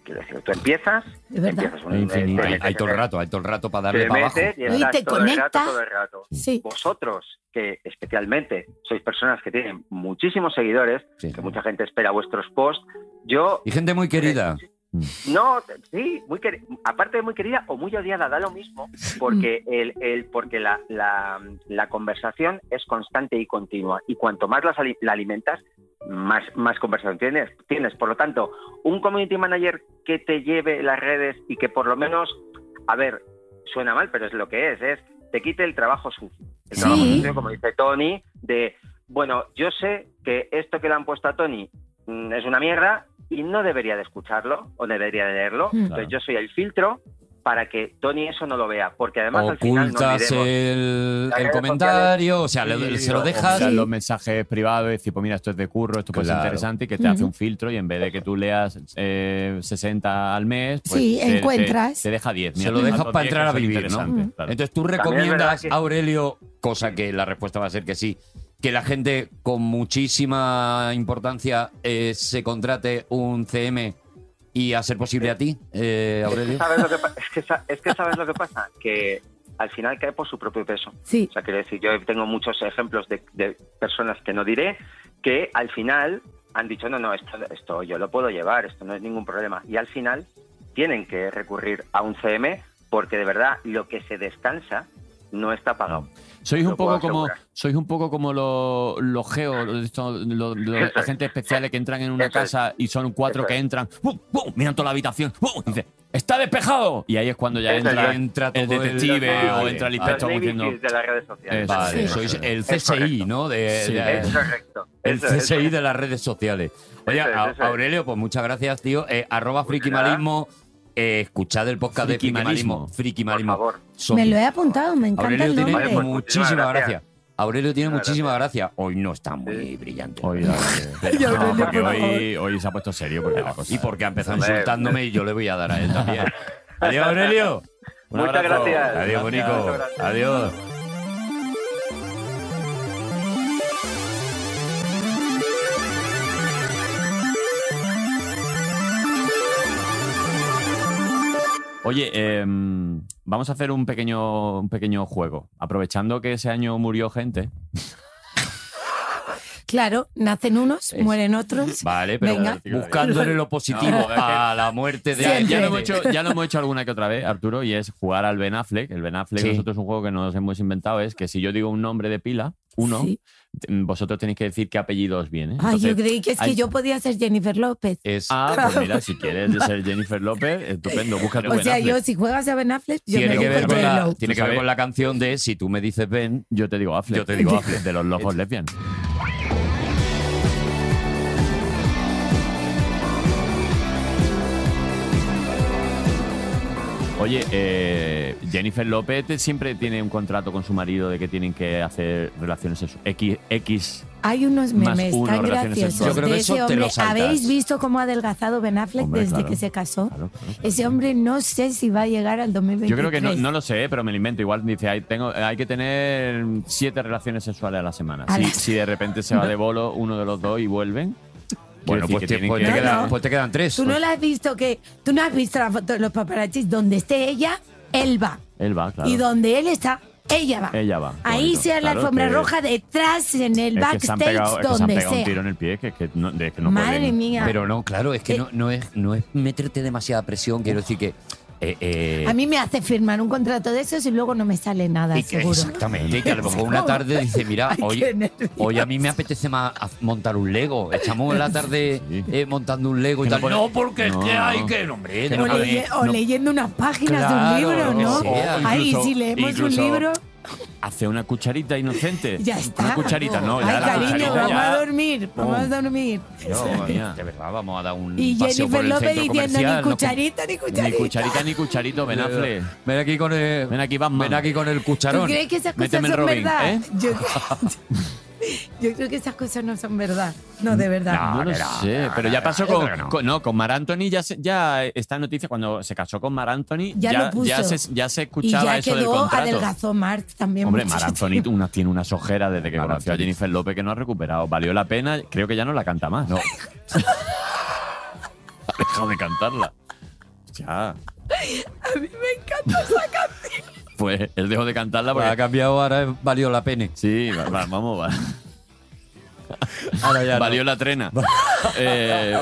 Speaker 14: Quiero decir, tú empiezas,
Speaker 2: Es verdad.
Speaker 14: empiezas un
Speaker 4: Infinito.
Speaker 14: te
Speaker 3: Hay,
Speaker 14: metes
Speaker 3: hay todo el
Speaker 14: en-
Speaker 3: rato, hay todo el rato para darle
Speaker 14: Te
Speaker 3: para abajo.
Speaker 14: metes y
Speaker 2: Y
Speaker 14: estás
Speaker 2: te
Speaker 14: todo el rato,
Speaker 2: conectas.
Speaker 14: todo el rato.
Speaker 2: Sí.
Speaker 14: Vosotros, que especialmente sois personas que tienen muchísimos seguidores,
Speaker 3: Sí.
Speaker 14: que mucha gente espera vuestros posts, yo
Speaker 3: Y gente muy querida.
Speaker 14: no, te- sí, muy queri- aparte de muy querida o muy odiada, da lo mismo, porque, el, el- porque la, la- la conversación es constante y continua, y cuanto más las ali- la, alimentas, más, más conversación tienes, tienes. Por lo tanto, un community manager que te lleve las redes y que por lo menos, a ver, suena mal, pero es lo que es, es te quite el trabajo sucio. El
Speaker 2: Sí.
Speaker 14: trabajo sucio, como dice Tony, de, bueno, yo sé que esto que le han puesto a Tony mm, es una mierda y no debería de escucharlo o debería de leerlo.
Speaker 2: Mm.
Speaker 14: Entonces yo soy el filtro para que Tony eso no lo vea, porque además al final no
Speaker 3: Ocultas
Speaker 14: olvidemos-
Speaker 3: el,
Speaker 14: Las
Speaker 3: el
Speaker 14: redes
Speaker 3: comentario, o sea, le-
Speaker 4: Sí,
Speaker 3: se lo
Speaker 4: o-
Speaker 3: dejas.
Speaker 4: o sea,
Speaker 2: Sí.
Speaker 4: los mensajes privados y decir, pues mira, esto es de curro, esto puede ser
Speaker 3: Claro.
Speaker 4: interesante y que te hace un filtro y en vez de que tú leas eh, 60 al mes, pues
Speaker 2: Sí,
Speaker 4: te- te,
Speaker 2: encuentras.
Speaker 4: Te, deja 10.
Speaker 3: Se lo dejas para entrar a vivir, ¿no? Entonces tú
Speaker 14: También es
Speaker 3: recomiendas,
Speaker 14: verdad que-
Speaker 3: Aurelio, cosa que la respuesta va a ser que sí, que la gente con muchísima importancia eh, se contrate un CM y a ser posible a ti, eh, Aurelio.
Speaker 14: ¿Sabes lo que pa- *laughs* es, que, sa- es que sabes lo que pasa, que al final cae por su propio peso.
Speaker 2: Sí.
Speaker 14: O sea, quiero decir, yo tengo muchos ejemplos de, de personas que no diré que al final han dicho, no, no, esto, esto yo lo puedo llevar, esto no es ningún problema. Y al final tienen que recurrir a un CM porque de verdad lo que se descansa no está pagado.
Speaker 4: Sois un
Speaker 14: Lo puedo
Speaker 4: poco como,
Speaker 14: asegurar.
Speaker 4: sois un poco como los los geos, los, estos- los- los
Speaker 14: Eso es.
Speaker 4: agentes especiales que entran en una
Speaker 14: Eso es.
Speaker 4: casa y son cuatro
Speaker 14: Eso
Speaker 4: que
Speaker 14: es.
Speaker 4: entran, ¡pum, pum! miran toda la habitación, ¡pum! y dice, está despejado. Y ahí es cuando ya
Speaker 14: Eso es.
Speaker 4: entra,
Speaker 3: Entra
Speaker 4: el
Speaker 3: todo el-
Speaker 4: detective o
Speaker 3: Vale,
Speaker 4: entra el
Speaker 3: vale.
Speaker 14: Los
Speaker 4: inspector
Speaker 14: Navy
Speaker 4: diciendo,
Speaker 14: Seals de las redes sociales.
Speaker 4: Eso
Speaker 3: Ah, Vale,
Speaker 2: Sí.
Speaker 3: sois el
Speaker 14: Es
Speaker 3: CSI,
Speaker 14: correcto.
Speaker 3: ¿no? De-
Speaker 4: Sí.
Speaker 3: de-
Speaker 14: Es correcto.
Speaker 3: el
Speaker 14: Eso es, eso
Speaker 3: CSI
Speaker 14: es.
Speaker 3: de las redes sociales. Oye,
Speaker 14: Eso es,
Speaker 3: a-
Speaker 14: eso es.
Speaker 3: Aurelio, pues muchas gracias, tío. Eh, arroba
Speaker 14: Pues
Speaker 3: friquimalismo. eh, escuchad el podcast
Speaker 4: Friquimalismo.
Speaker 3: de
Speaker 14: Por
Speaker 3: friquimalismo.
Speaker 14: favor.
Speaker 3: Friquimalismo.
Speaker 2: Me lo he apuntado, me encanta
Speaker 3: Aurelio
Speaker 2: el
Speaker 3: tiene
Speaker 2: nombre.
Speaker 14: Vale, pues
Speaker 3: muchísima
Speaker 14: muchísimas
Speaker 3: gracia.
Speaker 14: gracias.
Speaker 3: Aurelio tiene
Speaker 14: Muchas
Speaker 3: muchísima gracia. Hoy no está muy brillante.
Speaker 4: Hoy, la verdad.
Speaker 2: Ya,
Speaker 4: No,
Speaker 2: Aurelio,
Speaker 4: porque
Speaker 2: por
Speaker 4: hoy, hoy se ha puesto serio porque la cosa.
Speaker 3: Y porque ha empezado
Speaker 14: Hombre.
Speaker 3: insultándome y yo le voy a dar a él
Speaker 14: *laughs*
Speaker 3: también. Adiós, Aurelio.
Speaker 4: Un
Speaker 14: Muchas
Speaker 4: abrazo.
Speaker 14: gracias.
Speaker 3: Adiós, Bonico.
Speaker 14: Muchas gracias.
Speaker 3: Adiós.
Speaker 4: Oye, em, vamos a hacer un pequeño, un pequeño juego. Aprovechando que ese año murió gente.
Speaker 2: Claro, nacen unos, mueren otros.
Speaker 3: Vale, pero
Speaker 2: Venga.
Speaker 3: buscándole lo
Speaker 14: *laughs*
Speaker 3: positivo
Speaker 4: No, es que-
Speaker 3: a la muerte de
Speaker 4: Ya,
Speaker 2: Siempre.
Speaker 4: ya lo hemos
Speaker 3: gente.
Speaker 4: hecho, ya lo hemos hecho alguna que otra vez, Arturo, y es jugar al Ben Affleck. El Ben Affleck
Speaker 3: Sí.
Speaker 4: nosotros es un juego que nos hemos inventado. Es que si yo digo un nombre de pila, uno,
Speaker 2: Sí.
Speaker 4: t- mm, vosotros tenéis que decir qué apellido os viene.
Speaker 2: Ay, yo
Speaker 4: Entonces,
Speaker 2: creí que es
Speaker 4: hay-
Speaker 2: que yo podía ser Jennifer López.
Speaker 3: Es
Speaker 4: Ah, pues mira, si quieres ser Jennifer López, estupendo, búscate
Speaker 2: O
Speaker 4: Ben
Speaker 2: sea, yo
Speaker 4: Affleck.
Speaker 2: si juegas a Ben Affleck, yo
Speaker 3: tiene
Speaker 2: me
Speaker 3: que ver
Speaker 2: pongo
Speaker 3: con la,
Speaker 2: J-Lo.
Speaker 3: tiene
Speaker 4: Tú
Speaker 3: que ver
Speaker 4: sabes-
Speaker 3: con la canción de si tú me dices Ben,
Speaker 4: Yo te digo Affleck.
Speaker 3: Yo te digo Affleck.
Speaker 4: De los locos lesbian. Oye, eh, Jennifer López siempre tiene un contrato con su marido de que tienen que hacer relaciones sexuales. X, X
Speaker 2: Hay unos
Speaker 4: Más
Speaker 2: memes
Speaker 4: uno,
Speaker 2: tan
Speaker 4: relaciones
Speaker 2: graciosos
Speaker 4: sexuales. Yo creo
Speaker 2: de
Speaker 4: que
Speaker 2: ese
Speaker 4: eso te lo
Speaker 2: hombre.
Speaker 4: saltas.
Speaker 2: ¿Habéis visto cómo ha adelgazado Ben Affleck
Speaker 4: Hombre,
Speaker 2: desde
Speaker 4: claro.
Speaker 2: que se casó?
Speaker 4: Claro, claro, claro.
Speaker 2: Ese hombre no sé si va a llegar al 2023.
Speaker 4: Yo creo que no, no lo sé, ¿eh? pero me lo invento. Igual dice, hay, tengo, hay que tener siete relaciones sexuales a la semana.
Speaker 2: A
Speaker 4: si,
Speaker 2: la-
Speaker 4: si de repente se va de bolo uno de los dos y vuelven. quiero
Speaker 3: Bueno,
Speaker 4: decir
Speaker 3: pues
Speaker 4: que
Speaker 3: te,
Speaker 4: tienen
Speaker 3: pues
Speaker 4: que-
Speaker 3: te
Speaker 2: No,
Speaker 3: quedan,
Speaker 2: no.
Speaker 3: pues te quedan tres.
Speaker 2: Tú no la has visto que tú no has visto la foto de los paparazzis donde esté ella, él va.
Speaker 4: Él va, claro.
Speaker 2: Y donde él está, ella va.
Speaker 4: Ella va.
Speaker 2: Ahí
Speaker 4: correcto.
Speaker 2: sea la
Speaker 4: Claro,
Speaker 2: alfombra
Speaker 4: que-
Speaker 2: roja detrás en el
Speaker 4: es
Speaker 2: backstage
Speaker 4: que se han pegado, es que se han
Speaker 2: donde
Speaker 4: pegado un
Speaker 2: sea.
Speaker 4: tiro en el pie, que, que no, de- que no
Speaker 2: Madre
Speaker 4: pueden.
Speaker 2: mía.
Speaker 3: Pues, Pero no, claro, es que
Speaker 2: Eh.
Speaker 3: no, no, es, no es meterte demasiada presión, quiero decir que... eh, eh,
Speaker 2: a mí me hace firmar un contrato de esos y luego no me sale nada,
Speaker 3: y que-
Speaker 2: seguro.
Speaker 3: exactamente, que a lo mejor una tarde dice, mira,
Speaker 2: *laughs* Ay,
Speaker 3: hoy,
Speaker 2: qué nervios.
Speaker 3: hoy a mí me apetece más haz- montar un Lego. Estamos la tarde
Speaker 4: Sí.
Speaker 3: eh, montando un Lego y
Speaker 4: Que no
Speaker 3: tal.
Speaker 4: puede-
Speaker 3: No, porque
Speaker 4: No.
Speaker 3: es que hay que... Hombre,
Speaker 4: Que
Speaker 2: O,
Speaker 3: no puede-
Speaker 2: leye- o
Speaker 3: no-
Speaker 2: leyendo unas páginas de
Speaker 3: Claro,
Speaker 2: un libro,
Speaker 3: lo que
Speaker 2: ¿no?
Speaker 3: sea.
Speaker 2: Ay,
Speaker 4: Incluso-
Speaker 2: si leemos
Speaker 4: incluso-
Speaker 2: un libro,
Speaker 4: Hace una cucharita inocente.
Speaker 2: *laughs* ya está.
Speaker 4: Una cucharita, no, ya
Speaker 2: Ay,
Speaker 4: la
Speaker 2: cariño,
Speaker 4: cucharita
Speaker 2: vamos
Speaker 4: ya-
Speaker 2: a dormir, vamos a dormir.
Speaker 3: No,
Speaker 4: mía.
Speaker 3: de verdad, vamos a dar un
Speaker 2: Y
Speaker 3: paseo por
Speaker 2: Jennifer
Speaker 3: el
Speaker 2: López
Speaker 3: centro
Speaker 2: diciendo
Speaker 3: comercial,
Speaker 2: ni
Speaker 3: no-
Speaker 2: cucharita, ni
Speaker 4: Ni
Speaker 2: *laughs* cucharita.
Speaker 4: cucharita ni cucharito, Ben Affleck.
Speaker 3: Ven aquí con el,
Speaker 4: Ven aquí, Batman.
Speaker 3: ven aquí con el
Speaker 2: ¿Tú
Speaker 3: cucharón.
Speaker 2: crees que esas cosas
Speaker 4: Méteme el
Speaker 2: son
Speaker 4: Robin,
Speaker 2: verdad?
Speaker 4: ¿eh?
Speaker 2: Yo, *laughs* yo creo que esas cosas no son verdad. No, de
Speaker 4: *laughs*
Speaker 2: verdad.
Speaker 4: No lo
Speaker 3: que no,
Speaker 4: sé,
Speaker 3: no,
Speaker 4: pero
Speaker 3: no,
Speaker 4: ya
Speaker 3: no,
Speaker 4: pasó
Speaker 3: yo
Speaker 4: con,
Speaker 3: creo que no.
Speaker 4: con- no, con Mar Anthony ya, se- ya eh, esta noticia cuando se casó con Mar Anthony
Speaker 2: Ya
Speaker 4: ya,
Speaker 2: lo puso.
Speaker 4: ya se, ya se
Speaker 2: y
Speaker 4: escuchaba
Speaker 2: ya
Speaker 4: eso del
Speaker 2: quedó,
Speaker 4: contrato.
Speaker 2: adelgazó Marx también.
Speaker 4: Hombre, Mar
Speaker 2: muchísimo.
Speaker 4: Anthony una- tiene unas ojeras desde que
Speaker 3: Mar
Speaker 4: conoció a
Speaker 3: Anthony.
Speaker 4: Jennifer López que no ha recuperado. Valió la pena, creo que ya no la canta más. No.
Speaker 2: *laughs*
Speaker 4: ha dejado de cantarla. Ya.
Speaker 2: *laughs* A mí me encanta esa canción.
Speaker 4: Pues él dejó de cantarla
Speaker 3: Pues ha
Speaker 4: porque...
Speaker 3: cambiado ahora, es- valió la pena.
Speaker 4: Sí, va- va- vamos, va.
Speaker 3: Ahora ya no.
Speaker 4: Valió
Speaker 3: *laughs*
Speaker 4: la trena. Eh,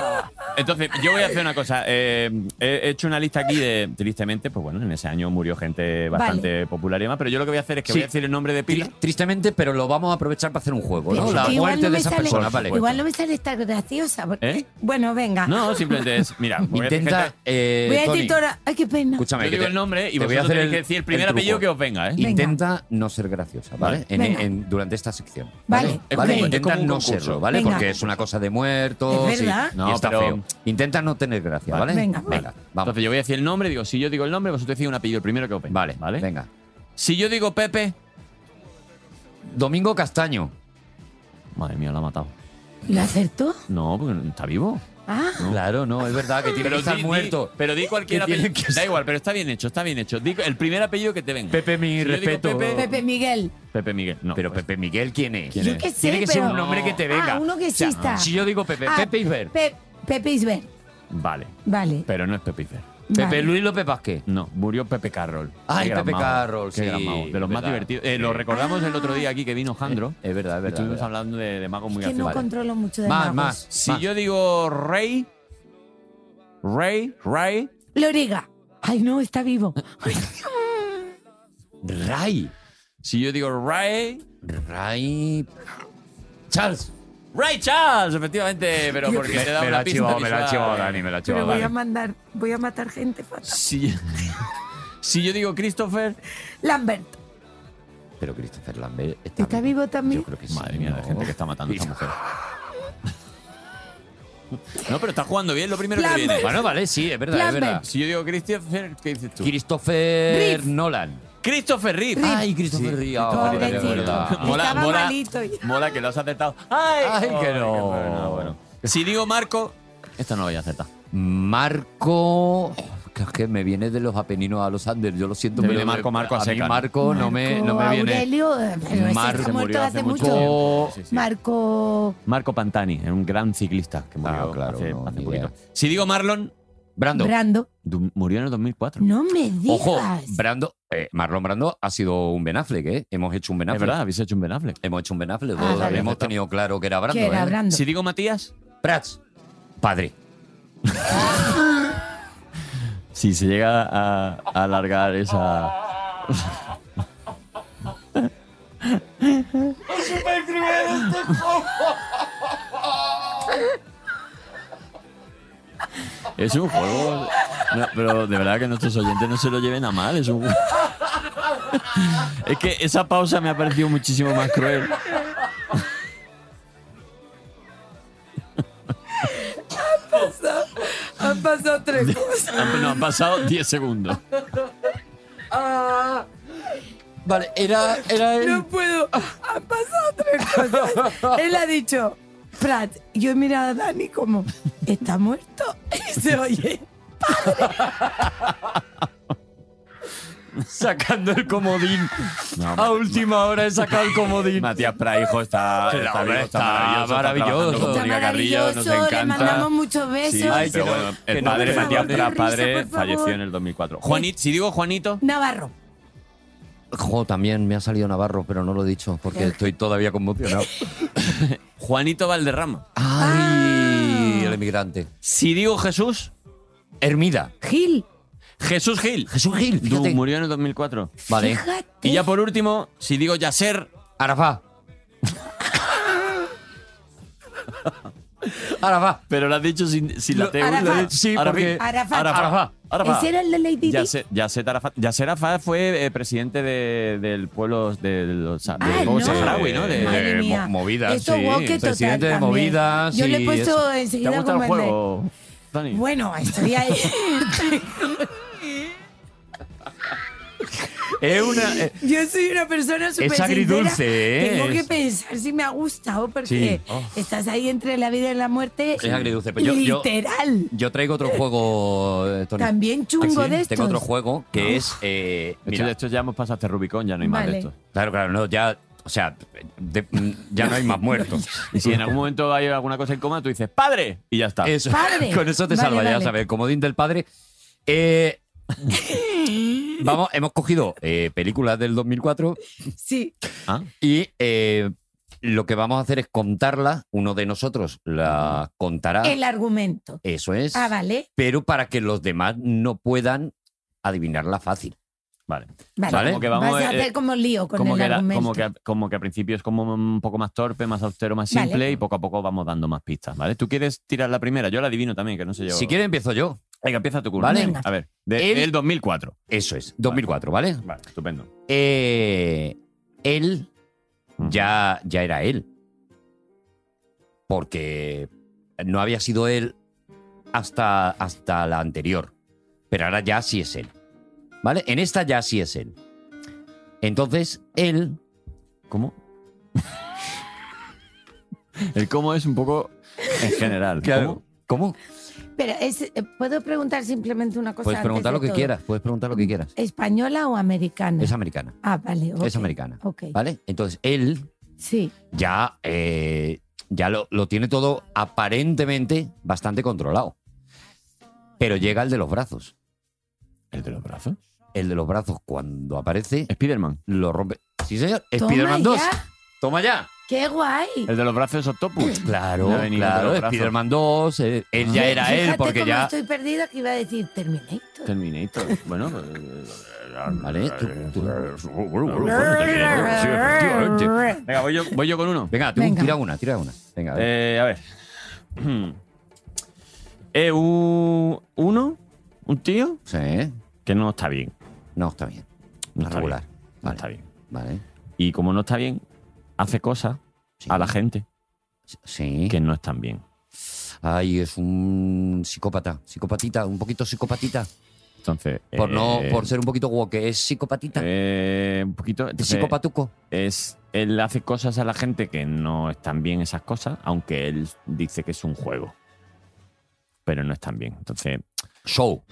Speaker 4: entonces, yo voy a hacer una cosa. Eh, he hecho una lista aquí de, tristemente, pues bueno, en ese año murió gente bastante popular y demás, pero yo lo que voy a hacer es que
Speaker 3: Sí.
Speaker 4: voy a decir el nombre de pila.
Speaker 3: Tri- tristemente, pero lo vamos a aprovechar para hacer un juego, ¿no?
Speaker 2: Pero
Speaker 3: La
Speaker 2: que igual
Speaker 3: muerte
Speaker 2: no
Speaker 3: de
Speaker 2: me
Speaker 3: esa
Speaker 2: sale-
Speaker 3: persona, vale.
Speaker 2: Igual no me sale esta graciosa. porque-
Speaker 4: ¿Eh?
Speaker 2: Bueno, venga.
Speaker 4: No, simplemente es, mira, voy a decir
Speaker 3: Intenta.
Speaker 4: gente-
Speaker 3: eh,
Speaker 2: Voy a decir
Speaker 3: Tony,
Speaker 2: toda. Ay, qué pena.
Speaker 3: Escúchame,
Speaker 4: yo
Speaker 3: que
Speaker 4: digo
Speaker 3: te-
Speaker 4: el nombre y
Speaker 3: te voy a
Speaker 4: vosotros
Speaker 3: hacer
Speaker 4: tenéis que decir el primer
Speaker 3: truco.
Speaker 4: apellido que os venga, ¿eh?
Speaker 2: Venga.
Speaker 3: Intenta no ser graciosa, ¿vale? En-
Speaker 2: Venga.
Speaker 3: en- durante esta sección.
Speaker 2: Vale, ok.
Speaker 3: ¿Vale?
Speaker 2: Es como
Speaker 3: Intenta
Speaker 4: un
Speaker 3: no
Speaker 4: concurso.
Speaker 3: serlo, ¿vale?
Speaker 2: Venga.
Speaker 3: Porque es una cosa de muertos.
Speaker 2: Es
Speaker 3: y-
Speaker 2: verdad.
Speaker 3: Y,
Speaker 4: No,
Speaker 3: está
Speaker 4: pero-
Speaker 3: feo. Intenta no tener gracia, ¿vale?
Speaker 2: Venga.
Speaker 3: vamos.
Speaker 4: Entonces yo voy a decir el nombre, digo, si yo digo el nombre, vosotros decís un apellido, el primero que os venga.
Speaker 3: vale, vale. Venga.
Speaker 4: Si yo digo Pepe,
Speaker 3: Domingo Castaño.
Speaker 4: madre mía, lo ha matado.
Speaker 2: ¿Lo acertó?
Speaker 4: No, porque no- está vivo.
Speaker 2: Ah,
Speaker 3: Claro, no, es verdad que tiene que estar
Speaker 4: di- di-
Speaker 3: muerto.
Speaker 4: pero di cualquier
Speaker 3: Que tiene
Speaker 4: apellido.
Speaker 3: que
Speaker 4: Da
Speaker 3: ser-
Speaker 4: igual, pero está bien hecho, está bien hecho. Di el primer apellido que te venga.
Speaker 3: Pepe, mi
Speaker 4: Si yo digo
Speaker 3: respeto.
Speaker 4: Pepe-
Speaker 2: Pepe Miguel.
Speaker 4: Pepe Miguel. No, pues,
Speaker 3: Pero pues. Pepe Miguel, ¿quién es?
Speaker 4: ¿Quién
Speaker 2: Yo qué sé,
Speaker 3: tiene que ser
Speaker 2: pero-
Speaker 3: un nombre que te venga.
Speaker 2: Ah, uno que
Speaker 3: O sea,
Speaker 2: exista.
Speaker 3: si yo digo Pepe,
Speaker 2: Ah,
Speaker 3: Pepe Isber.
Speaker 2: Pe- Pepe Isber.
Speaker 4: Vale,
Speaker 2: Vale.
Speaker 4: pero no es Pepe Isber.
Speaker 3: Pepe
Speaker 2: vale.
Speaker 3: Luis López Vázquez.
Speaker 4: No, murió Pepe Carroll.
Speaker 3: Ay,
Speaker 4: Qué gran
Speaker 3: Pepe
Speaker 4: mago,
Speaker 3: Carroll,
Speaker 4: qué
Speaker 3: sí,
Speaker 4: gran mago. De los más
Speaker 3: verdad.
Speaker 4: divertidos. Eh,
Speaker 3: Sí. Eh,
Speaker 4: Lo recordamos el otro día aquí que vino Jandro.
Speaker 3: Es verdad, es verdad.
Speaker 4: Estuvimos
Speaker 3: es verdad.
Speaker 4: hablando de, de magos muy
Speaker 2: que no
Speaker 4: graciosos.
Speaker 2: controlo mucho de
Speaker 3: Más,
Speaker 2: magos.
Speaker 3: más.
Speaker 4: Si
Speaker 3: más.
Speaker 4: yo digo Rey, Rey, Rey,
Speaker 2: Loriga. Ay, no, está
Speaker 4: *laughs*
Speaker 2: vivo.
Speaker 3: Ray.
Speaker 4: si yo digo Ray,
Speaker 3: Ray. Charles.
Speaker 4: Ray Charles, efectivamente, pero porque te da una pista visual.
Speaker 3: me la ha
Speaker 2: Pero voy a mandar, voy a matar gente fatal.
Speaker 4: Si yo, *laughs* si yo digo Christopher,
Speaker 2: Lambert.
Speaker 3: Pero Christopher Lambert está,
Speaker 2: ¿Está vivo también?
Speaker 3: Yo creo que sí.
Speaker 4: madre mía, la
Speaker 3: ¿no?
Speaker 4: gente que está matando a esta mujer. No, pero está jugando bien, lo primero que
Speaker 2: Lambert.
Speaker 4: viene.
Speaker 3: Bueno, vale, sí, es verdad, es
Speaker 2: Lambert.
Speaker 3: verdad.
Speaker 4: Si yo digo Christopher, ¿qué dices tú?
Speaker 3: Christopher
Speaker 2: Reeve.
Speaker 3: Nolan.
Speaker 4: Christopher Reeve.
Speaker 3: Ay, Christopher Reeve. ahora,
Speaker 2: Pobrecito.
Speaker 3: Ah, es verdad.
Speaker 2: Mola- Estaba malito ya.
Speaker 4: mola que lo has acertado. ¡Ay!
Speaker 3: Ay, que no.
Speaker 4: bueno, bueno. Si digo Marco, esta no la voy a acertar.
Speaker 3: Marco. Que es que me viene de los Apeninos a los Andes. Yo lo siento,
Speaker 4: Te
Speaker 3: pero
Speaker 4: viene Marco, Marco a
Speaker 3: a mí
Speaker 4: seca, ¿no?
Speaker 3: Marco no me, no me
Speaker 2: Marco
Speaker 3: viene.
Speaker 2: Aurelio, eh, pero ese
Speaker 3: Mar-
Speaker 2: está muerto
Speaker 3: se
Speaker 4: murió
Speaker 2: hace
Speaker 4: hace
Speaker 2: mucho.
Speaker 4: mucho
Speaker 3: Co-
Speaker 4: Sí, sí.
Speaker 2: Marco.
Speaker 4: Marco Pantani, era un gran ciclista que murió
Speaker 3: Ah, claro,
Speaker 4: hace,
Speaker 3: no,
Speaker 4: hace
Speaker 3: ni
Speaker 4: poquito.
Speaker 3: idea.
Speaker 4: Si digo Marlon,
Speaker 3: Brando.
Speaker 2: Brando.
Speaker 4: du- murió en el 2004.
Speaker 2: No me digas.
Speaker 3: Ojo, Brando. eh, Marlon Brando ha sido un Ben Affleck, ¿eh? Hemos hecho un Ben
Speaker 4: Es
Speaker 3: Affleck.
Speaker 4: verdad, habéis hecho un Ben Affleck.
Speaker 3: Hemos hecho un Ben Affleck.
Speaker 2: Ah,
Speaker 3: todos
Speaker 2: vale.
Speaker 3: hemos tenido claro que era Brando.
Speaker 2: que era
Speaker 3: ¿eh?
Speaker 2: Brando.
Speaker 4: Si digo Matías,
Speaker 3: Prats. Padre.
Speaker 4: si se llega a, a alargar esa. Es un juego. No, pero de verdad que nuestros oyentes no se lo lleven a mal. Es un juego. Es que esa pausa me ha parecido muchísimo más cruel.
Speaker 2: Han pasado tres cosas.
Speaker 4: Han- No, han pasado 10 segundos.
Speaker 15: ah. Vale, era, era el...
Speaker 2: No puedo. Ah, Han pasado tres cosas. Él ha dicho, Prat, yo he mirado a Dani como, ¿está muerto? *laughs* Y se oye,
Speaker 4: Sacando el comodín. a última hora he sacado el comodín.
Speaker 6: Matías Prat, hijo, está,
Speaker 4: Claro,
Speaker 6: está,
Speaker 4: hombre,
Speaker 6: bien, está
Speaker 4: está maravilloso.
Speaker 6: maravilloso.
Speaker 4: trabajando con
Speaker 2: está
Speaker 4: Mónica Carrillo,
Speaker 2: maravilloso,
Speaker 4: nos
Speaker 2: le
Speaker 4: encanta.
Speaker 2: mandamos muchos besos.
Speaker 4: Sí, pero
Speaker 15: que no-
Speaker 4: bueno,
Speaker 15: que
Speaker 4: el
Speaker 15: no
Speaker 4: padre
Speaker 15: me
Speaker 4: Matías
Speaker 15: falte
Speaker 4: Prat,
Speaker 2: risa,
Speaker 4: padre,
Speaker 2: por favor.
Speaker 4: falleció en el 2004. Juanito, si digo Juanito,
Speaker 2: Navarro.
Speaker 3: Jo, también me ha salido Navarro, pero no lo he dicho porque
Speaker 2: Eh.
Speaker 3: estoy todavía
Speaker 2: *laughs*
Speaker 3: conmocionado.
Speaker 4: Juanito Valderrama.
Speaker 2: Ah.
Speaker 3: ¡Ay! El emigrante.
Speaker 4: Si digo Jesús,
Speaker 3: Hermida.
Speaker 2: Gil.
Speaker 4: Jesús Gil.
Speaker 3: Jesús Gil,
Speaker 4: Du-
Speaker 3: fíjate.
Speaker 4: murió en el 2004.
Speaker 3: Vale.
Speaker 2: Fíjate.
Speaker 4: Y ya por último, si digo Yasser,
Speaker 3: Arafá. Arafá.
Speaker 4: pero lo has dicho sin, sin la T.
Speaker 2: Arafat.
Speaker 4: lo has dicho-
Speaker 3: Sí,
Speaker 4: Arafat.
Speaker 3: porque-
Speaker 2: Arafat.
Speaker 4: Arafat. Arafat.
Speaker 2: ¿Ese era el de Lady Di?
Speaker 4: Yasser, Yasser Arafat. Yasser Arafat fue eh, presidente de- del pueblo de, de los de,
Speaker 2: Ah,
Speaker 4: ¿cómo
Speaker 2: no.
Speaker 4: se llama? Saharaui, ¿no? De-
Speaker 2: Madre
Speaker 4: de-
Speaker 2: mía.
Speaker 3: mo- movidas,
Speaker 2: Esto
Speaker 3: sí.
Speaker 2: woke total
Speaker 3: Presidente de
Speaker 2: también.
Speaker 3: movidas
Speaker 2: Yo le
Speaker 3: y
Speaker 2: he puesto
Speaker 3: eso.
Speaker 4: ¿Te
Speaker 2: enseguida
Speaker 4: gusta
Speaker 2: como
Speaker 4: el
Speaker 2: el de-
Speaker 4: juego, Dani?
Speaker 2: Bueno, estoy ahí. *laughs*
Speaker 4: Es una. eh,
Speaker 2: Yo soy una persona súper sincera.
Speaker 4: agridulce, ¿eh?
Speaker 2: Tengo que
Speaker 4: Es-
Speaker 2: pensar si me ha gustado porque
Speaker 4: Sí. Oh.
Speaker 2: estás ahí entre la vida y la muerte.
Speaker 3: Es agridulce, pero yo- yo-
Speaker 2: Literal.
Speaker 3: Yo traigo otro juego, eh, Tony.
Speaker 2: También chungo de estos.
Speaker 3: Tengo otro juego que es. eh,
Speaker 4: de hecho,
Speaker 3: mira,
Speaker 4: de esto ya hemos pasado hasta Rubicón, ya no hay más
Speaker 2: Vale.
Speaker 4: de esto.
Speaker 3: Claro, claro, no, ya. O sea, de- mm, ya no hay más muertos. *laughs*
Speaker 4: Y si en algún momento hay alguna cosa en coma, tú dices ¡Padre! Y ya está.
Speaker 3: Eso.
Speaker 2: Padre.
Speaker 3: *laughs* Con eso te
Speaker 2: Vale,
Speaker 3: salva, ya
Speaker 2: vale.
Speaker 3: sabes. Comodín del padre.
Speaker 2: *laughs*
Speaker 3: Eh, vamos, hemos cogido eh, películas del 2004
Speaker 2: Sí.
Speaker 4: Ah,
Speaker 3: y eh, lo que vamos a hacer es contarlas. Uno de nosotros la contará.
Speaker 2: El argumento.
Speaker 3: Eso es.
Speaker 2: Ah, vale.
Speaker 3: Pero para que los demás no puedan adivinarla fácil.
Speaker 4: vale.
Speaker 2: Vale.
Speaker 3: Vale.
Speaker 4: Como que vamos,
Speaker 2: Vas a
Speaker 4: eh,
Speaker 2: hacer como lío con
Speaker 4: como,
Speaker 2: el
Speaker 4: que era-
Speaker 2: argumento.
Speaker 4: como, que, a- como que al principio es como un poco más torpe, más austero, más
Speaker 2: Vale.
Speaker 4: simple y poco a poco vamos dando más pistas, ¿vale? ¿Tú quieres tirar la primera? Yo la adivino también, que no sé yo.
Speaker 3: Si quieres, empiezo yo.
Speaker 4: Venga, empieza tu curva.
Speaker 3: Vale.
Speaker 4: Venga. A ver, de-
Speaker 3: El-
Speaker 4: del 2004.
Speaker 3: Eso es, 2004, ¿vale?
Speaker 4: Vale, estupendo.
Speaker 3: Eh, él ya, ya era él. Porque no había sido él hasta, hasta la anterior. Pero ahora ya sí es él. ¿Vale? En esta ya sí es él. Entonces, él.
Speaker 4: ¿Cómo? El cómo es un poco en general.
Speaker 3: ¿Cómo? ¿Cómo?
Speaker 2: Pero es, eh, ¿puedo preguntar simplemente una cosa?
Speaker 3: Puedes
Speaker 2: antes
Speaker 3: preguntar
Speaker 2: de
Speaker 3: lo que
Speaker 2: todo? Mm.
Speaker 3: quieras. Puedes preguntar lo que quieras.
Speaker 2: ¿Española o americana?
Speaker 3: Es americana.
Speaker 2: ah, vale. ok.
Speaker 3: Es americana.
Speaker 2: Ok.
Speaker 3: ¿Vale? Entonces, él
Speaker 2: Sí.
Speaker 3: ya, eh, ya lo, lo tiene todo aparentemente bastante controlado. Pero llega el de los brazos.
Speaker 4: ¿El de los brazos?
Speaker 3: el de los brazos cuando aparece
Speaker 4: Spiderman.
Speaker 3: lo rompe. Sí, señor.
Speaker 2: Toma
Speaker 3: Spider-Man 2.
Speaker 2: ya.
Speaker 3: Toma ya.
Speaker 2: ¡Qué guay!
Speaker 4: El de los brazos es Octopus.
Speaker 3: Claro,
Speaker 4: La avenida de
Speaker 3: claro.
Speaker 4: los brazos.
Speaker 3: Spider-Man 2. eh, Él ya
Speaker 2: Fíjate
Speaker 3: era él porque
Speaker 2: cómo
Speaker 3: ya.
Speaker 2: estoy perdida que iba a decir Terminator.
Speaker 4: Terminator. Bueno, eh,
Speaker 3: Vale. tú- tú-
Speaker 2: Terminator.
Speaker 4: venga, voy yo, voy yo con uno.
Speaker 3: Venga, tú
Speaker 2: Venga.
Speaker 3: tira una, tira una. Venga, a ver.
Speaker 4: Eh, a ver. *clears throat* Eh, un- uno, un tío
Speaker 3: Sí.
Speaker 4: que no está bien.
Speaker 3: No, está bien.
Speaker 4: No
Speaker 3: No
Speaker 4: está
Speaker 3: regular.
Speaker 4: bien. No
Speaker 3: Vale.
Speaker 4: está bien.
Speaker 3: Vale.
Speaker 4: Y como no está bien, hace cosas
Speaker 3: Sí.
Speaker 4: a la gente
Speaker 3: Sí.
Speaker 4: que no están bien.
Speaker 3: Ay, es un psicópata. Psicopatita, un poquito psicopatita.
Speaker 4: Entonces.
Speaker 3: Por no,
Speaker 4: eh,
Speaker 3: por ser un poquito woke, es psicopatita.
Speaker 4: eh, un poquito.
Speaker 3: es
Speaker 4: entonces,
Speaker 3: psicopatuco.
Speaker 4: es él hace cosas a la gente que no están bien esas cosas, aunque él dice que es un juego. Pero no están bien. Entonces,
Speaker 3: Show.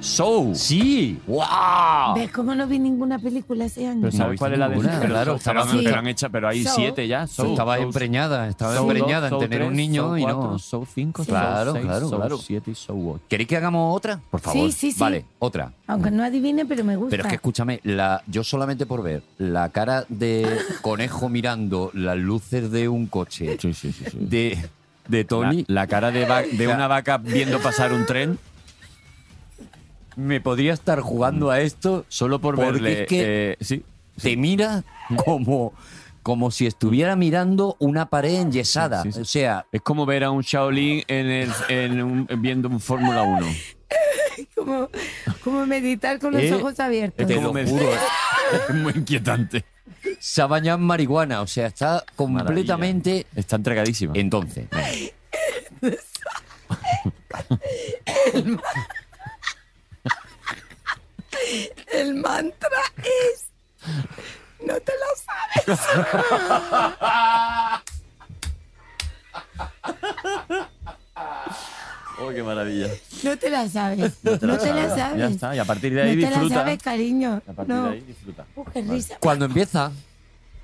Speaker 4: Soul.
Speaker 3: Sí. ¡Wow!
Speaker 2: ¿Ves cómo no vi ninguna película ese año?
Speaker 4: Pero
Speaker 3: No
Speaker 4: ¿sabes
Speaker 3: viste
Speaker 4: cuál es la de
Speaker 3: ninguna,
Speaker 4: pero
Speaker 3: claro,
Speaker 4: Soul,
Speaker 3: estaba-
Speaker 4: pero no
Speaker 2: sí.
Speaker 4: te lo han hecho, pero hay
Speaker 2: Soul,
Speaker 4: siete ya. Soul,
Speaker 3: estaba
Speaker 4: Soul,
Speaker 3: empreñada, estaba
Speaker 4: Soul
Speaker 3: empreñada
Speaker 4: dos,
Speaker 3: en
Speaker 4: Soul
Speaker 3: tener un
Speaker 4: tres,
Speaker 3: niño
Speaker 4: Soul
Speaker 3: y
Speaker 4: cuatro,
Speaker 3: no.
Speaker 4: Soul 5,
Speaker 2: Sí.
Speaker 3: Claro,
Speaker 4: Soul 6,
Speaker 3: claro,
Speaker 4: Soul
Speaker 3: claro.
Speaker 4: 7 y Soul 8.
Speaker 3: ¿Queréis que hagamos otra? Por favor.
Speaker 2: Sí, sí, sí.
Speaker 3: Vale, otra.
Speaker 2: Aunque no adivine, pero me gusta.
Speaker 3: Pero es que escúchame, la, yo solamente por ver la cara de conejo mirando las luces de un
Speaker 4: *laughs*
Speaker 3: coche
Speaker 4: Sí, sí, sí. sí.
Speaker 3: de, de Tony,
Speaker 4: La, la cara de, va- de una vaca viendo pasar un tren,
Speaker 3: me podría estar jugando a esto.
Speaker 4: solo por
Speaker 3: Porque
Speaker 4: verle.
Speaker 3: es que-
Speaker 4: eh, sí,
Speaker 3: Te mira como, como si estuviera mirando una pared enyesada.
Speaker 4: Sí, sí, sí.
Speaker 3: O sea,
Speaker 4: es como ver a un Shaolin en el, en un- viendo un Fórmula 1.
Speaker 2: *laughs* como, como meditar con los
Speaker 3: Eh,
Speaker 2: ojos abiertos.
Speaker 3: te
Speaker 4: como
Speaker 3: lo
Speaker 4: me-
Speaker 3: juro,
Speaker 4: *laughs* Es muy inquietante.
Speaker 3: se ha bañado en marihuana. O sea, está completamente...
Speaker 4: Está entregadísima.
Speaker 3: Entonces,
Speaker 2: El más
Speaker 4: Oh, qué maravilla.
Speaker 2: No te la sabes. No te, la
Speaker 4: sabes.
Speaker 2: sabes.
Speaker 4: Ya está, y a partir de ahí
Speaker 2: no te
Speaker 4: disfruta.
Speaker 2: la sabes, cariño.
Speaker 4: A partir
Speaker 2: No.
Speaker 4: de ahí disfruta.
Speaker 2: Uh, qué
Speaker 4: Vale.
Speaker 2: risa.
Speaker 16: Cuando empieza,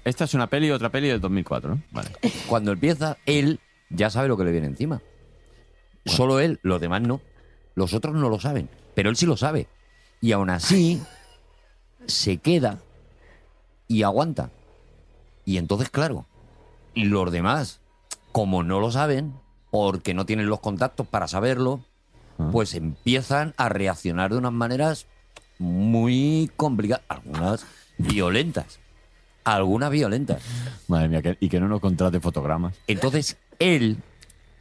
Speaker 4: Esta es una peli y otra peli del 2004, ¿no? Vale.
Speaker 3: Cuando empieza, él ya sabe lo que le viene encima. Solo él, los demás no. Los otros no lo saben, pero él sí lo sabe. Y aún así, se queda y aguanta. Y entonces, claro, los demás, como no lo saben, porque no tienen los contactos para saberlo, pues empiezan a reaccionar de unas maneras muy complicadas, algunas violentas, algunas violentas.
Speaker 4: Madre mía, que- y que no nos contrate fotogramas.
Speaker 3: Entonces, él,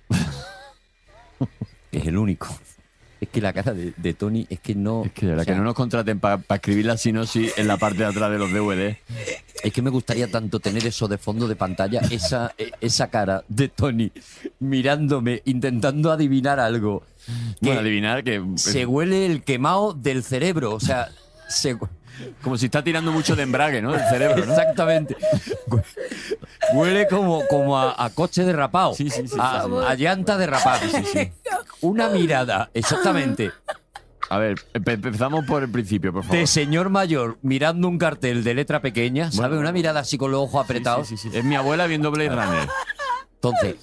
Speaker 3: *laughs* que es el único, es que la cara de, de Tony es que no...
Speaker 4: Es que de verdad
Speaker 3: Oh, o sea,
Speaker 4: que no nos contraten para escribir la sinopsis en la parte de atrás de los DVD.
Speaker 3: Es que me gustaría tanto tener eso de fondo de pantalla, esa, e- esa cara de Tony mirándome, intentando adivinar algo. Que
Speaker 4: Bueno, adivinar que.
Speaker 3: se huele el quemado del cerebro, o sea, se... hue-
Speaker 4: Como si está tirando mucho de embrague, ¿no? El cerebro, ¿no?
Speaker 3: Exactamente. Hue- Huele como, como a, a coche derrapado,
Speaker 4: Sí, sí, sí,
Speaker 3: a,
Speaker 4: sí, sí.
Speaker 3: a llanta derrapada. Una mirada, exactamente,
Speaker 4: A ver, empe- empezamos por el principio, por favor.
Speaker 3: de señor mayor mirando un cartel de letra pequeña, ¿sabe? Una mirada así con los ojos apretados.
Speaker 4: Sí, sí, sí. Es mi abuela viendo Blade Runner.
Speaker 3: Entonces,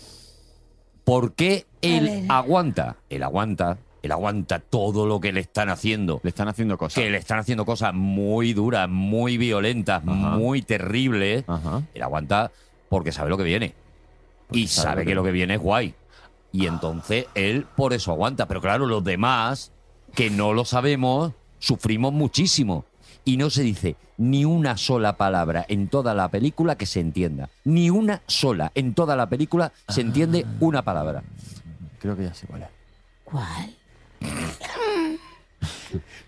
Speaker 3: ¿por qué él
Speaker 2: ver.
Speaker 3: aguanta? Él aguanta, él aguanta todo lo que le están haciendo.
Speaker 4: Le están haciendo cosas.
Speaker 3: Que le están haciendo cosas muy duras, muy violentas, muy terribles.
Speaker 4: Ajá.
Speaker 3: Él aguanta porque sabe lo que viene. y sabe, que, lo que viene es guay. Y entonces él por eso aguanta. Pero claro, los demás, que no lo sabemos, sufrimos muchísimo. Y no se dice ni una sola palabra en toda la película que se entienda. Ni una sola. En toda la película se entiende una palabra.
Speaker 4: Creo que ya sé cuál es.
Speaker 2: ¿Cuál?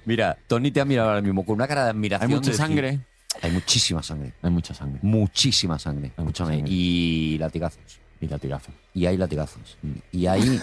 Speaker 3: Mira, Tony te ha mirado ahora mismo con una cara de
Speaker 4: Hay
Speaker 3: admiración. de
Speaker 4: mucha
Speaker 3: decir,
Speaker 4: sangre.
Speaker 3: Hay muchísima sangre.
Speaker 4: Hay mucha sangre.
Speaker 3: Muchísima sangre.
Speaker 4: Hay mucha
Speaker 3: Escúchame.
Speaker 4: sangre.
Speaker 3: Y latigazos.
Speaker 4: Y Mm. latigazo.
Speaker 3: Y hay latigazos. Y
Speaker 4: *laughs*
Speaker 3: hay.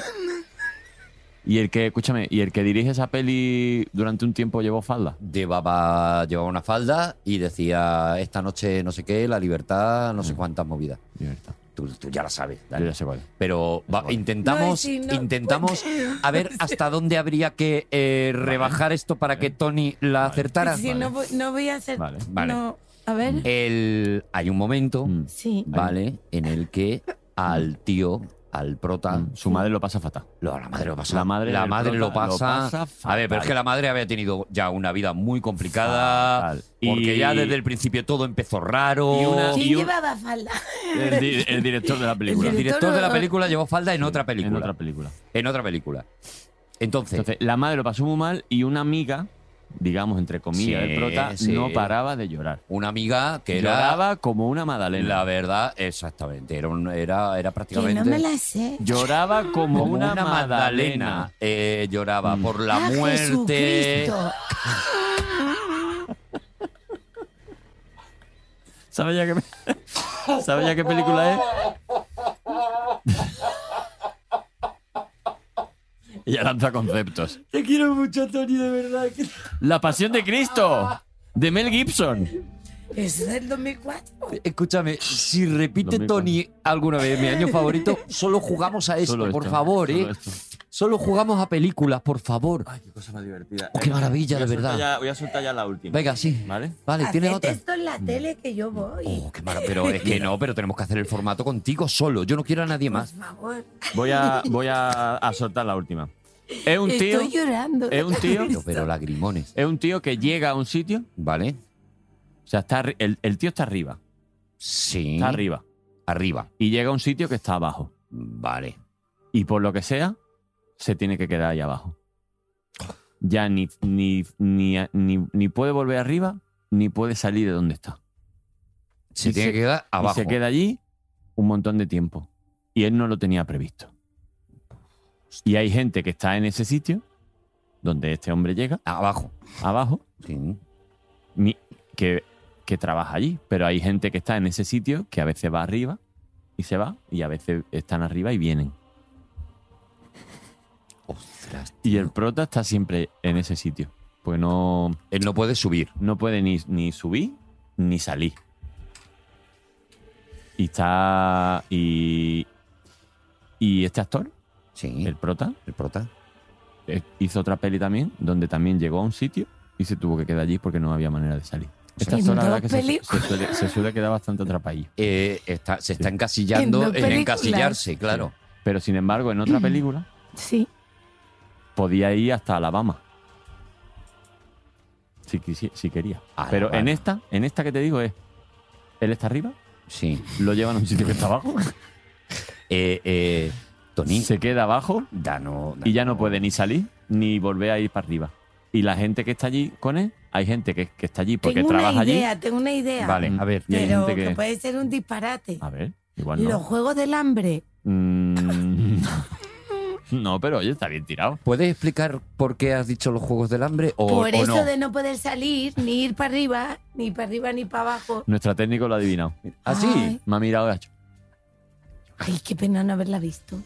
Speaker 4: Y el que, escúchame, y el que dirige esa peli durante un tiempo llevó falda.
Speaker 3: llevaba, llevaba una falda y decía esta noche no sé qué, la libertad, no sé cuántas movidas.
Speaker 4: Libertad.
Speaker 3: Tú, tú ya la sabes,
Speaker 4: Yo
Speaker 3: Dani.
Speaker 4: Mm. ya sé cuál. es.
Speaker 3: Pero va- intentamos,
Speaker 2: No, y si no, *laughs* pues,
Speaker 3: intentamos a ver hasta dónde habría que eh, rebajar esto para que Tony la acertara.
Speaker 2: Si no, voy- no voy a
Speaker 3: Eh,
Speaker 2: hacer.
Speaker 4: Vale. Eh,
Speaker 3: Vale.
Speaker 2: no. a ver.
Speaker 3: El, hay un momento,
Speaker 4: Mm.
Speaker 2: Sí.
Speaker 3: ¿vale? En el que al tío, al prota,
Speaker 4: mm, Su madre lo pasa fatal.
Speaker 3: Lo- la madre lo pasa.
Speaker 4: La madre del prota
Speaker 3: lo pasa.
Speaker 4: lo pasa
Speaker 3: a ver, pero es
Speaker 4: fatal.
Speaker 3: que la madre había tenido ya una vida muy complicada.
Speaker 4: Fatal.
Speaker 3: Porque
Speaker 4: Y-
Speaker 3: ya desde *laughs* el principio todo empezó raro.
Speaker 4: Y una-
Speaker 2: ¿Quién
Speaker 4: ah, y un-
Speaker 2: llevaba falda?
Speaker 4: *laughs* El, di- el director de la película.
Speaker 3: El director de la película llevó falda en otra película.
Speaker 4: En otra película.
Speaker 3: película. Entonces,
Speaker 4: Entonces, la madre lo pasó muy mal y una amiga, digamos, entre comillas,
Speaker 3: Sí,
Speaker 4: del prota,
Speaker 3: sí.
Speaker 4: no paraba de llorar.
Speaker 3: una amiga que era.
Speaker 4: Lloraba como una magdalena.
Speaker 3: La verdad, exactamente. Era, un- era, era
Speaker 2: Que
Speaker 3: prácticamente.
Speaker 2: no me la sé.
Speaker 4: Lloraba como una, magdalena.
Speaker 3: eh, lloraba por la
Speaker 2: ¡Ah,
Speaker 3: muerte.
Speaker 2: Jesucristo!
Speaker 4: ¿Sabes ya, qué...
Speaker 16: *laughs*
Speaker 4: ¿Sabes ya qué película es? *laughs* Ella lanza conceptos.
Speaker 16: te quiero mucho, Tony, de verdad. que-
Speaker 4: La Pasión de Cristo, de Mel Gibson.
Speaker 2: Eso es del 2004.
Speaker 3: Escúchame, si repite
Speaker 4: 2004.
Speaker 3: Tony alguna vez mi año
Speaker 4: *laughs*
Speaker 3: favorito, solo jugamos a esto,
Speaker 4: Solo
Speaker 3: por
Speaker 4: esto,
Speaker 3: favor,
Speaker 4: solo
Speaker 3: ¿eh?
Speaker 4: esto.
Speaker 3: Solo jugamos a películas, por favor.
Speaker 4: Ay, qué cosa más divertida.
Speaker 3: Oh, qué maravilla,
Speaker 4: Voy
Speaker 3: de
Speaker 4: a soltar
Speaker 3: verdad.
Speaker 4: ya- Ah, voy a soltar ya la última.
Speaker 3: Venga, sí.
Speaker 4: ¿Vale?
Speaker 3: Vale,
Speaker 2: Haced
Speaker 3: tienes otra.
Speaker 2: esto en la
Speaker 4: Mm.
Speaker 2: tele que yo voy.
Speaker 3: Oh, qué mara- Pero es que no, pero tenemos que hacer el formato contigo solo. Yo no quiero a nadie
Speaker 2: Por
Speaker 4: *laughs*
Speaker 3: más.
Speaker 2: favor.
Speaker 4: Voy a, voy a, a soltar la última. Es un tío,
Speaker 2: Estoy llorando.
Speaker 4: es
Speaker 2: *laughs*
Speaker 4: un tío,
Speaker 3: Pero, pero lagrimones.
Speaker 4: es un tío que llega a un sitio,
Speaker 3: ¿Vale?
Speaker 4: o sea, está arri- el, el tío está arriba,
Speaker 3: Sí.
Speaker 4: está arriba,
Speaker 3: Arriba.
Speaker 4: y llega a un sitio que está abajo,
Speaker 3: Vale.
Speaker 4: y por lo que sea, se tiene que quedar ahí abajo. Ya ni, ni, ni, ni, ni puede volver arriba, ni puede salir de donde está.
Speaker 3: Se
Speaker 4: Y
Speaker 3: tiene
Speaker 4: se-
Speaker 3: que quedar
Speaker 4: Y
Speaker 3: abajo.
Speaker 4: se queda allí un montón de tiempo. Y él no lo tenía previsto. Y hay gente que está en ese sitio, donde este hombre llega,
Speaker 3: Abajo.
Speaker 4: abajo,
Speaker 3: Sí.
Speaker 4: mi- que, que trabaja allí, pero hay gente que está en ese sitio que a veces va arriba y se va, y a veces están arriba y vienen.
Speaker 3: Ostras.
Speaker 4: Y el prota está siempre en ese sitio, porque no,
Speaker 3: Él no puede subir.
Speaker 4: no puede ni, ni subir ni salir. Y está. Y, y este actor,
Speaker 3: sí.
Speaker 4: el prota,
Speaker 3: el prota.
Speaker 4: eh, hizo otra peli también, donde también llegó a un sitio y se tuvo que quedar allí porque no había manera de salir. Este
Speaker 2: En
Speaker 4: actor, la
Speaker 2: dos
Speaker 4: verdad, que se,
Speaker 2: películas.
Speaker 4: se suele, se suele quedar bastante atrapadillo.
Speaker 3: Eh, está, se está encasillando
Speaker 2: En dos
Speaker 3: en,
Speaker 2: películas.
Speaker 3: encasillarse, claro.
Speaker 4: Pero sin embargo, en otra película
Speaker 2: Sí.
Speaker 4: podía ir hasta Alabama. Si, quisi- si quería.
Speaker 3: Alabama.
Speaker 4: Pero en esta, en esta que te digo es. Él está arriba,
Speaker 3: Sí.
Speaker 4: lo llevan a un sitio que está abajo,
Speaker 3: Eh, eh, Tony,
Speaker 4: se queda abajo
Speaker 3: Dano,
Speaker 4: y ya no puede ni salir ni volver a ir para arriba. Y la gente que está allí con él, hay gente que, que está allí porque
Speaker 2: tengo
Speaker 4: trabaja
Speaker 2: una
Speaker 4: allí.
Speaker 2: idea, tengo una idea.
Speaker 3: Vale,
Speaker 4: Mm.
Speaker 3: a ver.
Speaker 4: y hay
Speaker 2: Pero
Speaker 4: gente
Speaker 2: que...
Speaker 4: que- Ah,
Speaker 2: puede ser un disparate.
Speaker 4: A ver, igual no.
Speaker 2: Los Juegos del Hambre.
Speaker 4: Mm, *laughs* no, pero oye, está bien tirado.
Speaker 3: ¿Puedes explicar por qué has dicho los Juegos del Hambre o,
Speaker 2: Por
Speaker 3: o
Speaker 2: eso
Speaker 3: no?
Speaker 2: de no poder salir, ni ir para arriba, ni para arriba, ni para abajo.
Speaker 4: Nuestra técnico lo ha adivinado.
Speaker 3: ¿Ah, sí?
Speaker 2: Ay.
Speaker 4: Me ha mirado y ha hecho,
Speaker 2: Ay, qué pena no haberla visto.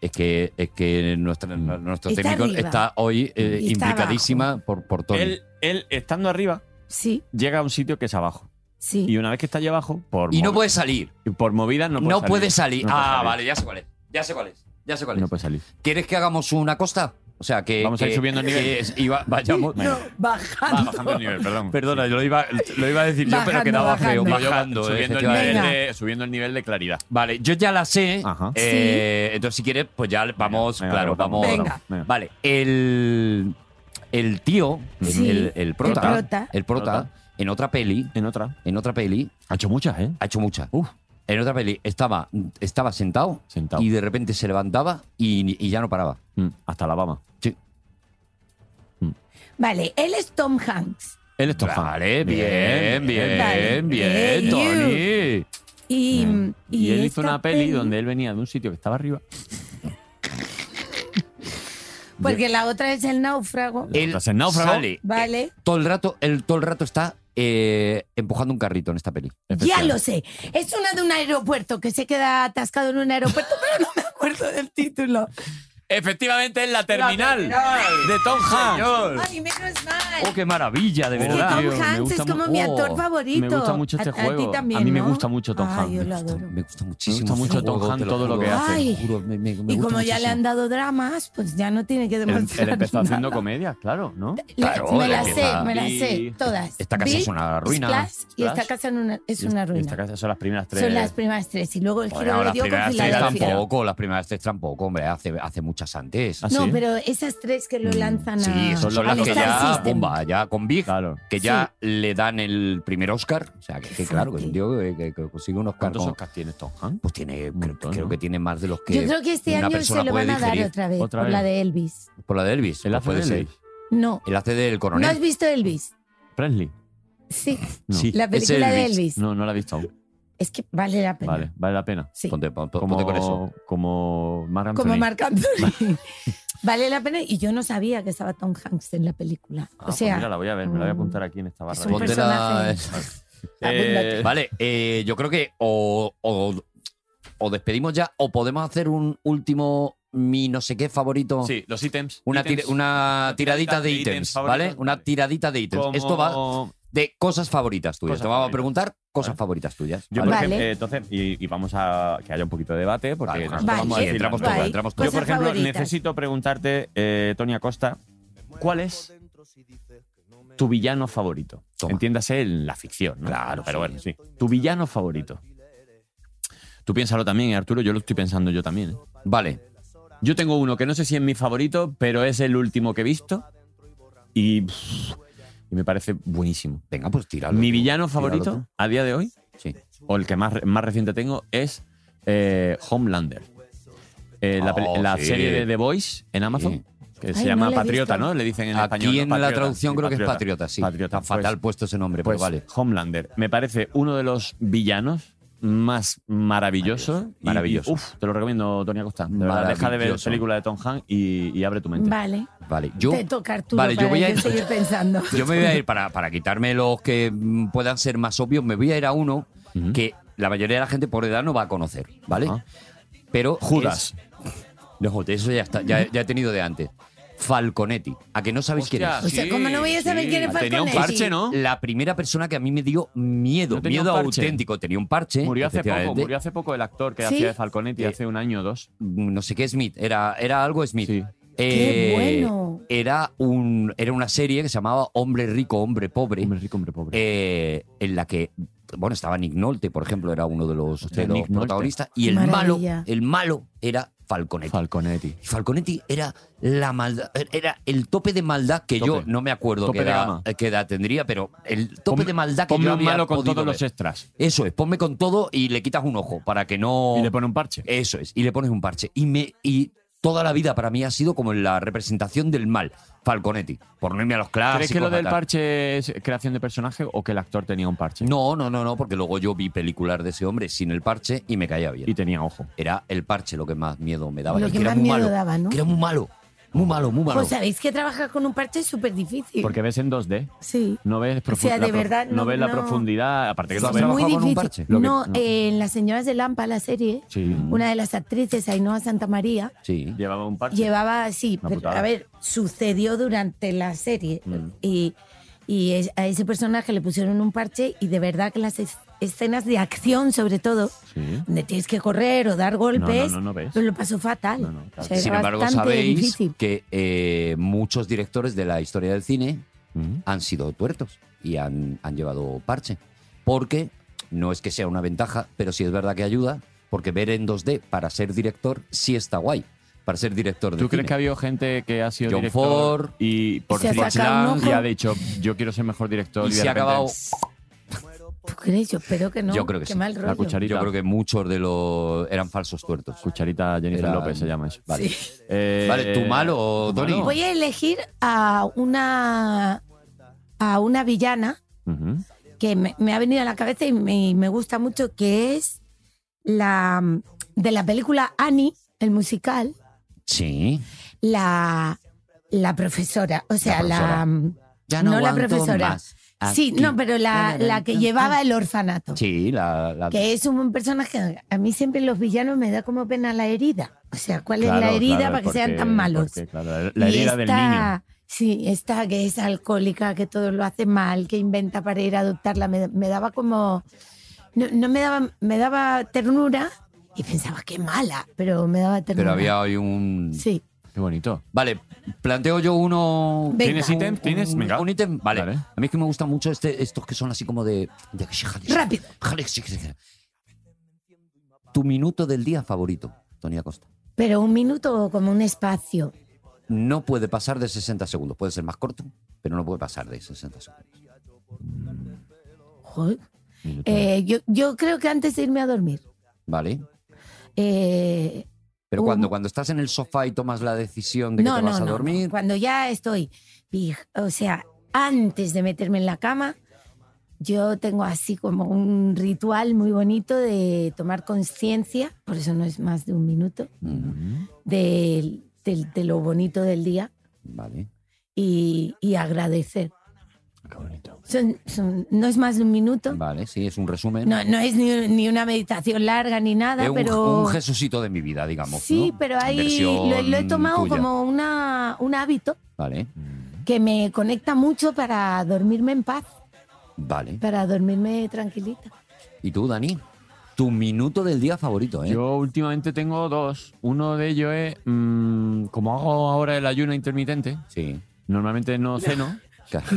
Speaker 3: Es que, es que nuestra- nuestro
Speaker 2: Está
Speaker 3: técnico
Speaker 2: arriba.
Speaker 3: está hoy eh,
Speaker 2: Y está
Speaker 3: implicadísima por, por Tony.
Speaker 4: Él, él, estando arriba,
Speaker 2: Sí,
Speaker 4: llega a un sitio que es abajo.
Speaker 2: sí.
Speaker 4: Y una vez que está allí abajo, por,
Speaker 3: Y no
Speaker 4: movi-
Speaker 3: puede salir.
Speaker 4: por movidas no
Speaker 3: No
Speaker 4: puede
Speaker 3: puede,
Speaker 4: salir.
Speaker 3: salir.
Speaker 4: No puede
Speaker 3: ah,
Speaker 4: salir.
Speaker 3: vale, ya sé cuál es. Ya sé cuál es. Ya sé cuál es.
Speaker 4: No puede salir.
Speaker 3: ¿Quieres que hagamos una costa? O sea, que.
Speaker 4: Vamos a ir
Speaker 3: que-
Speaker 4: subiendo el nivel.
Speaker 3: que es- iba-
Speaker 4: *laughs*
Speaker 3: vayamos.
Speaker 2: No, bajando.
Speaker 4: bajando el nivel, perdón.
Speaker 3: Perdona, yo lo iba, lo iba a decir yo,
Speaker 2: Bajando,
Speaker 3: pero quedaba feo.
Speaker 2: bajando.
Speaker 3: Bajando,
Speaker 4: subiendo, el
Speaker 3: efectivamente.
Speaker 4: nivel
Speaker 2: Venga.
Speaker 4: de, subiendo el nivel de claridad.
Speaker 3: Vale, yo ya la sé.
Speaker 4: Ajá.
Speaker 3: eh, Entonces, si quieres, pues ya vamos,
Speaker 4: Venga,
Speaker 3: claro,
Speaker 4: votamos,
Speaker 3: vamos.
Speaker 4: votamos. Venga.
Speaker 3: Vale, el, el tío, el-
Speaker 2: Sí,
Speaker 3: el, el prota,
Speaker 2: el prota.
Speaker 3: el prota,
Speaker 4: Prota.
Speaker 3: en otra peli,
Speaker 4: En otra.
Speaker 3: en otra peli,
Speaker 4: Ha hecho muchas, ¿eh?
Speaker 3: ha hecho muchas.
Speaker 4: Uf.
Speaker 3: En otra peli estaba, estaba sentado,
Speaker 4: Sentado.
Speaker 3: y de repente se levantaba y, y ya no paraba.
Speaker 4: Mm, Hasta Alabama.
Speaker 2: Vale, él es Tom Hanks.
Speaker 4: Él es Tom Hanks.
Speaker 3: Vale, bien, bien,
Speaker 2: Vale.
Speaker 3: bien,
Speaker 2: Hey, you.
Speaker 3: Tony.
Speaker 2: Y,
Speaker 4: Mm. Y,
Speaker 2: Mm. y
Speaker 4: él hizo
Speaker 2: esta
Speaker 4: una peli, donde él venía de un sitio que estaba arriba.
Speaker 2: Porque la otra es el náufrago.
Speaker 3: Él
Speaker 4: Tras el náufrago.
Speaker 3: sale,
Speaker 2: Vale.
Speaker 3: todo el rato, él todo el rato está eh, empujando un carrito en esta peli.
Speaker 2: Ya lo sé. Es una de un aeropuerto que se queda atascado en un aeropuerto, *laughs* pero no me acuerdo del título.
Speaker 4: Efectivamente, en la terminal de Tom Hanks.
Speaker 2: Ay, menos mal.
Speaker 3: ¡Oh, qué maravilla, de
Speaker 4: Oh,
Speaker 2: Es que
Speaker 3: verdad!
Speaker 2: Tom
Speaker 4: tío, me
Speaker 2: Hanks es
Speaker 4: gusta
Speaker 2: como
Speaker 4: mu-
Speaker 2: mi
Speaker 3: oh,
Speaker 2: actor favorito.
Speaker 4: Me gusta mucho este
Speaker 2: a,
Speaker 4: juego.
Speaker 2: A, ti también,
Speaker 4: a mí me
Speaker 2: ¿no?
Speaker 4: gusta mucho Tom
Speaker 2: Ay,
Speaker 4: Hanks.
Speaker 2: yo lo
Speaker 3: Esto
Speaker 2: adoro.
Speaker 3: Me gusta muchísimo.
Speaker 4: mucho
Speaker 3: este
Speaker 4: Tom
Speaker 3: juego, te
Speaker 4: Hanks,
Speaker 3: lo
Speaker 4: todo lo
Speaker 3: juro,
Speaker 4: que hace.
Speaker 3: te lo juro, me- me- me
Speaker 2: Y
Speaker 3: gusta
Speaker 2: como ya le
Speaker 3: muchísimo.
Speaker 2: han dado dramas, pues ya no tiene que
Speaker 4: Él,
Speaker 2: demostrar.
Speaker 4: él
Speaker 2: *laughs*
Speaker 4: empezó
Speaker 2: nada.
Speaker 4: haciendo comedias, claro, ¿no?
Speaker 2: La-
Speaker 3: Claro,
Speaker 2: me
Speaker 3: él
Speaker 2: las sé,
Speaker 3: empieza-
Speaker 2: me las
Speaker 4: Y-
Speaker 2: sé, todas.
Speaker 3: Esta casa
Speaker 2: Big,
Speaker 3: es una ruina.
Speaker 2: Splash, y esta
Speaker 4: Splash.
Speaker 2: casa en una- es
Speaker 4: Y
Speaker 2: una
Speaker 4: esta- esta
Speaker 2: ruina.
Speaker 4: casa son las primeras tres.
Speaker 2: Son las primeras tres. Y luego el
Speaker 3: Bueno,
Speaker 2: giro lo
Speaker 3: las
Speaker 2: dio con
Speaker 3: primeras tres
Speaker 2: Filadelfia.
Speaker 3: tampoco, las primeras tres tampoco, hombre, hace, hace muchas antes.
Speaker 4: ¿Ah,
Speaker 2: No,
Speaker 4: sí?
Speaker 2: pero esas tres que lo
Speaker 4: Mm,
Speaker 2: lanzan a.
Speaker 3: Sí, esas son
Speaker 4: al
Speaker 3: las que
Speaker 2: Star
Speaker 3: ya,
Speaker 2: System.
Speaker 3: bomba, ¿eh? ya con Big,
Speaker 4: Claro.
Speaker 3: que ya le dan el primer Oscar. O sea, que, que claro, que es un tío que, que- que consigue un Oscar.
Speaker 4: ¿Cuántos
Speaker 3: con-
Speaker 4: Oscars tiene Tom Hanks?
Speaker 3: pues tiene,
Speaker 4: Un
Speaker 3: creo,
Speaker 4: montón,
Speaker 3: creo
Speaker 4: ¿no?
Speaker 3: que tiene más de los que
Speaker 2: Yo creo que este
Speaker 3: una
Speaker 2: año
Speaker 3: persona
Speaker 2: se lo
Speaker 3: puede
Speaker 2: van a dar
Speaker 3: digerir.
Speaker 2: otra vez,
Speaker 4: Otra
Speaker 2: por
Speaker 4: vez.
Speaker 2: la de Elvis.
Speaker 3: Por la de Elvis,
Speaker 4: ¿El
Speaker 3: pues puede ser.
Speaker 2: No.
Speaker 3: El hace del
Speaker 2: ¿No
Speaker 3: coronel.
Speaker 2: has visto Elvis?
Speaker 4: Presley.
Speaker 3: *laughs*
Speaker 2: Sí,
Speaker 4: No.
Speaker 3: Sí,
Speaker 2: la
Speaker 3: es
Speaker 2: película de
Speaker 3: Elvis.
Speaker 2: Elvis.
Speaker 4: No, no la he visto aún.
Speaker 2: Es que vale la pena.
Speaker 4: Vale, vale la pena.
Speaker 2: Sí.
Speaker 3: Ponte, pon- pon-
Speaker 4: Como,
Speaker 3: Pues ponte con eso.
Speaker 4: como Marc Anthony.
Speaker 2: Como Marc
Speaker 3: *laughs*
Speaker 2: Anthony. vale la pena. Y yo no sabía que estaba Tom Hanks en la película.
Speaker 4: Ah,
Speaker 2: o
Speaker 4: pues
Speaker 2: sea,
Speaker 4: mira, la voy a ver, me la voy a
Speaker 2: mm,
Speaker 4: apuntar aquí en esta barra.
Speaker 2: es
Speaker 4: de-
Speaker 2: un
Speaker 3: Ponte la-
Speaker 2: personaje. Ah, pues
Speaker 4: Eh,
Speaker 3: Vale, eh, yo creo que o, o- o despedimos ya o podemos hacer un último mi no sé qué favorito.
Speaker 4: Sí, los ítems.
Speaker 3: Una,
Speaker 4: ítems.
Speaker 3: tira- una tiradita de
Speaker 4: de ítems
Speaker 3: ítems,
Speaker 4: favoritos.
Speaker 3: ¿vale? Una tiradita de ítems.
Speaker 4: Como-
Speaker 3: Esto va de cosas favoritas tuyas.
Speaker 4: Cosas
Speaker 3: Te vamos a
Speaker 4: favoritas.
Speaker 3: preguntar cosas
Speaker 4: Vale.
Speaker 3: favoritas tuyas. ¿vale?
Speaker 4: Yo, por
Speaker 2: Vale.
Speaker 4: ejemplo, eh, entonces, y, y vamos a que haya un poquito de debate, porque
Speaker 3: Vale,
Speaker 4: nosotros
Speaker 2: vale.
Speaker 4: vamos a
Speaker 2: Sí,
Speaker 4: decir
Speaker 3: entramos
Speaker 4: las
Speaker 3: todos,
Speaker 4: nuestras.
Speaker 3: entramos
Speaker 4: Yo,
Speaker 3: todos.
Speaker 2: Cosas
Speaker 4: por ejemplo,
Speaker 2: favoritas.
Speaker 4: necesito preguntarte, eh, Tonia Costa, ¿cuál es tu villano favorito?
Speaker 3: Toma.
Speaker 4: Entiéndase en la ficción, ¿no?
Speaker 3: Claro,
Speaker 4: pero bueno, sí. Tu villano favorito. Tú piénsalo también, eh, Arturo, yo lo estoy pensando yo también. ¿eh?
Speaker 3: Vale.
Speaker 4: Yo tengo uno que no sé si es mi favorito, pero es el último que he visto. Y, pff, y me parece buenísimo.
Speaker 3: Venga, pues tíralo.
Speaker 4: Mi
Speaker 3: tú,
Speaker 4: villano
Speaker 3: tíralo
Speaker 4: favorito a día de hoy,
Speaker 3: tú. Sí.
Speaker 4: o el que más, re- más reciente tengo, es eh, Homelander. Eh, la, pel-
Speaker 3: Oh,
Speaker 4: la
Speaker 3: sí.
Speaker 4: serie de The Voice en Amazon, que se
Speaker 2: Ay,
Speaker 4: llama
Speaker 2: no la he
Speaker 4: Patriota,
Speaker 2: visto.
Speaker 4: ¿no? Le dicen en español.
Speaker 3: Aquí
Speaker 4: ¿no?
Speaker 3: en la
Speaker 4: Patriota,
Speaker 3: traducción
Speaker 4: sí,
Speaker 3: creo que es patriota, sí.
Speaker 4: Patriota,
Speaker 3: Está fatal
Speaker 4: pues-
Speaker 3: puesto ese nombre,
Speaker 4: pues,
Speaker 3: pero vale.
Speaker 4: Homelander me parece uno de los villanos más maravillosos.
Speaker 3: Maravilloso, maravilloso.
Speaker 4: Y- y, uf, te lo recomiendo, Tony Acosta. De verdad, deja de ver
Speaker 3: Maravilloso.
Speaker 4: películas de Tom Hanks y, y abre tu mente.
Speaker 2: Vale.
Speaker 3: Vale, yo,
Speaker 2: Te toca Arturo
Speaker 3: Vale, *laughs* yo
Speaker 2: para
Speaker 3: voy a-
Speaker 2: seguir pensando.
Speaker 3: yo me voy a ir para, para quitarme los que mm, puedan ser más obvios, me voy a ir a uno
Speaker 4: Ujú.
Speaker 3: que la mayoría de la gente por edad no va a conocer, ¿vale?
Speaker 4: Ajá.
Speaker 3: Pero
Speaker 4: Judas.
Speaker 3: es- no, de eso ya está, ya, ya he tenido de antes. Falconetti. A que no sabéis quién es.
Speaker 2: O sea, como no voy a saber quién es
Speaker 4: Tenía un
Speaker 2: Falconetti?
Speaker 4: parche, ¿no?
Speaker 3: La primera persona que a mí me dio miedo,
Speaker 4: No tenía
Speaker 3: miedo
Speaker 4: un parche.
Speaker 3: auténtico. Tenía un parche.
Speaker 4: Murió hace poco,
Speaker 3: efectivamente.
Speaker 4: murió hace poco el actor que
Speaker 2: ¿Sí?
Speaker 4: hacía de Falconetti
Speaker 3: Eh,
Speaker 4: hace un año o dos.
Speaker 3: No sé qué Smith, era, era algo Smith.
Speaker 2: ¡Qué
Speaker 3: Eh,
Speaker 2: bueno!
Speaker 3: Era, un, era una serie que se llamaba Hombre rico, hombre pobre,
Speaker 4: Hombre rico, hombre pobre.
Speaker 3: eh, en la que, bueno, estaba Nick Nolte, por ejemplo, era uno de los, de
Speaker 4: Nick
Speaker 3: los
Speaker 4: Nolte.
Speaker 3: protagonistas, y el
Speaker 2: Maravilla.
Speaker 3: malo, el malo era
Speaker 4: Eh,
Speaker 3: Falconetti.
Speaker 4: Falconetti.
Speaker 3: Y Falconetti era la maldad, er, era el tope de maldad que yo
Speaker 4: Tope.
Speaker 3: no me acuerdo
Speaker 4: Tope
Speaker 3: qué
Speaker 4: de
Speaker 3: edad,
Speaker 4: gama.
Speaker 3: qué edad tendría, pero el tope
Speaker 4: Ponme-
Speaker 3: de maldad que
Speaker 4: ponme
Speaker 3: yo
Speaker 4: un
Speaker 3: había
Speaker 4: malo con
Speaker 3: podido
Speaker 4: todos los
Speaker 3: ver.
Speaker 4: extras.
Speaker 3: Eso es, ponme con todo y le quitas un ojo para que no.
Speaker 4: Y le pone un parche.
Speaker 3: Eso es, y le pones un parche. Y, me, y toda la vida para mí ha sido como la representación del mal, Falconetti, por no irme a los clásicos.
Speaker 4: ¿Crees que lo
Speaker 3: a
Speaker 4: del
Speaker 3: tal.
Speaker 4: parche es creación de personaje o que el actor tenía un parche?
Speaker 3: No, no, no, no, porque luego yo vi películas de ese hombre sin el parche y me caía bien.
Speaker 4: Y tenía ojo.
Speaker 3: Era el parche lo que más miedo me daba.
Speaker 2: Lo
Speaker 3: y
Speaker 2: que
Speaker 3: era
Speaker 2: más
Speaker 3: muy
Speaker 2: miedo
Speaker 3: malo,
Speaker 2: daba, ¿no?
Speaker 3: que era muy malo, muy malo, muy malo.
Speaker 2: Pues sabéis que trabajar con un parche es súper difícil.
Speaker 4: Porque ves en 2D.
Speaker 2: Sí.
Speaker 4: No ves profu-
Speaker 2: sea,
Speaker 4: la
Speaker 2: de
Speaker 4: prof-
Speaker 2: verdad,
Speaker 4: no,
Speaker 2: no-
Speaker 4: ves
Speaker 2: no.
Speaker 4: la profundidad. Aparte que
Speaker 3: Sí,
Speaker 4: no
Speaker 3: sí,
Speaker 4: ves.
Speaker 3: sí.
Speaker 2: muy
Speaker 3: trabajado con un
Speaker 2: difícil.
Speaker 3: parche?
Speaker 4: Lo que-
Speaker 2: no,
Speaker 4: no. Mm.
Speaker 2: eh, en Las Señoras de Lampa, la serie,
Speaker 4: Sí.
Speaker 2: una de las actrices, Ainhoa Santa María,
Speaker 3: Sí.
Speaker 4: Llevaba un parche.
Speaker 2: llevaba, sí,
Speaker 4: Una
Speaker 2: pero,
Speaker 4: putada.
Speaker 2: a ver, sucedió durante la serie
Speaker 4: Mm,
Speaker 2: y, y es- a ese personaje le pusieron un parche y de verdad que las es- escenas de acción, sobre todo,
Speaker 4: Sí.
Speaker 2: donde tienes que correr o dar golpes,
Speaker 4: No, no, no, no ves.
Speaker 2: pues lo pasó fatal.
Speaker 4: No, no, claro.
Speaker 2: O sea,
Speaker 3: Sin
Speaker 2: era
Speaker 3: embargo,
Speaker 2: bastante
Speaker 3: sabéis
Speaker 2: difícil.
Speaker 3: que eh, muchos directores de la historia del cine
Speaker 4: Mm.
Speaker 3: han sido tuertos y han, han llevado parche. Porque no es que sea una ventaja, pero sí es verdad que ayuda, porque ver en 2D para ser director sí está guay. Para ser director de
Speaker 4: ¿Tú crees
Speaker 3: cine.
Speaker 4: que ha habido gente que ha sido
Speaker 3: John
Speaker 4: director
Speaker 3: Ford,
Speaker 4: y por
Speaker 2: se ha
Speaker 4: Fritz
Speaker 2: sacado un
Speaker 4: Lang y
Speaker 2: ojo?
Speaker 4: ha dicho yo quiero ser mejor director
Speaker 3: y
Speaker 4: de
Speaker 3: se ha
Speaker 4: repente,
Speaker 3: acabado.
Speaker 2: ¿Tú crees? Yo espero que no.
Speaker 3: Yo creo que
Speaker 2: Qué
Speaker 3: sí.
Speaker 2: mal rollo.
Speaker 4: La cucharita.
Speaker 3: Yo creo que muchos de los eran falsos tuertos.
Speaker 4: Cucharita Jennifer
Speaker 3: Era-
Speaker 4: López se llama eso.
Speaker 3: Vale.
Speaker 4: Eh,
Speaker 3: Vale, ¿tu malo,
Speaker 4: ¿tu
Speaker 3: Tony?
Speaker 4: malo?
Speaker 2: Voy a elegir a una, a una villana
Speaker 4: Ujú.
Speaker 2: que me, me ha venido a la cabeza y me, me gusta mucho, que es la de la película Annie, el musical,
Speaker 3: Sí.
Speaker 2: la, la profesora. O sea, la.
Speaker 3: profesora. Ah,
Speaker 2: no la profesora. Sí, no, pero la, la que llevaba el orfanato.
Speaker 3: Sí, la. la-
Speaker 2: Que es un personaje. A mí siempre los villanos me da como pena la herida. O sea, ¿cuál es
Speaker 4: Claro,
Speaker 2: la herida
Speaker 4: claro,
Speaker 2: para que
Speaker 4: porque-
Speaker 2: sean tan malos?
Speaker 4: porque, claro, la
Speaker 2: Y
Speaker 4: herida del niño.
Speaker 2: esta- Sí, esta que es alcohólica, que todo lo hace mal, que inventa para ir a adoptarla, me, me daba como... No, no me daba, me daba ternura y pensaba que mala, pero me daba ternura.
Speaker 3: Pero había hoy un.
Speaker 2: Sí,
Speaker 4: Qué bonito.
Speaker 3: Vale, planteo yo uno.
Speaker 2: Venga. ¿Tienes
Speaker 4: ítem? ¿Tienes?
Speaker 3: un-
Speaker 4: Venga.
Speaker 3: Un ítem, vale.
Speaker 4: Vale.
Speaker 3: A mí es que me gusta mucho este, estos que son así como de. de-
Speaker 2: Rápido.
Speaker 3: Tu minuto del día favorito, Tony Acosta.
Speaker 2: pero un minuto o como un espacio.
Speaker 3: No puede pasar de 60 segundos. Puede ser más corto, pero no puede pasar de 60 segundos.
Speaker 2: Joder. Eh, yo, yo creo que antes de irme a dormir.
Speaker 3: ¿Vale?
Speaker 2: eh,
Speaker 3: Pero
Speaker 2: Un-
Speaker 3: cuando, cuando estás en el sofá y tomas la decisión de que
Speaker 2: no,
Speaker 3: te
Speaker 2: no,
Speaker 3: vas a
Speaker 2: no, no.
Speaker 3: dormir.
Speaker 2: Cuando ya estoy, y- o sea, antes de meterme en la cama, yo tengo así como un ritual muy bonito de tomar conciencia, por eso no es más de un minuto,
Speaker 3: Mm,
Speaker 2: del- del- de, lo bonito del día
Speaker 3: Vale.
Speaker 2: y, y agradecer. Son- son- no es más de un minuto.
Speaker 3: Vale, sí, es un resumen.
Speaker 2: No, no es ni, ni una meditación larga ni nada,
Speaker 3: es un,
Speaker 2: pero...
Speaker 3: un Jesucito de mi vida, digamos.
Speaker 2: sí,
Speaker 3: ¿no?
Speaker 2: pero ahí
Speaker 3: Versión
Speaker 2: lo, lo he tomado
Speaker 3: tuya.
Speaker 2: como una, un hábito
Speaker 3: Vale,
Speaker 2: que me conecta mucho para dormirme en paz,
Speaker 3: vale.
Speaker 2: para dormirme tranquilita.
Speaker 3: ¿Y tú, Dani? Tu minuto del día favorito, ¿eh?
Speaker 4: Yo últimamente tengo dos. Uno de ellos es, mm, como hago ahora el ayuno intermitente,
Speaker 3: *laughs* Sí.
Speaker 2: *laughs*
Speaker 4: normalmente no ceno,
Speaker 3: claro.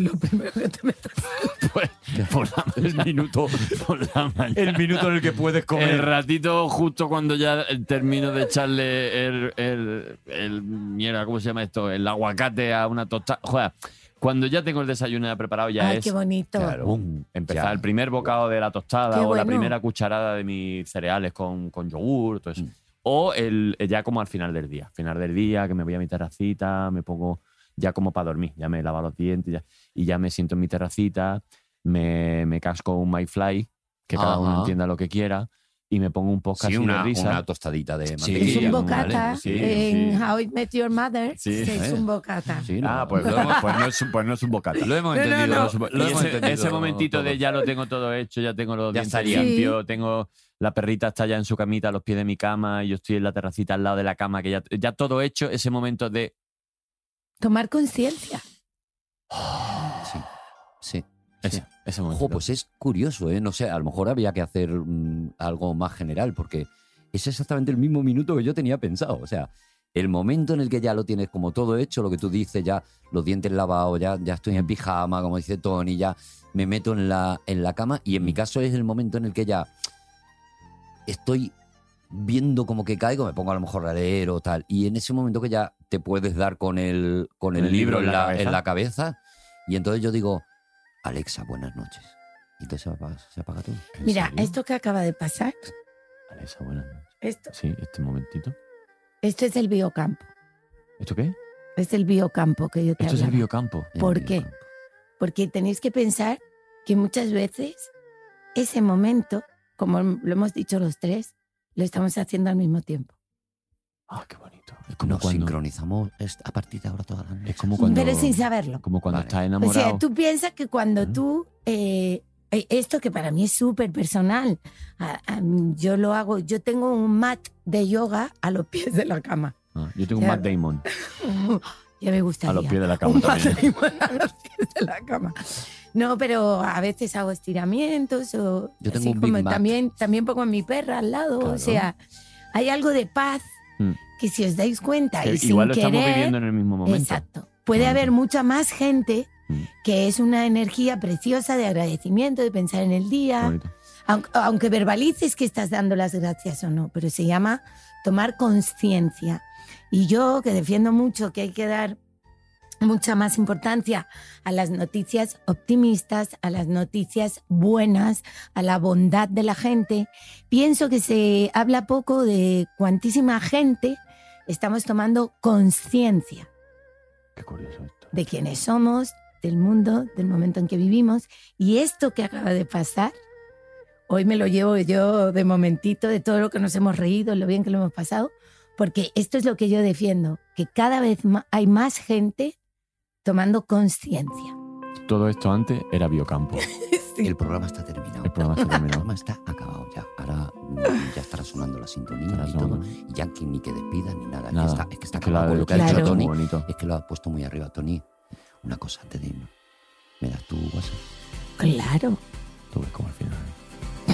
Speaker 4: pues por la, el minuto, por
Speaker 2: *laughs*
Speaker 4: la mañana.
Speaker 3: minuto en el que puedes
Speaker 4: El
Speaker 2: eh.
Speaker 4: ratito justo cuando ya termino de echarle el, el, el- mierda, ¿cómo se llama esto? El aguacate a una tostada. Joder, cuando ya tengo el desayuno ya preparado ya
Speaker 2: Ay,
Speaker 4: es
Speaker 2: qué bonito.
Speaker 3: Claro.
Speaker 4: Boom, empezar
Speaker 3: Ya.
Speaker 4: el primer bocado de la tostada
Speaker 2: Qué
Speaker 4: o la
Speaker 2: bueno.
Speaker 4: primera cucharada de mis cereales con, con yogur, todo eso.
Speaker 3: Mm.
Speaker 4: O el, eh, ya como al final del día. Final del día, que me voy a mi terracita, me pongo ya como para dormir. Ya me lavo los dientes ya- y ya me siento en mi terracita, me, me casco un MyFly, que cada uno
Speaker 3: Ajá.
Speaker 4: entienda lo que quiera, y me pongo un podcast
Speaker 3: Sí,
Speaker 4: así
Speaker 3: una,
Speaker 4: de risa.
Speaker 3: una tostadita de
Speaker 4: Sí,
Speaker 2: Es
Speaker 3: mantequilla,
Speaker 2: un
Speaker 4: ¿no?
Speaker 2: bocata
Speaker 3: ¿vale? Sí,
Speaker 2: en
Speaker 4: sí.
Speaker 2: How I Met Your Mother.
Speaker 4: Sí,
Speaker 2: es
Speaker 3: eh.
Speaker 2: un bocata.
Speaker 3: sí, no,
Speaker 4: Ah, pues,
Speaker 3: lo
Speaker 4: no,
Speaker 3: hemos,
Speaker 4: pues no es, un- pues no es un bocata.
Speaker 3: lo hemos
Speaker 2: No, no,
Speaker 3: entendido.
Speaker 2: no.
Speaker 3: lo hemos-
Speaker 4: Y
Speaker 3: lo hemos
Speaker 4: ese,
Speaker 3: entendido
Speaker 4: ese momentito
Speaker 3: todo.
Speaker 4: de ya lo tengo todo hecho, ya tengo los
Speaker 3: Ya
Speaker 4: dientes
Speaker 3: estaría.
Speaker 4: limpios, tengo la perrita está ya en su camita, a los pies de mi cama, y yo estoy en la terracita al lado de la cama, que ya, ya todo hecho, ese momento de
Speaker 2: Tomar conciencia.
Speaker 3: Sí, sí.
Speaker 4: Ese,
Speaker 3: sí.
Speaker 4: ese momento.
Speaker 3: Ojo, pues es curioso, ¿eh? No sé, a lo mejor había que hacer mm, algo más general, porque es exactamente el mismo minuto que yo tenía pensado. O sea, el momento en el que ya lo tienes como todo hecho, lo que tú dices, ya los dientes lavados, ya, ya estoy en pijama, como dice Tony, ya me meto en la, en la cama. Y en mi caso es el momento en el que ya estoy viendo como que caigo, me pongo a lo mejor a leer o tal. Y en ese momento que ya te puedes dar con el, con el, libro, en la, en la cabeza. Y entonces yo digo, Alexa, buenas noches. Y entonces se apaga, se apaga todo.
Speaker 2: Mira, esto que acaba de pasar,
Speaker 4: Esa buena noche.
Speaker 2: esto,
Speaker 4: Sí, este momentito.
Speaker 2: esto es el biocampo.
Speaker 4: ¿Esto qué?
Speaker 2: Es el biocampo que yo te
Speaker 4: Esto es el
Speaker 2: hablaba.
Speaker 4: biocampo.
Speaker 2: ¿Por qué? Porque tenéis que pensar que muchas veces ese momento, como lo hemos dicho los tres, lo estamos haciendo al mismo tiempo.
Speaker 4: Ah, qué bonito. Es
Speaker 3: Nos
Speaker 4: cuando-
Speaker 3: sincronizamos est- a partir de ahora toda la noche.
Speaker 4: Es como cuando.
Speaker 2: Pero sin saberlo.
Speaker 4: Como cuando
Speaker 3: Vale.
Speaker 4: estás
Speaker 2: O
Speaker 4: enamorado.
Speaker 2: sea, tú piensas que cuando tú, eh, eh, esto que para mí es súper personal, a- a- yo lo hago, yo tengo un mat de yoga a los pies de la
Speaker 4: *laughs*
Speaker 2: cama.
Speaker 4: Ah, yo tengo un
Speaker 2: Ya.
Speaker 4: Matt Damon
Speaker 2: ya me gustaría.
Speaker 4: a los pies de la cama
Speaker 2: Un mat
Speaker 4: también. ¿eh?
Speaker 2: de yoga a los pies de la cama. No, pero a veces hago estiramientos o
Speaker 3: Yo tengo
Speaker 2: así
Speaker 3: un Big
Speaker 2: como
Speaker 3: Mac.
Speaker 2: también, también pongo a mi perra al lado.
Speaker 4: Claro.
Speaker 2: O sea, hay algo de paz
Speaker 4: Mm.
Speaker 2: que si os dais cuenta
Speaker 4: Que
Speaker 2: y sin
Speaker 4: Igual lo estamos
Speaker 2: querer,
Speaker 4: viviendo en el mismo momento.
Speaker 2: Exacto. Puede haber mucha más gente
Speaker 4: Mm.
Speaker 2: que es una energía preciosa de agradecimiento, de pensar en el
Speaker 4: Qué
Speaker 2: día,
Speaker 4: bonito.
Speaker 2: aunque, aunque verbalices que estás dando las gracias o no, pero se llama tomar conciencia. Y yo que defiendo mucho que hay que dar mucha más importancia a las noticias optimistas, a las noticias buenas, a la bondad de la gente, pienso que se habla poco de cuantísima gente estamos tomando conciencia
Speaker 4: Qué curioso esto.
Speaker 2: de quiénes somos, del mundo, del momento en que vivimos. Y esto que acaba de pasar, hoy me lo llevo yo de momentito, de todo lo que nos hemos reído, lo bien que lo hemos pasado, porque esto es lo que yo defiendo, que cada vez ma- hay más gente tomando conciencia.
Speaker 4: Todo esto antes era biocampo.
Speaker 3: El programa está terminado.
Speaker 4: El
Speaker 2: *laughs*
Speaker 4: programa se
Speaker 3: El
Speaker 4: terminó.
Speaker 3: programa está acabado ya. Ahora mm, ya estará sonando la sintonía
Speaker 4: Estará
Speaker 3: y
Speaker 4: sonando.
Speaker 3: todo. Y ya que ni que despida ni nada.
Speaker 4: Nada.
Speaker 3: Es que está, es que está
Speaker 4: Es que
Speaker 3: acabado
Speaker 4: la-
Speaker 3: con lo que
Speaker 2: Claro.
Speaker 3: ha dicho
Speaker 4: Muy
Speaker 3: Tony.
Speaker 4: bonito.
Speaker 3: Es que lo ha puesto muy arriba, Tony. Una cosa antes de irnos. ¿Me das tu WhatsApp?
Speaker 2: Claro.
Speaker 4: Tú ves como al final. ¿eh?